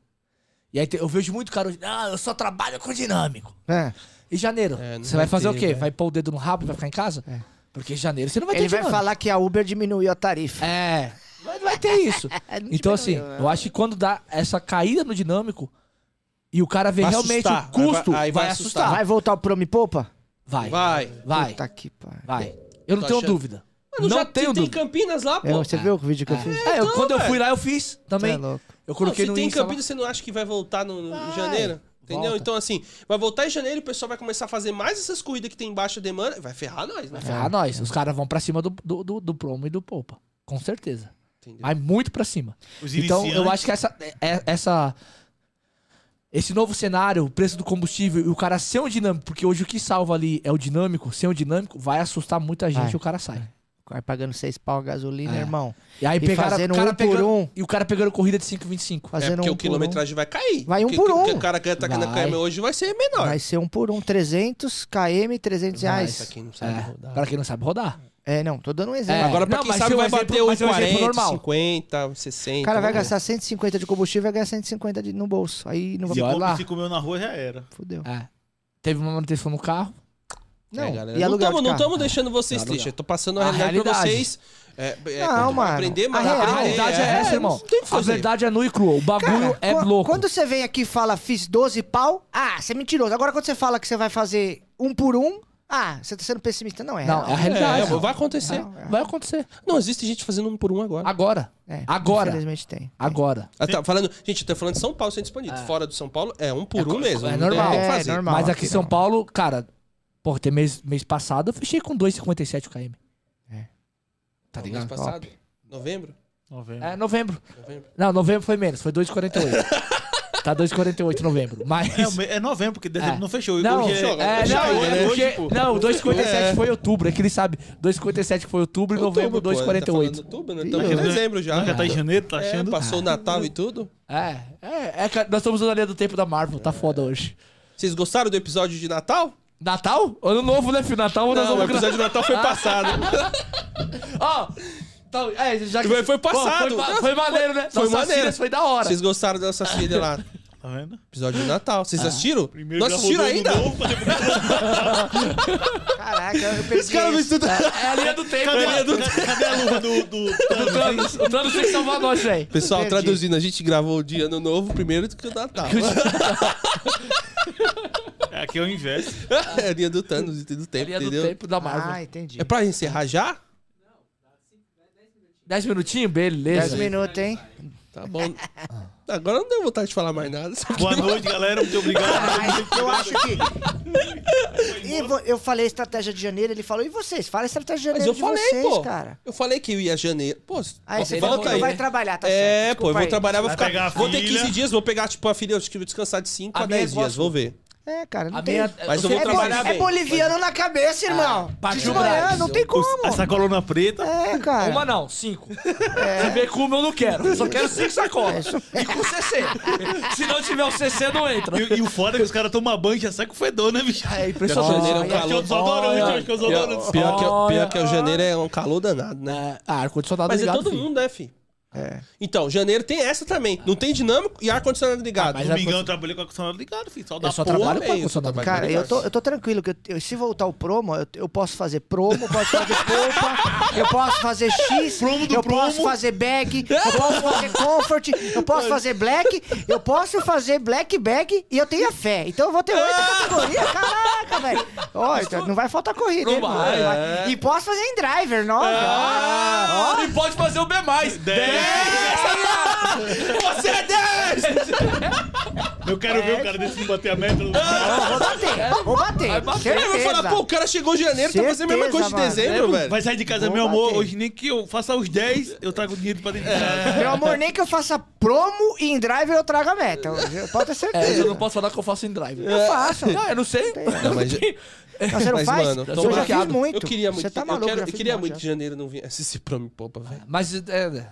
[SPEAKER 3] E aí te- eu vejo muito cara, hoje, ah, eu só trabalho com dinâmico.
[SPEAKER 4] É.
[SPEAKER 3] Em janeiro,
[SPEAKER 2] É, não
[SPEAKER 3] você
[SPEAKER 2] vai
[SPEAKER 3] vai fazer
[SPEAKER 2] ter,
[SPEAKER 3] o quê?
[SPEAKER 2] velho.
[SPEAKER 3] Vai pôr o dedo no rabo e vai ficar em casa?
[SPEAKER 4] É.
[SPEAKER 3] Porque em janeiro você não vai
[SPEAKER 4] Ele
[SPEAKER 3] ter
[SPEAKER 4] vai
[SPEAKER 3] dinâmico.
[SPEAKER 4] falar que a Uber diminuiu a tarifa.
[SPEAKER 3] É. Mas vai ter isso.
[SPEAKER 4] É,
[SPEAKER 3] então assim, eu
[SPEAKER 4] né?
[SPEAKER 3] acho que quando dá essa caída no dinâmico e o cara vê
[SPEAKER 2] Vai
[SPEAKER 3] realmente
[SPEAKER 2] assustar.
[SPEAKER 3] o
[SPEAKER 2] Aí vai-
[SPEAKER 3] custo, vai,
[SPEAKER 2] aí vai
[SPEAKER 3] assustar.
[SPEAKER 4] Vai voltar o Promi Poupa?
[SPEAKER 3] Vai. Vai.
[SPEAKER 2] Vai.
[SPEAKER 3] Vai.
[SPEAKER 4] Puta que pariu.
[SPEAKER 3] Eu não
[SPEAKER 2] Tô
[SPEAKER 3] tenho
[SPEAKER 2] achando-
[SPEAKER 3] dúvida.
[SPEAKER 2] Mano,
[SPEAKER 3] não
[SPEAKER 2] já
[SPEAKER 3] tenho
[SPEAKER 2] tem, tem
[SPEAKER 3] dúvida.
[SPEAKER 2] Campinas lá, pô. Ah,
[SPEAKER 4] Eu- É, você viu o vídeo que eu fiz?
[SPEAKER 3] É, eu-
[SPEAKER 2] Então,
[SPEAKER 3] quando eu fui lá, eu fiz também.
[SPEAKER 2] é
[SPEAKER 4] Tá louco.
[SPEAKER 3] Eu
[SPEAKER 2] Não,
[SPEAKER 3] coloquei
[SPEAKER 2] se
[SPEAKER 3] no
[SPEAKER 2] tem
[SPEAKER 3] Insta lá.
[SPEAKER 2] Campinas, você não acha que vai voltar no, no- em janeiro? Entendeu?
[SPEAKER 3] volta.
[SPEAKER 2] Então, assim, vai voltar em janeiro e o pessoal vai começar a fazer mais essas corridas que tem baixa demanda. Vai ferrar nós, né?
[SPEAKER 3] Ah, nós. Os caras vão pra cima do, do, do, do promo e do poupa. Com certeza.
[SPEAKER 2] Entendeu?
[SPEAKER 3] Mas muito pra cima.
[SPEAKER 5] Os
[SPEAKER 3] Então, eu
[SPEAKER 5] iniciantes-
[SPEAKER 3] acho que essa, é- essa. Esse novo cenário, o preço do combustível e o cara ser um dinâmico, porque hoje o que salva ali é o dinâmico, ser um dinâmico, vai assustar muita gente
[SPEAKER 4] Vai.
[SPEAKER 3] e o cara sai.
[SPEAKER 4] Vai pagando seis pau a gasolina,
[SPEAKER 3] É.
[SPEAKER 4] irmão.
[SPEAKER 3] E aí
[SPEAKER 4] E
[SPEAKER 3] pegaram
[SPEAKER 4] fazendo
[SPEAKER 3] o cara
[SPEAKER 4] um por
[SPEAKER 3] pegando,
[SPEAKER 4] um.
[SPEAKER 3] E o cara pegando corrida de 5,25.
[SPEAKER 2] É
[SPEAKER 4] Fazendo
[SPEAKER 2] porque
[SPEAKER 4] um
[SPEAKER 2] o
[SPEAKER 4] por um.
[SPEAKER 2] quilometragem vai cair.
[SPEAKER 4] Vai um
[SPEAKER 2] Porque-
[SPEAKER 4] por um.
[SPEAKER 2] porque O cara que tá aqui na
[SPEAKER 3] Vai.
[SPEAKER 2] KM hoje vai ser menor.
[SPEAKER 4] Vai ser um por um, 300 km, 300
[SPEAKER 3] Vai,
[SPEAKER 4] reais.
[SPEAKER 2] Ah, Isso aqui não sabe
[SPEAKER 3] É,
[SPEAKER 2] rodar.
[SPEAKER 3] pra quem não sabe rodar.
[SPEAKER 4] É, não, tô dando um exemplo.
[SPEAKER 3] É.
[SPEAKER 2] Agora, pra
[SPEAKER 3] Não,
[SPEAKER 2] quem
[SPEAKER 3] mas
[SPEAKER 2] sabe,
[SPEAKER 3] seu
[SPEAKER 2] vai
[SPEAKER 3] exemplo-
[SPEAKER 2] bater
[SPEAKER 3] mas seu exemplo
[SPEAKER 2] 8,40,
[SPEAKER 3] normal.
[SPEAKER 2] 50, 60.
[SPEAKER 4] O cara vai
[SPEAKER 2] né?
[SPEAKER 4] gastar 150 de combustível e vai ganhar 150 de- no bolso. Aí não
[SPEAKER 5] Se
[SPEAKER 4] vai.
[SPEAKER 3] Olha
[SPEAKER 5] come-
[SPEAKER 3] lá.
[SPEAKER 5] Se comeu na rua, já era.
[SPEAKER 4] Fudeu.
[SPEAKER 3] É. Teve uma manutenção no carro,
[SPEAKER 4] Não,
[SPEAKER 2] É, galera,
[SPEAKER 4] e
[SPEAKER 2] não
[SPEAKER 4] aluguel
[SPEAKER 2] estamos
[SPEAKER 4] de
[SPEAKER 2] não
[SPEAKER 4] carro?
[SPEAKER 2] tamo deixando vocês tristes. Eu tô passando a,
[SPEAKER 3] A
[SPEAKER 2] realidade, pra
[SPEAKER 3] realidade.
[SPEAKER 2] vocês. É, é,
[SPEAKER 4] Não,
[SPEAKER 2] pra
[SPEAKER 4] mano.
[SPEAKER 2] Aprender, mas
[SPEAKER 4] A
[SPEAKER 2] aprender,
[SPEAKER 3] realidade é, essa, irmão.
[SPEAKER 2] Não tem o que fazer.
[SPEAKER 3] A verdade é nua e crua. O
[SPEAKER 2] Tá
[SPEAKER 3] bagulho é
[SPEAKER 4] Qu-
[SPEAKER 3] louco.
[SPEAKER 4] Quando você vem aqui e fala, fiz 12 pau, ah, você é mentiroso. Agora, quando você fala que você vai fazer um por um, ah, você tá sendo pessimista. Não, é.
[SPEAKER 3] Não, é a
[SPEAKER 4] real.
[SPEAKER 3] realidade.
[SPEAKER 2] É, vai acontecer.
[SPEAKER 3] Vai acontecer.
[SPEAKER 2] Não, existe gente fazendo um por um agora.
[SPEAKER 3] Agora.
[SPEAKER 4] É,
[SPEAKER 3] Agora.
[SPEAKER 4] Infelizmente tem.
[SPEAKER 3] Agora.
[SPEAKER 2] Ah, tá falando, gente, tá falando de São Paulo sendo expandido. Fora do São Paulo, é um por um mesmo.
[SPEAKER 3] é
[SPEAKER 2] não tem
[SPEAKER 3] normal.
[SPEAKER 2] o que
[SPEAKER 4] É,
[SPEAKER 2] fazer.
[SPEAKER 4] normal.
[SPEAKER 3] Mas aqui em
[SPEAKER 4] aqui
[SPEAKER 3] São
[SPEAKER 4] não.
[SPEAKER 3] Paulo, cara, porra, tem mês, mês passado eu fechei com 2,57 o KM.
[SPEAKER 2] Tá ligado? Mês passado? Novembro?
[SPEAKER 5] Novembro.
[SPEAKER 3] É, novembro.
[SPEAKER 2] Novembro.
[SPEAKER 3] Não, novembro foi menos, foi 2,48. tá 2,48 novembro. Mas.
[SPEAKER 5] É, o me- é novembro, porque dezembro
[SPEAKER 3] É.
[SPEAKER 5] não fechou. E
[SPEAKER 3] Não,
[SPEAKER 5] hoje é,
[SPEAKER 3] é,
[SPEAKER 5] hoje é
[SPEAKER 3] não,
[SPEAKER 5] hoje,
[SPEAKER 3] é porque-
[SPEAKER 5] pô.
[SPEAKER 3] não, 2,57 foi outubro, é que ele sabe. 2,57 foi outubro e novembro,
[SPEAKER 2] Outubro, pô, Tá falando
[SPEAKER 3] 2,48.
[SPEAKER 2] outubro, né?
[SPEAKER 3] Ih,
[SPEAKER 2] Estamos em
[SPEAKER 5] mas-
[SPEAKER 2] dezembro já.
[SPEAKER 5] Ah, já tá em janeiro, tá
[SPEAKER 2] É,
[SPEAKER 5] achando?
[SPEAKER 2] passou o Natal e tudo.
[SPEAKER 3] É, é, é, cara, nós estamos usando a linha do tempo da Marvel, tá foda hoje.
[SPEAKER 2] Vocês gostaram do episódio de Natal?
[SPEAKER 3] Natal? Ano novo, né, filho? Natal nós
[SPEAKER 2] Não, Ah, tá. o
[SPEAKER 3] vamos
[SPEAKER 2] episódio de Natal foi passado.
[SPEAKER 3] Ó, então, é, já que...
[SPEAKER 2] Foi- foi
[SPEAKER 3] Pô,
[SPEAKER 2] passado.
[SPEAKER 3] foi, foi maneiro, né?
[SPEAKER 2] Foi
[SPEAKER 3] Nossas
[SPEAKER 2] maneiro.
[SPEAKER 3] filhas Foi da hora.
[SPEAKER 2] Vocês gostaram dessa filha lá?
[SPEAKER 5] Tá vendo?
[SPEAKER 2] Episódio de Natal. Vocês assistiram?
[SPEAKER 5] Primeiro
[SPEAKER 2] Não
[SPEAKER 5] já
[SPEAKER 2] assistiram
[SPEAKER 5] rodou no
[SPEAKER 2] ainda?
[SPEAKER 5] novo, depois-
[SPEAKER 4] Caraca, eu perdi.
[SPEAKER 2] Esse cara
[SPEAKER 4] isso.
[SPEAKER 2] fez tudo.
[SPEAKER 3] É a linha do tempo,
[SPEAKER 5] Cadê,
[SPEAKER 3] né?
[SPEAKER 5] a- cadê a luva do, É do
[SPEAKER 3] O Thanos, o Thanos tem que salvar nós, velho.
[SPEAKER 2] Pessoal,
[SPEAKER 4] Perdi.
[SPEAKER 2] traduzindo, a gente gravou o de Ano Novo primeiro do que o Natal.
[SPEAKER 5] É, Aqui é o inverso.
[SPEAKER 2] é a linha do Thanos e do
[SPEAKER 3] A
[SPEAKER 2] tempo,
[SPEAKER 3] linha do
[SPEAKER 2] entendeu?
[SPEAKER 3] tempo da
[SPEAKER 4] Ah,
[SPEAKER 3] Marvel.
[SPEAKER 4] entendi.
[SPEAKER 2] É pra encerrar já?
[SPEAKER 3] Dez minutinhos? Beleza.
[SPEAKER 4] 10 minutos, hein?
[SPEAKER 2] Tá bom. Agora eu não deu vontade de falar mais nada. só
[SPEAKER 5] Boa noite, galera. Muito obrigado.
[SPEAKER 4] Mas eu acho que. E vo- eu falei estratégia de janeiro, ele falou, e vocês? Fala estratégia de
[SPEAKER 2] Mas
[SPEAKER 4] janeiro
[SPEAKER 2] eu falei,
[SPEAKER 4] de vocês,
[SPEAKER 2] pô.
[SPEAKER 4] cara.
[SPEAKER 2] Eu falei que eu ia janeiro. Pô,
[SPEAKER 4] Aí você falou
[SPEAKER 2] volta
[SPEAKER 4] que
[SPEAKER 2] aí.
[SPEAKER 4] não vai trabalhar, tá
[SPEAKER 2] é,
[SPEAKER 4] certo.
[SPEAKER 2] pô, eu
[SPEAKER 4] Desculpa
[SPEAKER 2] vou
[SPEAKER 4] aí.
[SPEAKER 2] trabalhar, vou
[SPEAKER 5] Vai
[SPEAKER 2] ficar.
[SPEAKER 5] pegar a
[SPEAKER 2] vou ter
[SPEAKER 5] filha.
[SPEAKER 2] 15 dias, vou pegar, tipo, a filha, eu acho que vou descansar de 5
[SPEAKER 3] A
[SPEAKER 2] a
[SPEAKER 3] minha
[SPEAKER 2] 10
[SPEAKER 3] é
[SPEAKER 2] dias, vou ver.
[SPEAKER 4] É, cara, não
[SPEAKER 3] A
[SPEAKER 4] tem.
[SPEAKER 3] minha...
[SPEAKER 2] Mas eu vou
[SPEAKER 4] é, bo-
[SPEAKER 2] trabalhar
[SPEAKER 4] é
[SPEAKER 2] bem. Ah,
[SPEAKER 4] boliviano na cabeça, irmão.
[SPEAKER 3] parte
[SPEAKER 4] de
[SPEAKER 3] do
[SPEAKER 4] manhã,
[SPEAKER 3] braço.
[SPEAKER 4] não tem como.
[SPEAKER 5] Essa coluna preta.
[SPEAKER 4] É, cara.
[SPEAKER 3] Uma não, cinco. Se ver cuba, eu não quero. Eu só quero cinco
[SPEAKER 4] É,
[SPEAKER 3] sacolas. E com CC. Se não tiver o CC, não entra.
[SPEAKER 5] E, e o foda é que os caras tomam banho e já sai com fedor, né, bicho?
[SPEAKER 3] É
[SPEAKER 2] Janeiro é um
[SPEAKER 3] impressionante.
[SPEAKER 5] Acho que é o
[SPEAKER 2] calor.
[SPEAKER 5] desodorante, acho que é o desodorante.
[SPEAKER 2] Pior que,
[SPEAKER 3] Olha.
[SPEAKER 2] pior que o janeiro é um calor danado, né?
[SPEAKER 3] É, ah, ar-condicionado
[SPEAKER 2] Mas
[SPEAKER 3] ligado,
[SPEAKER 2] é todo
[SPEAKER 3] filho.
[SPEAKER 2] mundo, né, fi? Então, janeiro tem essa também. Não tem dinâmico e ar-condicionado ligado.
[SPEAKER 3] mas
[SPEAKER 5] Domingão eu trabalhei com a condicionado ligado, filho. Só da
[SPEAKER 3] Eu só
[SPEAKER 5] porra.
[SPEAKER 3] trabalho com
[SPEAKER 2] tá mesmo,
[SPEAKER 3] ar-condicionado.
[SPEAKER 2] tá
[SPEAKER 4] Cara, eu tô, eu tô tranquilo. Que eu- eu- se voltar o promo, eu, eu posso fazer promo, posso fazer polpa, eu posso fazer X,
[SPEAKER 5] Promo do
[SPEAKER 4] eu
[SPEAKER 5] promo.
[SPEAKER 4] posso fazer bag, eu posso fazer comfort, eu posso fazer black, eu posso fazer black bag e eu tenho a fé. Então eu vou ter oito categorias. Caraca, velho. Ó, então não vai faltar corrida, hein,
[SPEAKER 3] Não
[SPEAKER 4] mano?
[SPEAKER 3] vai.
[SPEAKER 4] Vai. E posso fazer em driver, nove.
[SPEAKER 2] ah, É.
[SPEAKER 4] ó.
[SPEAKER 3] E pode fazer o B mais.
[SPEAKER 2] Você é 10!
[SPEAKER 5] Eu quero ver o cara desse que bater a meta.
[SPEAKER 4] Ó,
[SPEAKER 2] Ah,
[SPEAKER 4] vou bater, vou
[SPEAKER 3] Vai
[SPEAKER 4] bater.
[SPEAKER 3] bater.
[SPEAKER 2] Eu vou falar, pô, o
[SPEAKER 4] Certeza.
[SPEAKER 2] cara chegou em janeiro, tá fazendo a mesma coisa de
[SPEAKER 4] Certeza,
[SPEAKER 2] dezembro, velho.
[SPEAKER 5] Vai sair de casa,
[SPEAKER 4] Vou
[SPEAKER 5] meu amor.
[SPEAKER 4] bater.
[SPEAKER 5] Hoje nem que eu faça os 10, eu trago o dinheiro pra dentro
[SPEAKER 2] É.
[SPEAKER 5] de casa.
[SPEAKER 4] Meu amor, nem que eu faça promo e em driver eu trago a meta. Pode ter certeza.
[SPEAKER 3] É, eu não posso falar que eu faço em drive.
[SPEAKER 2] É.
[SPEAKER 4] Eu faço.
[SPEAKER 3] Não, eu não sei.
[SPEAKER 2] Não, mas-
[SPEAKER 4] Não, você não
[SPEAKER 2] Mas,
[SPEAKER 4] faz?
[SPEAKER 2] mano,
[SPEAKER 4] eu
[SPEAKER 3] tomara.
[SPEAKER 4] já fiz muito.
[SPEAKER 2] Eu queria muito.
[SPEAKER 4] Você tá
[SPEAKER 2] eu
[SPEAKER 4] maluco,
[SPEAKER 2] quero-
[SPEAKER 4] já
[SPEAKER 2] eu
[SPEAKER 4] fiz
[SPEAKER 2] queria
[SPEAKER 4] um monte
[SPEAKER 2] muito
[SPEAKER 4] já.
[SPEAKER 2] que janeiro não vinha. Esse Promi Popa, velho.
[SPEAKER 3] Mas, é...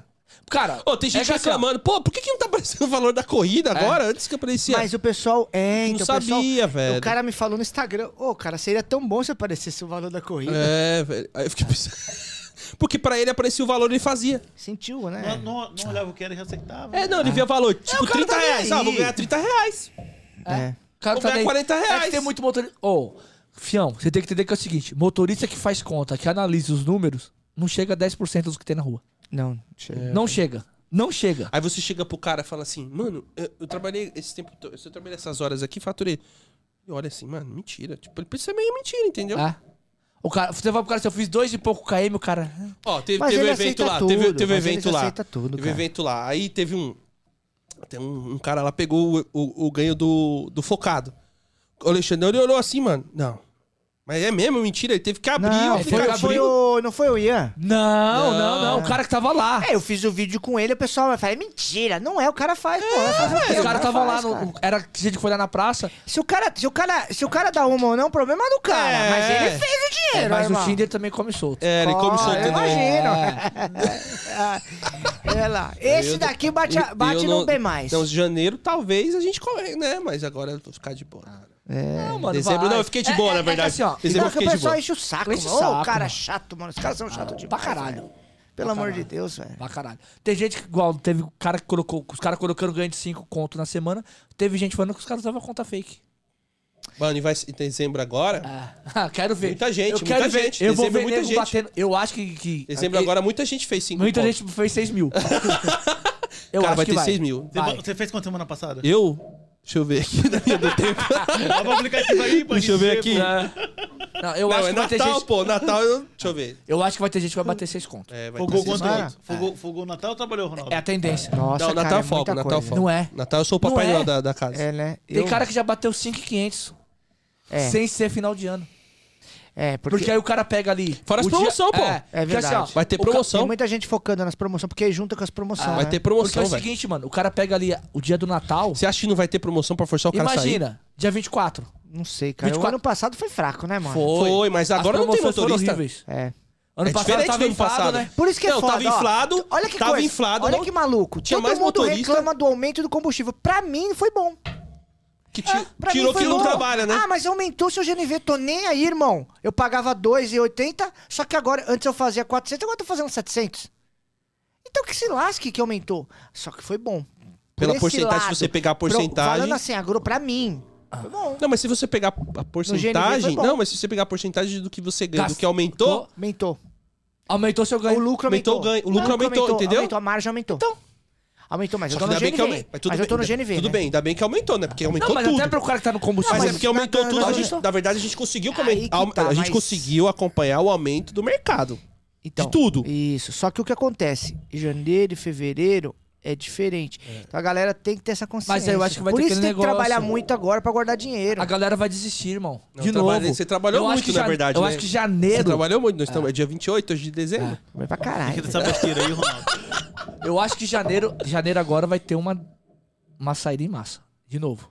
[SPEAKER 3] Cara,
[SPEAKER 2] Ô, tem gente
[SPEAKER 3] é que assim, ó,
[SPEAKER 2] reclamando. Pô, por que, É. que não tá aparecendo o valor da corrida agora? Antes que aparecia.
[SPEAKER 4] Mas o pessoal. É,
[SPEAKER 2] Não
[SPEAKER 4] então, o pessoal-
[SPEAKER 2] sabia, velho.
[SPEAKER 4] O cara me falou no Instagram: Ô, cara, seria tão bom se aparecesse o valor da corrida.
[SPEAKER 2] É, velho. Aí eu fiquei pensando. Porque pra ele aparecia o valor e ele fazia.
[SPEAKER 4] Sentiu, né?
[SPEAKER 5] Não, não, não olhava o que era e já aceitava.
[SPEAKER 2] É, não, ele via valor. Tipo,
[SPEAKER 4] o cara
[SPEAKER 2] 30
[SPEAKER 4] tá nem
[SPEAKER 2] reais. Ah,
[SPEAKER 4] aí.
[SPEAKER 2] vou ganhar 30 reais.
[SPEAKER 4] É.
[SPEAKER 3] o cara
[SPEAKER 2] Vou
[SPEAKER 3] tá
[SPEAKER 2] ganhar
[SPEAKER 3] nem-
[SPEAKER 2] 40
[SPEAKER 3] É
[SPEAKER 2] reais.
[SPEAKER 3] que tem muito motorista... Ô, Fião, você tem que entender que é o seguinte. Motorista que faz conta, que analisa os números, não chega a 10% dos que tem na rua.
[SPEAKER 4] Não, chega.
[SPEAKER 2] É,
[SPEAKER 3] Não chega. Não chega.
[SPEAKER 2] Aí você chega pro cara e fala assim, mano, eu, eu trabalhei esse tempo todo, eu trabalhei essas horas aqui, faturei. E olha assim, mano, mentira. Tipo, ele pensa meio mentira, entendeu?
[SPEAKER 4] Ah,
[SPEAKER 3] É. O cara, você vai pro cara, se eu fiz dois e pouco KM, o cara...
[SPEAKER 2] Ó, teve,
[SPEAKER 4] Mas
[SPEAKER 2] teve um
[SPEAKER 4] ele
[SPEAKER 2] evento
[SPEAKER 4] aceita
[SPEAKER 2] lá,
[SPEAKER 4] tudo,
[SPEAKER 2] teve, teve um
[SPEAKER 4] mas ele
[SPEAKER 2] evento lá.
[SPEAKER 4] aceita tudo,
[SPEAKER 2] teve um
[SPEAKER 4] cara.
[SPEAKER 2] evento lá. Aí teve um. Tem um, um cara lá, pegou o, o- o ganho do, do focado. O Alexandre ele olhou assim, mano. Não. Mas é mesmo, mentira. Ele teve que abrir.
[SPEAKER 4] Não,
[SPEAKER 2] eu
[SPEAKER 4] foi,
[SPEAKER 2] ficar
[SPEAKER 4] foi
[SPEAKER 2] abrindo.
[SPEAKER 4] o, não foi o Ian?
[SPEAKER 3] Não, não, não. O cara que tava lá.
[SPEAKER 4] É, eu fiz o vídeo com ele, o pessoal vai falar: mentira, não é, o cara faz. pô, faz o
[SPEAKER 2] É,
[SPEAKER 4] quê?
[SPEAKER 3] Os caras estavam lá,
[SPEAKER 4] faz,
[SPEAKER 3] no,
[SPEAKER 4] cara.
[SPEAKER 3] era que gente que foi lá na praça.
[SPEAKER 4] Se o cara, se o cara, se o cara dá uma ou não, problema do cara.
[SPEAKER 2] É.
[SPEAKER 4] Mas ele fez o dinheiro,
[SPEAKER 3] mas
[SPEAKER 4] irmão.
[SPEAKER 3] o Tinder também come solto.
[SPEAKER 2] É, ele come
[SPEAKER 4] Ó,
[SPEAKER 2] solto,
[SPEAKER 4] eu
[SPEAKER 2] né?
[SPEAKER 4] imagino. Olha lá. Esse daqui bate, a-
[SPEAKER 2] é? Eu-
[SPEAKER 4] bate
[SPEAKER 2] eu
[SPEAKER 4] no
[SPEAKER 2] não-
[SPEAKER 4] B+. mais.
[SPEAKER 2] Então, janeiro, talvez a gente corre, né? Mas agora eu vou ficar de boa.
[SPEAKER 3] Não, mano,
[SPEAKER 2] É, Dezembro,
[SPEAKER 3] vai.
[SPEAKER 2] não, eu fiquei de
[SPEAKER 3] É,
[SPEAKER 2] boa,
[SPEAKER 3] é,
[SPEAKER 2] na
[SPEAKER 3] é que
[SPEAKER 2] verdade.
[SPEAKER 3] assim, ó,
[SPEAKER 2] Dezembro
[SPEAKER 4] Não,
[SPEAKER 2] eu
[SPEAKER 4] que
[SPEAKER 2] fiquei
[SPEAKER 4] o
[SPEAKER 2] de
[SPEAKER 4] pessoal
[SPEAKER 2] boa.
[SPEAKER 4] enche o saco,
[SPEAKER 3] Enche o
[SPEAKER 4] mano. Ô,
[SPEAKER 3] saco,
[SPEAKER 4] cara
[SPEAKER 3] mano.
[SPEAKER 4] chato, mano. Os caras são
[SPEAKER 2] Ah,
[SPEAKER 4] chatos demais.
[SPEAKER 3] pra caralho.
[SPEAKER 4] velho. Pelo amor de Deus, velho.
[SPEAKER 3] Pra caralho. Tem gente que, igual, teve cara que colocou, os caras colocando ganho de 5 conto na semana. Teve gente falando que os caras usavam conta fake.
[SPEAKER 2] Mano, e vai ser em dezembro agora.
[SPEAKER 3] Ah, quero ver.
[SPEAKER 2] Muita gente,
[SPEAKER 3] eu quero
[SPEAKER 2] muita
[SPEAKER 3] ver.
[SPEAKER 2] gente.
[SPEAKER 3] Eu vou
[SPEAKER 2] Dezembro
[SPEAKER 3] ver
[SPEAKER 2] é muita
[SPEAKER 3] nego
[SPEAKER 2] gente.
[SPEAKER 3] batendo. Eu acho que. que
[SPEAKER 2] dezembro
[SPEAKER 3] que-
[SPEAKER 2] agora muita gente fez 5
[SPEAKER 3] Muita gente tipo, fez 6 mil. eu
[SPEAKER 2] Cara,
[SPEAKER 3] acho
[SPEAKER 2] vai
[SPEAKER 3] que
[SPEAKER 2] ter
[SPEAKER 3] vai.
[SPEAKER 2] 6 mil.
[SPEAKER 5] Você,
[SPEAKER 3] Vai.
[SPEAKER 5] você fez quanto semana passada?
[SPEAKER 2] Eu? Deixa eu ver aqui na linha do tempo.
[SPEAKER 5] Tava o aplicativo aí, pode
[SPEAKER 2] Deixa eu ver
[SPEAKER 5] ser,
[SPEAKER 2] aqui.
[SPEAKER 5] pô.
[SPEAKER 3] É. Não, eu,
[SPEAKER 2] Não,
[SPEAKER 3] acho
[SPEAKER 2] é
[SPEAKER 3] que vai ter
[SPEAKER 2] Natal,
[SPEAKER 3] gente,
[SPEAKER 2] pô. Natal, eu... deixa eu ver.
[SPEAKER 3] eu acho que vai ter gente que vai bater 6 conto. É,
[SPEAKER 2] É, vai
[SPEAKER 5] Fogou
[SPEAKER 2] ter seis
[SPEAKER 5] quanto?
[SPEAKER 2] mil.
[SPEAKER 4] Cara.
[SPEAKER 5] Fogou, fogou o Natal ou trabalhou, Ronaldo?
[SPEAKER 2] É,
[SPEAKER 3] a tendência.
[SPEAKER 4] Nossa,
[SPEAKER 2] Não,
[SPEAKER 4] cara,
[SPEAKER 2] Natal
[SPEAKER 4] é
[SPEAKER 2] é folga,
[SPEAKER 4] muita
[SPEAKER 2] Natal é
[SPEAKER 4] coisa.
[SPEAKER 2] folga.
[SPEAKER 3] Não é?
[SPEAKER 2] Natal eu sou o papai
[SPEAKER 3] Não é?
[SPEAKER 2] Noel da, da casa.
[SPEAKER 4] É, né?
[SPEAKER 3] Tem
[SPEAKER 4] Eu-
[SPEAKER 3] cara que já bateu 5,500
[SPEAKER 4] É,
[SPEAKER 3] sem ser final de ano.
[SPEAKER 4] é,
[SPEAKER 3] Porque,
[SPEAKER 4] porque,
[SPEAKER 3] aí o cara pega ali.
[SPEAKER 2] Fora as
[SPEAKER 3] o dia-
[SPEAKER 2] promoção, pô.
[SPEAKER 3] É,
[SPEAKER 4] É
[SPEAKER 3] porque assim, ó,
[SPEAKER 4] verdade.
[SPEAKER 2] Vai ter
[SPEAKER 3] o ca-
[SPEAKER 2] promoção.
[SPEAKER 4] tem muita gente focando nas promoções, porque aí junta com as promoções,
[SPEAKER 2] Ah, Vai
[SPEAKER 4] né?
[SPEAKER 2] ter
[SPEAKER 3] Porque é
[SPEAKER 2] promoção,
[SPEAKER 3] o
[SPEAKER 2] velho.
[SPEAKER 3] seguinte, mano. O cara pega ali o dia do Natal.
[SPEAKER 2] Você acha que não vai ter promoção pra forçar o cara a sair?
[SPEAKER 3] Imagina, dia 24.
[SPEAKER 4] Não sei, cara.
[SPEAKER 3] 24.
[SPEAKER 4] O ano passado foi fraco, né, mano?
[SPEAKER 2] Foi, mas agora não tem
[SPEAKER 3] promoções foram
[SPEAKER 2] motorista.
[SPEAKER 3] horríveis.
[SPEAKER 4] É.
[SPEAKER 3] Ano
[SPEAKER 2] É
[SPEAKER 3] passado
[SPEAKER 2] diferente
[SPEAKER 3] tava
[SPEAKER 2] do ano
[SPEAKER 3] inflado,
[SPEAKER 2] passado.
[SPEAKER 3] né?
[SPEAKER 4] Por isso que é
[SPEAKER 2] Não,
[SPEAKER 4] foda,
[SPEAKER 2] tava
[SPEAKER 4] ó.
[SPEAKER 2] inflado,
[SPEAKER 4] Olha que
[SPEAKER 2] tava
[SPEAKER 4] coisa.
[SPEAKER 2] inflado,
[SPEAKER 4] Olha
[SPEAKER 2] não-
[SPEAKER 4] que maluco.
[SPEAKER 2] tinha
[SPEAKER 4] Todo
[SPEAKER 2] mais
[SPEAKER 4] mundo
[SPEAKER 2] motorista.
[SPEAKER 4] reclama do aumento do combustível. Pra mim foi bom.
[SPEAKER 2] Que ti-
[SPEAKER 4] Ah,
[SPEAKER 3] Ah,
[SPEAKER 4] Pra
[SPEAKER 2] tirou
[SPEAKER 4] mim foi
[SPEAKER 2] que não
[SPEAKER 4] bom.
[SPEAKER 2] trabalha, né?
[SPEAKER 4] Ah, mas aumentou seu GNV. Tô nem aí, irmão. Eu pagava 2,80, só que agora, antes eu fazia 400, agora eu tô fazendo 700. Então que se lasque que aumentou. Só que foi bom. Por
[SPEAKER 2] Pela
[SPEAKER 4] esse
[SPEAKER 2] porcentagem, se
[SPEAKER 4] lado.
[SPEAKER 2] você pegar a
[SPEAKER 4] Pro- Falando
[SPEAKER 2] porcentagem... Ah.
[SPEAKER 4] assim, agro pra mim. Foi bom.
[SPEAKER 2] Não, mas se você pegar a porcentagem...
[SPEAKER 4] bom.
[SPEAKER 2] Não, mas se você pegar a porcentagem do que você ganha, do
[SPEAKER 3] Gasto-
[SPEAKER 2] que aumentou...
[SPEAKER 4] Aumentou.
[SPEAKER 3] Aumentou seu
[SPEAKER 4] O
[SPEAKER 3] ganho.
[SPEAKER 4] lucro
[SPEAKER 2] Aumentou
[SPEAKER 4] aumentou.
[SPEAKER 2] o ganho. O lucro aumentou, entendeu?
[SPEAKER 4] Aumentou, a margem aumentou. Então. Aumentou, mas eu
[SPEAKER 2] Só
[SPEAKER 4] tô
[SPEAKER 2] que ainda
[SPEAKER 4] no
[SPEAKER 2] bem que
[SPEAKER 4] GNV.
[SPEAKER 2] aumentou.
[SPEAKER 4] Mas, eu tô no GNV.
[SPEAKER 2] Tudo
[SPEAKER 4] né?
[SPEAKER 2] bem, ainda bem que aumentou, né? Porque
[SPEAKER 3] Não,
[SPEAKER 2] aumentou
[SPEAKER 3] mas
[SPEAKER 2] tudo.
[SPEAKER 3] até pro cara que tá no combustível.
[SPEAKER 2] Mas é
[SPEAKER 4] mas
[SPEAKER 2] porque aumentou
[SPEAKER 4] na-
[SPEAKER 2] tudo.
[SPEAKER 4] na-
[SPEAKER 2] a gente-
[SPEAKER 4] na-
[SPEAKER 2] na verdade, a gente conseguiu
[SPEAKER 4] Aí
[SPEAKER 2] comen-
[SPEAKER 4] que
[SPEAKER 2] aume-
[SPEAKER 4] tá,
[SPEAKER 2] a gente
[SPEAKER 4] mas-
[SPEAKER 2] conseguiu acompanhar o aumento do mercado.
[SPEAKER 4] Então,
[SPEAKER 2] de tudo.
[SPEAKER 4] Isso. Só que o que acontece? Janeiro e fevereiro é diferente. Então a galera tem que ter essa consciência.
[SPEAKER 3] Mas aí eu acho que vai
[SPEAKER 4] Por
[SPEAKER 3] ter
[SPEAKER 4] isso
[SPEAKER 3] aquele
[SPEAKER 4] tem que trabalhar
[SPEAKER 3] negócio.
[SPEAKER 4] muito agora pra guardar dinheiro.
[SPEAKER 3] A galera vai desistir, irmão.
[SPEAKER 2] Não,
[SPEAKER 3] de
[SPEAKER 2] eu trabalhei-
[SPEAKER 3] novo.
[SPEAKER 2] você trabalhou
[SPEAKER 3] Eu acho
[SPEAKER 2] muito,
[SPEAKER 3] que
[SPEAKER 2] na verdade,
[SPEAKER 3] Eu
[SPEAKER 2] né?
[SPEAKER 3] acho que
[SPEAKER 2] Você
[SPEAKER 3] janeiro.
[SPEAKER 2] trabalhou muito, nós
[SPEAKER 4] Ah.
[SPEAKER 2] estamos. É dia 28 hoje de dezembro.
[SPEAKER 4] Vai pra caralho.
[SPEAKER 5] Fica dessa besteira aí, Ronaldo.
[SPEAKER 3] Eu acho que janeiro, janeiro agora vai ter uma, uma saída em massa. De novo.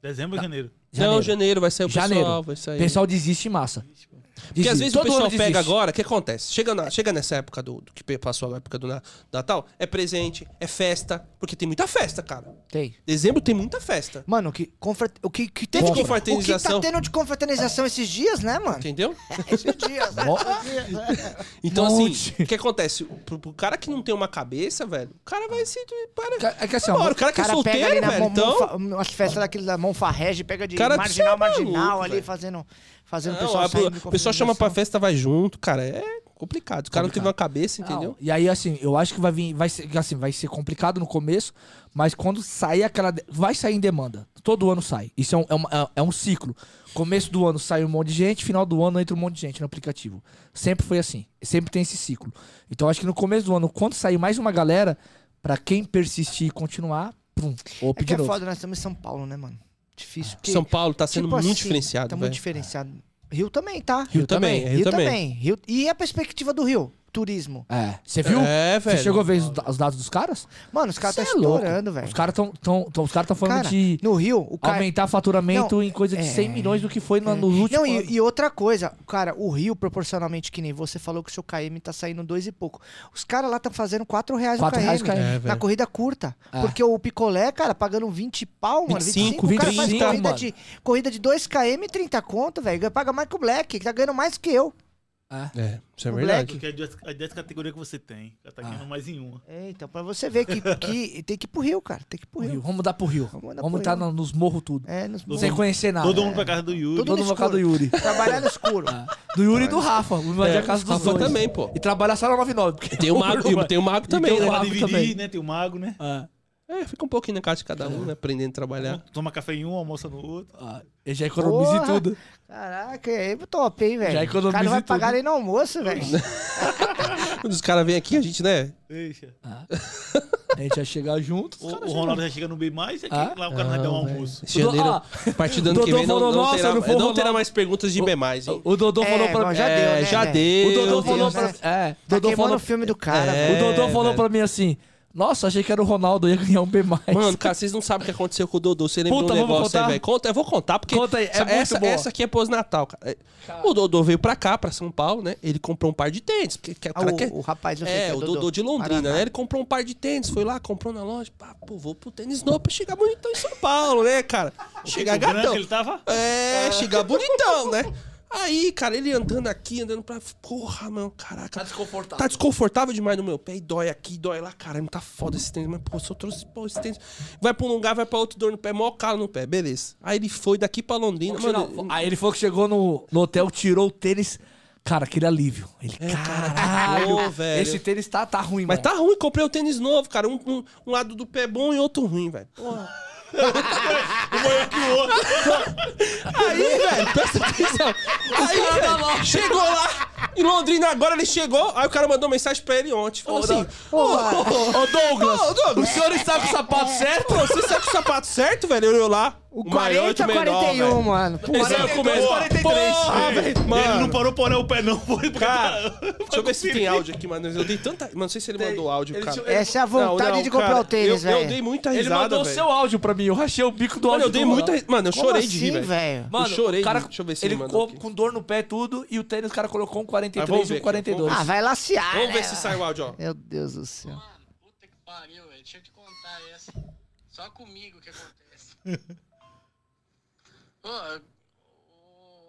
[SPEAKER 5] Dezembro
[SPEAKER 2] Tá.
[SPEAKER 5] ou janeiro?
[SPEAKER 2] Não, janeiro vai sair o pessoal,
[SPEAKER 3] Janeiro.
[SPEAKER 2] vai sair.
[SPEAKER 3] O pessoal desiste em massa.
[SPEAKER 2] Porque às vezes o pessoal
[SPEAKER 3] ano desiste.
[SPEAKER 2] pega agora, o que acontece? Chega, na- chega nessa época do, do que pe- passou a época do na- Natal, é presente, é festa, porque tem muita festa, cara.
[SPEAKER 4] Tem.
[SPEAKER 2] Dezembro tem muita festa.
[SPEAKER 4] Mano, o que, confra- o que, que
[SPEAKER 2] Teve
[SPEAKER 4] teve de-
[SPEAKER 2] confraternização?
[SPEAKER 4] O que tá tendo de confraternização esses dias, né, mano?
[SPEAKER 2] Entendeu?
[SPEAKER 4] Esses dias. né? é.
[SPEAKER 3] Ó.
[SPEAKER 2] Então, assim,
[SPEAKER 3] Monte.
[SPEAKER 2] o que acontece? Pro, pro cara que não tem uma cabeça, velho, o cara vai se. Para,
[SPEAKER 3] Ca- É que assim, ó,
[SPEAKER 2] Agora, o cara
[SPEAKER 4] O
[SPEAKER 2] que é
[SPEAKER 4] cara
[SPEAKER 2] solteiro,
[SPEAKER 4] pega ali na
[SPEAKER 2] velho,
[SPEAKER 4] mon-
[SPEAKER 2] então.
[SPEAKER 4] monfa- as festas daquele da Monfarrege, pega de
[SPEAKER 2] Cara, você é
[SPEAKER 4] marginal, marginal
[SPEAKER 2] maluco,
[SPEAKER 4] ali,
[SPEAKER 2] velho.
[SPEAKER 4] fazendo, fazendo
[SPEAKER 2] Não,
[SPEAKER 4] o pessoal
[SPEAKER 2] a-
[SPEAKER 4] saindo de
[SPEAKER 2] o pessoal chama pra
[SPEAKER 4] confraternização.
[SPEAKER 2] festa, vai junto, cara. É complicado. O cara não teve uma cabeça,
[SPEAKER 3] Não,
[SPEAKER 2] entendeu?
[SPEAKER 3] E aí, assim, eu acho que vai vir. Vai ser, assim, vai ser complicado no começo, mas quando sair aquela. de- Vai sair em demanda. Todo ano sai. Isso é um, é uma- é- é um ciclo. Começo do ano sai um monte de gente, final do ano entra um monte de gente no aplicativo. Sempre foi assim. Sempre tem esse ciclo. Então acho que no começo do ano, quando sair mais uma galera, pra quem persistir e continuar, pum, ou
[SPEAKER 4] É que
[SPEAKER 3] de
[SPEAKER 4] é
[SPEAKER 3] novo.
[SPEAKER 4] foda, nós estamos em São Paulo, né, mano? Difícil. porque-
[SPEAKER 2] São Paulo tá sendo
[SPEAKER 4] Tipo
[SPEAKER 2] muito
[SPEAKER 4] assim,
[SPEAKER 2] diferenciado,
[SPEAKER 4] Tá
[SPEAKER 2] velho.
[SPEAKER 4] muito diferenciado. Rio também, tá?
[SPEAKER 2] Rio também, Rio também.
[SPEAKER 4] Rio- E a perspectiva do Rio? Turismo.
[SPEAKER 3] É, você viu?
[SPEAKER 2] É, velho.
[SPEAKER 3] Você chegou a ver os, da- os dados dos caras?
[SPEAKER 4] Mano, os caras
[SPEAKER 3] Cê
[SPEAKER 4] estão
[SPEAKER 3] é louco.
[SPEAKER 4] estourando, velho.
[SPEAKER 3] Os caras estão tão, tão- os caras tão falando
[SPEAKER 4] Cara,
[SPEAKER 3] de.
[SPEAKER 4] no Rio, o cara...
[SPEAKER 3] aumentar faturamento
[SPEAKER 4] Não,
[SPEAKER 3] em coisa de
[SPEAKER 4] é.
[SPEAKER 3] 100 milhões do que foi no, no último
[SPEAKER 4] Não,
[SPEAKER 3] ano.
[SPEAKER 4] e, e outra coisa, cara, o Rio, proporcionalmente, que nem você falou que o seu KM tá saindo dois e pouco. Os caras lá estão fazendo quatro reais o KM,
[SPEAKER 3] Quatro reais o KM. É,
[SPEAKER 4] na
[SPEAKER 2] velho.
[SPEAKER 4] corrida curta.
[SPEAKER 2] Ah.
[SPEAKER 3] É.
[SPEAKER 4] Porque o picolé, cara, pagando 20 pau, mano,
[SPEAKER 2] 25,
[SPEAKER 4] 25, o cara
[SPEAKER 3] 25,
[SPEAKER 4] faz corrida,
[SPEAKER 3] mano.
[SPEAKER 4] De, corrida de 2 KM, 30 conto, velho. Paga mais que o Black, que tá ganhando mais que eu.
[SPEAKER 2] É, isso é
[SPEAKER 4] O
[SPEAKER 2] verdade.
[SPEAKER 5] Porque é de- as 10 categorias que você tem. Já tá
[SPEAKER 2] Ah.
[SPEAKER 5] ganhando mais em uma.
[SPEAKER 4] É, então, pra você ver que, que tem que ir pro Rio, cara. Tem que ir
[SPEAKER 3] Pro
[SPEAKER 4] pro
[SPEAKER 3] Rio.
[SPEAKER 4] Rio.
[SPEAKER 3] Vamos mudar pro Rio.
[SPEAKER 4] Vamos
[SPEAKER 3] Vamos
[SPEAKER 4] mudar pro
[SPEAKER 3] estar
[SPEAKER 4] Rio.
[SPEAKER 3] nos morros tudo.
[SPEAKER 4] É, nos
[SPEAKER 5] Todo
[SPEAKER 3] sem
[SPEAKER 5] mundo-
[SPEAKER 3] conhecer
[SPEAKER 2] Ah,
[SPEAKER 3] nada. É.
[SPEAKER 2] é.
[SPEAKER 5] Todo mundo pra casa do Yuri.
[SPEAKER 4] Todo
[SPEAKER 3] Todo
[SPEAKER 4] no
[SPEAKER 3] mundo pra casa do Yuri.
[SPEAKER 4] Trabalhar no escuro.
[SPEAKER 3] Do Yuri e do Rafa. Invadir
[SPEAKER 2] É,
[SPEAKER 3] a casa dos
[SPEAKER 2] Rafa
[SPEAKER 3] dois.
[SPEAKER 2] também, pô.
[SPEAKER 3] E trabalhar a sala 99. Porque
[SPEAKER 2] Tem o mago, tem o mago também,
[SPEAKER 3] tem o
[SPEAKER 5] Pra
[SPEAKER 2] né?
[SPEAKER 3] mago
[SPEAKER 5] dividir,
[SPEAKER 3] também.
[SPEAKER 5] né? Tem o mago, né?
[SPEAKER 3] Ah,
[SPEAKER 2] É, fica um pouquinho na casa de cada um, né? Aprendendo a trabalhar.
[SPEAKER 5] Toma café em um, almoça no outro.
[SPEAKER 3] ah, eu já economizo
[SPEAKER 4] Porra!
[SPEAKER 3] tudo.
[SPEAKER 4] Caraca, é top, hein,
[SPEAKER 3] Já
[SPEAKER 4] velho. O cara
[SPEAKER 3] economiza
[SPEAKER 4] não vai
[SPEAKER 3] tudo.
[SPEAKER 4] pagar nem no almoço, velho.
[SPEAKER 2] Quando os caras vêm aqui, a gente, né?
[SPEAKER 5] Deixa.
[SPEAKER 3] A gente ia chegar junto. os
[SPEAKER 5] O,
[SPEAKER 3] caras
[SPEAKER 5] o
[SPEAKER 3] chegam.
[SPEAKER 5] Ronaldo já chega no bem mais e aqui,
[SPEAKER 3] Ah?
[SPEAKER 5] lá o cara vai dar um almoço.
[SPEAKER 2] Esse janeiro,
[SPEAKER 3] Ah,
[SPEAKER 2] a partir do ano que
[SPEAKER 3] Dodô
[SPEAKER 2] vem, não,
[SPEAKER 3] falou,
[SPEAKER 2] não
[SPEAKER 3] "Nossa,
[SPEAKER 2] terá,
[SPEAKER 3] não vou
[SPEAKER 2] não terá
[SPEAKER 3] rolar."
[SPEAKER 2] mais perguntas de B+, hein?
[SPEAKER 3] O Dodô
[SPEAKER 4] É,
[SPEAKER 3] falou pra
[SPEAKER 4] não,
[SPEAKER 3] mim.
[SPEAKER 4] já
[SPEAKER 2] é,
[SPEAKER 4] deu, né?
[SPEAKER 2] já
[SPEAKER 4] velho?
[SPEAKER 2] deu.
[SPEAKER 3] O Dodô
[SPEAKER 4] Deus,
[SPEAKER 3] falou
[SPEAKER 4] né?
[SPEAKER 3] pra mim. É,
[SPEAKER 4] Tá
[SPEAKER 3] Dodô
[SPEAKER 4] queimando
[SPEAKER 3] falou...
[SPEAKER 4] o filme do cara,
[SPEAKER 2] É.
[SPEAKER 4] velho.
[SPEAKER 3] O Dodô falou
[SPEAKER 2] velho.
[SPEAKER 3] pra mim assim. Nossa, achei que era o Ronaldo, ia ganhar um B.
[SPEAKER 2] Mano, cara, vocês não sabem o que aconteceu com o Dodô. Você lembra
[SPEAKER 3] Conta,
[SPEAKER 2] um
[SPEAKER 3] vamos
[SPEAKER 2] negócio aí,
[SPEAKER 3] contar?
[SPEAKER 2] velho? Conta, eu vou contar, porque
[SPEAKER 3] Conta aí, é
[SPEAKER 2] essa,
[SPEAKER 3] muito
[SPEAKER 2] essa,
[SPEAKER 3] boa.
[SPEAKER 2] essa aqui é pós-natal, cara. É, O Dodô veio pra cá, pra São Paulo, né? Ele comprou um par de tênis, porque que- o
[SPEAKER 4] Ah,
[SPEAKER 2] cara
[SPEAKER 4] o-
[SPEAKER 2] quer...
[SPEAKER 4] o rapaz, eu sei que
[SPEAKER 2] É,
[SPEAKER 4] é
[SPEAKER 2] o
[SPEAKER 4] Dodô.
[SPEAKER 2] Dodô de Londrina,
[SPEAKER 4] Paraná.
[SPEAKER 2] né? Ele comprou um par de tênis, foi lá, comprou na loja. Pá, pô, vou pro tênis novo pra chegar bonitão em São Paulo, né, cara? Chegar
[SPEAKER 5] Tipo, O grande que
[SPEAKER 2] gatão.
[SPEAKER 6] É.
[SPEAKER 5] ele tava?
[SPEAKER 2] É, chegar bonitão, né? Aí, cara, ele andando aqui, andando pra. Porra, mano, caraca.
[SPEAKER 6] Tá desconfortável.
[SPEAKER 2] Tá desconfortável demais no meu pé e dói aqui, dói lá. Caramba, tá foda esse tênis. Mas, pô, se eu trouxe pô, esse tênis. Vai pra um lugar, vai pra outro, dor no pé, maior calo no pé. Beleza. Aí ele foi daqui pra Londrina.
[SPEAKER 3] Vamos tirar
[SPEAKER 2] Mano,
[SPEAKER 3] o fo- Aí ele falou que chegou no, no hotel, tirou o tênis. Cara, aquele alívio. Ele, caralho,
[SPEAKER 2] pô, É, velho.
[SPEAKER 3] esse tênis tá, tá ruim,
[SPEAKER 2] mas
[SPEAKER 3] mano.
[SPEAKER 2] tá ruim, comprei o tênis novo, cara. Um, um- um lado do pé bom e outro ruim, velho. Um Aí, velho, presta atenção. Aí,
[SPEAKER 4] tá
[SPEAKER 2] velho, chegou lá em Londrina agora, ele chegou. Aí o cara mandou mensagem pra ele ontem. Falou assim: Ô,
[SPEAKER 3] Ô, Douglas,
[SPEAKER 2] Ô, Douglas. É,
[SPEAKER 3] o senhor está com o sapato certo?
[SPEAKER 2] pô, você sabe com o sapato certo, velho? Ele olhou lá.
[SPEAKER 4] O
[SPEAKER 2] maior de
[SPEAKER 4] 40
[SPEAKER 2] menor,
[SPEAKER 4] 41,
[SPEAKER 2] velho.
[SPEAKER 4] mano. Pô,
[SPEAKER 2] Esse é o
[SPEAKER 6] 42,
[SPEAKER 2] começo.
[SPEAKER 6] 43.
[SPEAKER 2] Porra, Ah, velho. Mano,
[SPEAKER 5] Ele não parou pra olhar o pé, não. Foi porque
[SPEAKER 2] Cara,
[SPEAKER 5] tá-
[SPEAKER 2] deixa eu ver se tem áudio aqui, mano. Eu dei tanta. Mano, não sei se ele mandou áudio,
[SPEAKER 6] Ele
[SPEAKER 2] cara.
[SPEAKER 6] tinha-
[SPEAKER 4] essa é a
[SPEAKER 2] Não,
[SPEAKER 4] vontade
[SPEAKER 2] não,
[SPEAKER 4] de comprar
[SPEAKER 2] cara,
[SPEAKER 4] o tênis,
[SPEAKER 2] eu-
[SPEAKER 4] velho.
[SPEAKER 2] Eu dei muita
[SPEAKER 3] Ele
[SPEAKER 2] risada.
[SPEAKER 3] mandou o
[SPEAKER 2] velho.
[SPEAKER 3] seu áudio pra mim, eu rachei o bico do
[SPEAKER 2] Mano,
[SPEAKER 3] áudio.
[SPEAKER 2] eu dei
[SPEAKER 3] do
[SPEAKER 2] muita.
[SPEAKER 3] Douglas.
[SPEAKER 2] Mano, eu
[SPEAKER 4] Como
[SPEAKER 2] chorei
[SPEAKER 4] assim,
[SPEAKER 2] de rir, velho.
[SPEAKER 4] velho?
[SPEAKER 3] Mano,
[SPEAKER 2] Eu chorei,
[SPEAKER 3] o cara,
[SPEAKER 2] deixa eu ver se
[SPEAKER 3] ele
[SPEAKER 2] ele mandou
[SPEAKER 3] ficou
[SPEAKER 2] aqui.
[SPEAKER 3] com dor no pé tudo e o tênis o cara colocou um
[SPEAKER 2] Ah, vamos
[SPEAKER 3] 43 e
[SPEAKER 2] ver
[SPEAKER 3] um
[SPEAKER 2] aqui,
[SPEAKER 3] 42.
[SPEAKER 4] Ah, vai laciar.
[SPEAKER 2] Vamos ver
[SPEAKER 4] né?
[SPEAKER 2] se sai um o áudio, ó.
[SPEAKER 4] Meu Deus do céu.
[SPEAKER 7] Mano, puta que pariu, velho. Deixa eu te contar essa. Só comigo que acontece. Ô,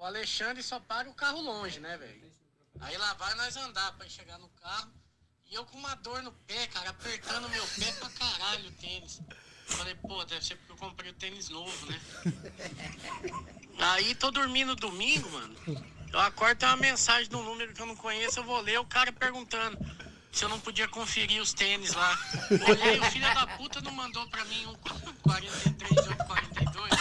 [SPEAKER 7] o Alexandre só para o carro longe, né, velho? Aí lá vai nós andar pra chegar no carro. E eu com uma dor no pé, cara, apertando meu pé pra caralho o tênis. Falei, pô, deve ser porque eu comprei o tênis novo, né? Aí tô dormindo domingo, mano. Eu acordo, tem uma mensagem de um número que eu não conheço, eu vou ler o cara perguntando se eu não podia conferir os tênis lá. Olhei, o filho da puta não mandou pra mim um 43 de 842.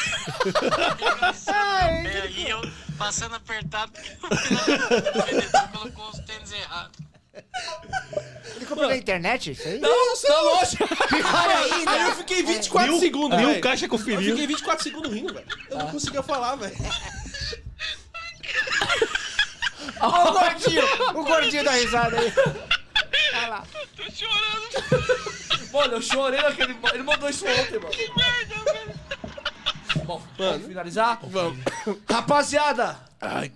[SPEAKER 7] É, Aí eu passando apertado, porque o filho da- o vendedor colocou os tênis errados.
[SPEAKER 4] Ele comprou na internet? Isso aí?
[SPEAKER 3] Não, tá longe.
[SPEAKER 2] Aí eu fiquei 24 segundos,
[SPEAKER 5] Nem o
[SPEAKER 2] velho. Ah.
[SPEAKER 5] caixa
[SPEAKER 2] Eu
[SPEAKER 5] conferiu.
[SPEAKER 2] fiquei 24 segundos rindo, velho. Eu não conseguia falar, velho.
[SPEAKER 4] Olha o gordinho. O gordinho da risada aí.
[SPEAKER 7] Tô chorando,
[SPEAKER 3] Mano, eu chorei naquele. Ele mandou isso ontem, mano. Que merda, velho. Bom, vamos finalizar? Vamos. Rapaziada,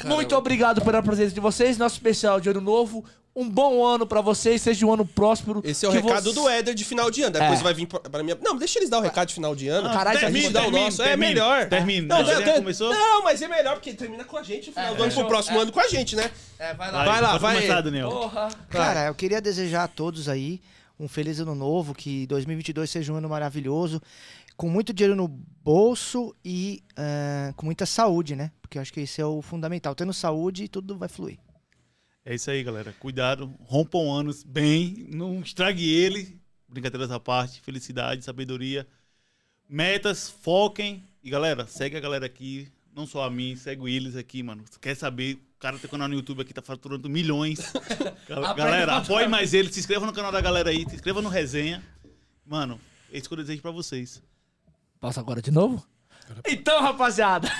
[SPEAKER 3] muito obrigado pela presença de vocês. Nosso especial de ano novo. Um bom ano pra vocês, seja um ano próspero.
[SPEAKER 2] Esse é o
[SPEAKER 3] que
[SPEAKER 2] recado
[SPEAKER 3] você-
[SPEAKER 2] do Éder de final de ano. Depois
[SPEAKER 3] É.
[SPEAKER 2] vai vir pra- pra minha. Não, deixa eles dar o recado de final de ano.
[SPEAKER 3] Ah, Caralho,
[SPEAKER 2] a gente
[SPEAKER 5] termina,
[SPEAKER 2] dá o
[SPEAKER 5] termina,
[SPEAKER 2] nosso.
[SPEAKER 5] termina,
[SPEAKER 2] é melhor.
[SPEAKER 5] termina.
[SPEAKER 2] Não,
[SPEAKER 5] Não,
[SPEAKER 2] não,
[SPEAKER 5] já
[SPEAKER 2] não,
[SPEAKER 5] começou?
[SPEAKER 2] não, mas é melhor porque termina com a gente. O final do ano pro
[SPEAKER 3] fechou.
[SPEAKER 2] próximo
[SPEAKER 3] É.
[SPEAKER 2] ano com a gente, né?
[SPEAKER 3] É, vai lá.
[SPEAKER 2] Vai lá,
[SPEAKER 5] Pode
[SPEAKER 2] vai.
[SPEAKER 5] começar, Daniel.
[SPEAKER 3] Porra.
[SPEAKER 4] Cara, eu queria desejar a todos aí um feliz ano novo, que 2022 seja um ano maravilhoso, com muito dinheiro no bolso e ah, com muita saúde, né? Porque eu acho que isso é o fundamental. Tendo saúde, tudo vai fluir.
[SPEAKER 5] É isso aí, galera. Cuidado, rompam anos bem, não estrague ele. Brincadeiras à parte, felicidade, sabedoria, metas, foquem. E galera, segue a galera aqui, não só a mim, segue o Willis aqui, mano. Quer saber? O cara tem canal no YouTube aqui, tá faturando milhões. Gal- galera, apoie mais ele, se inscreva no canal da galera aí, se inscreva no resenha. Mano, é isso que eu desejo pra vocês.
[SPEAKER 3] Passa agora de novo? Então, rapaziada,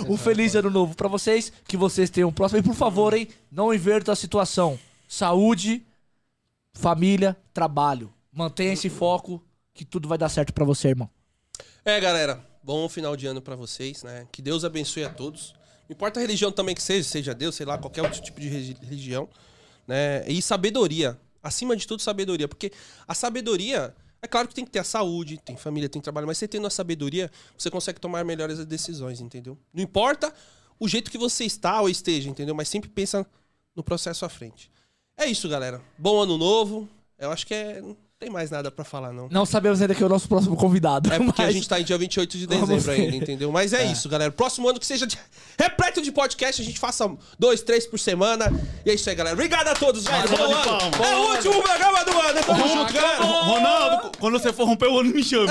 [SPEAKER 3] um feliz ano novo pra vocês, que vocês tenham o próximo. E por favor, hein, não inverta a situação. Saúde, família, trabalho. Mantenha esse foco que tudo vai dar certo pra você, irmão.
[SPEAKER 2] É, galera, bom final de ano pra vocês, né? Que Deus abençoe a todos. Não importa a religião também que seja, seja Deus, sei lá, qualquer outro tipo de regi- religião, né? E sabedoria, acima de tudo sabedoria, porque a sabedoria é claro que tem que ter a saúde, tem família, tem trabalho, mas você tendo a sabedoria, você consegue tomar melhores decisões, entendeu? Não importa o jeito que você está ou esteja, entendeu? Mas sempre pensa no processo à frente. É isso, galera. Bom ano novo. Eu acho que é... não tem mais nada pra falar, não.
[SPEAKER 3] Não sabemos ainda quem é o nosso próximo convidado.
[SPEAKER 2] É porque a
[SPEAKER 3] mas
[SPEAKER 2] gente tá em dia 28 de
[SPEAKER 3] Vamos
[SPEAKER 2] dezembro
[SPEAKER 3] ver.
[SPEAKER 2] ainda, entendeu? Mas é, isso, galera. Próximo ano que seja de- repleto de podcast, a gente faça dois, três por semana. E é isso aí, galera. Obrigado a todos, velho.
[SPEAKER 5] Salva
[SPEAKER 2] Bom
[SPEAKER 5] de
[SPEAKER 2] ano.
[SPEAKER 5] palmas.
[SPEAKER 2] É o último programa do ano. Tamo junto, galera.
[SPEAKER 5] Ronaldo, quando você for romper o ano, me chame.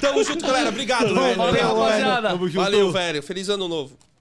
[SPEAKER 2] Tamo junto, galera. Obrigado, velho.
[SPEAKER 3] Valeu,
[SPEAKER 2] Obrigado.
[SPEAKER 3] rapaziada.
[SPEAKER 5] Tamo junto.
[SPEAKER 2] Valeu, velho. Feliz ano novo.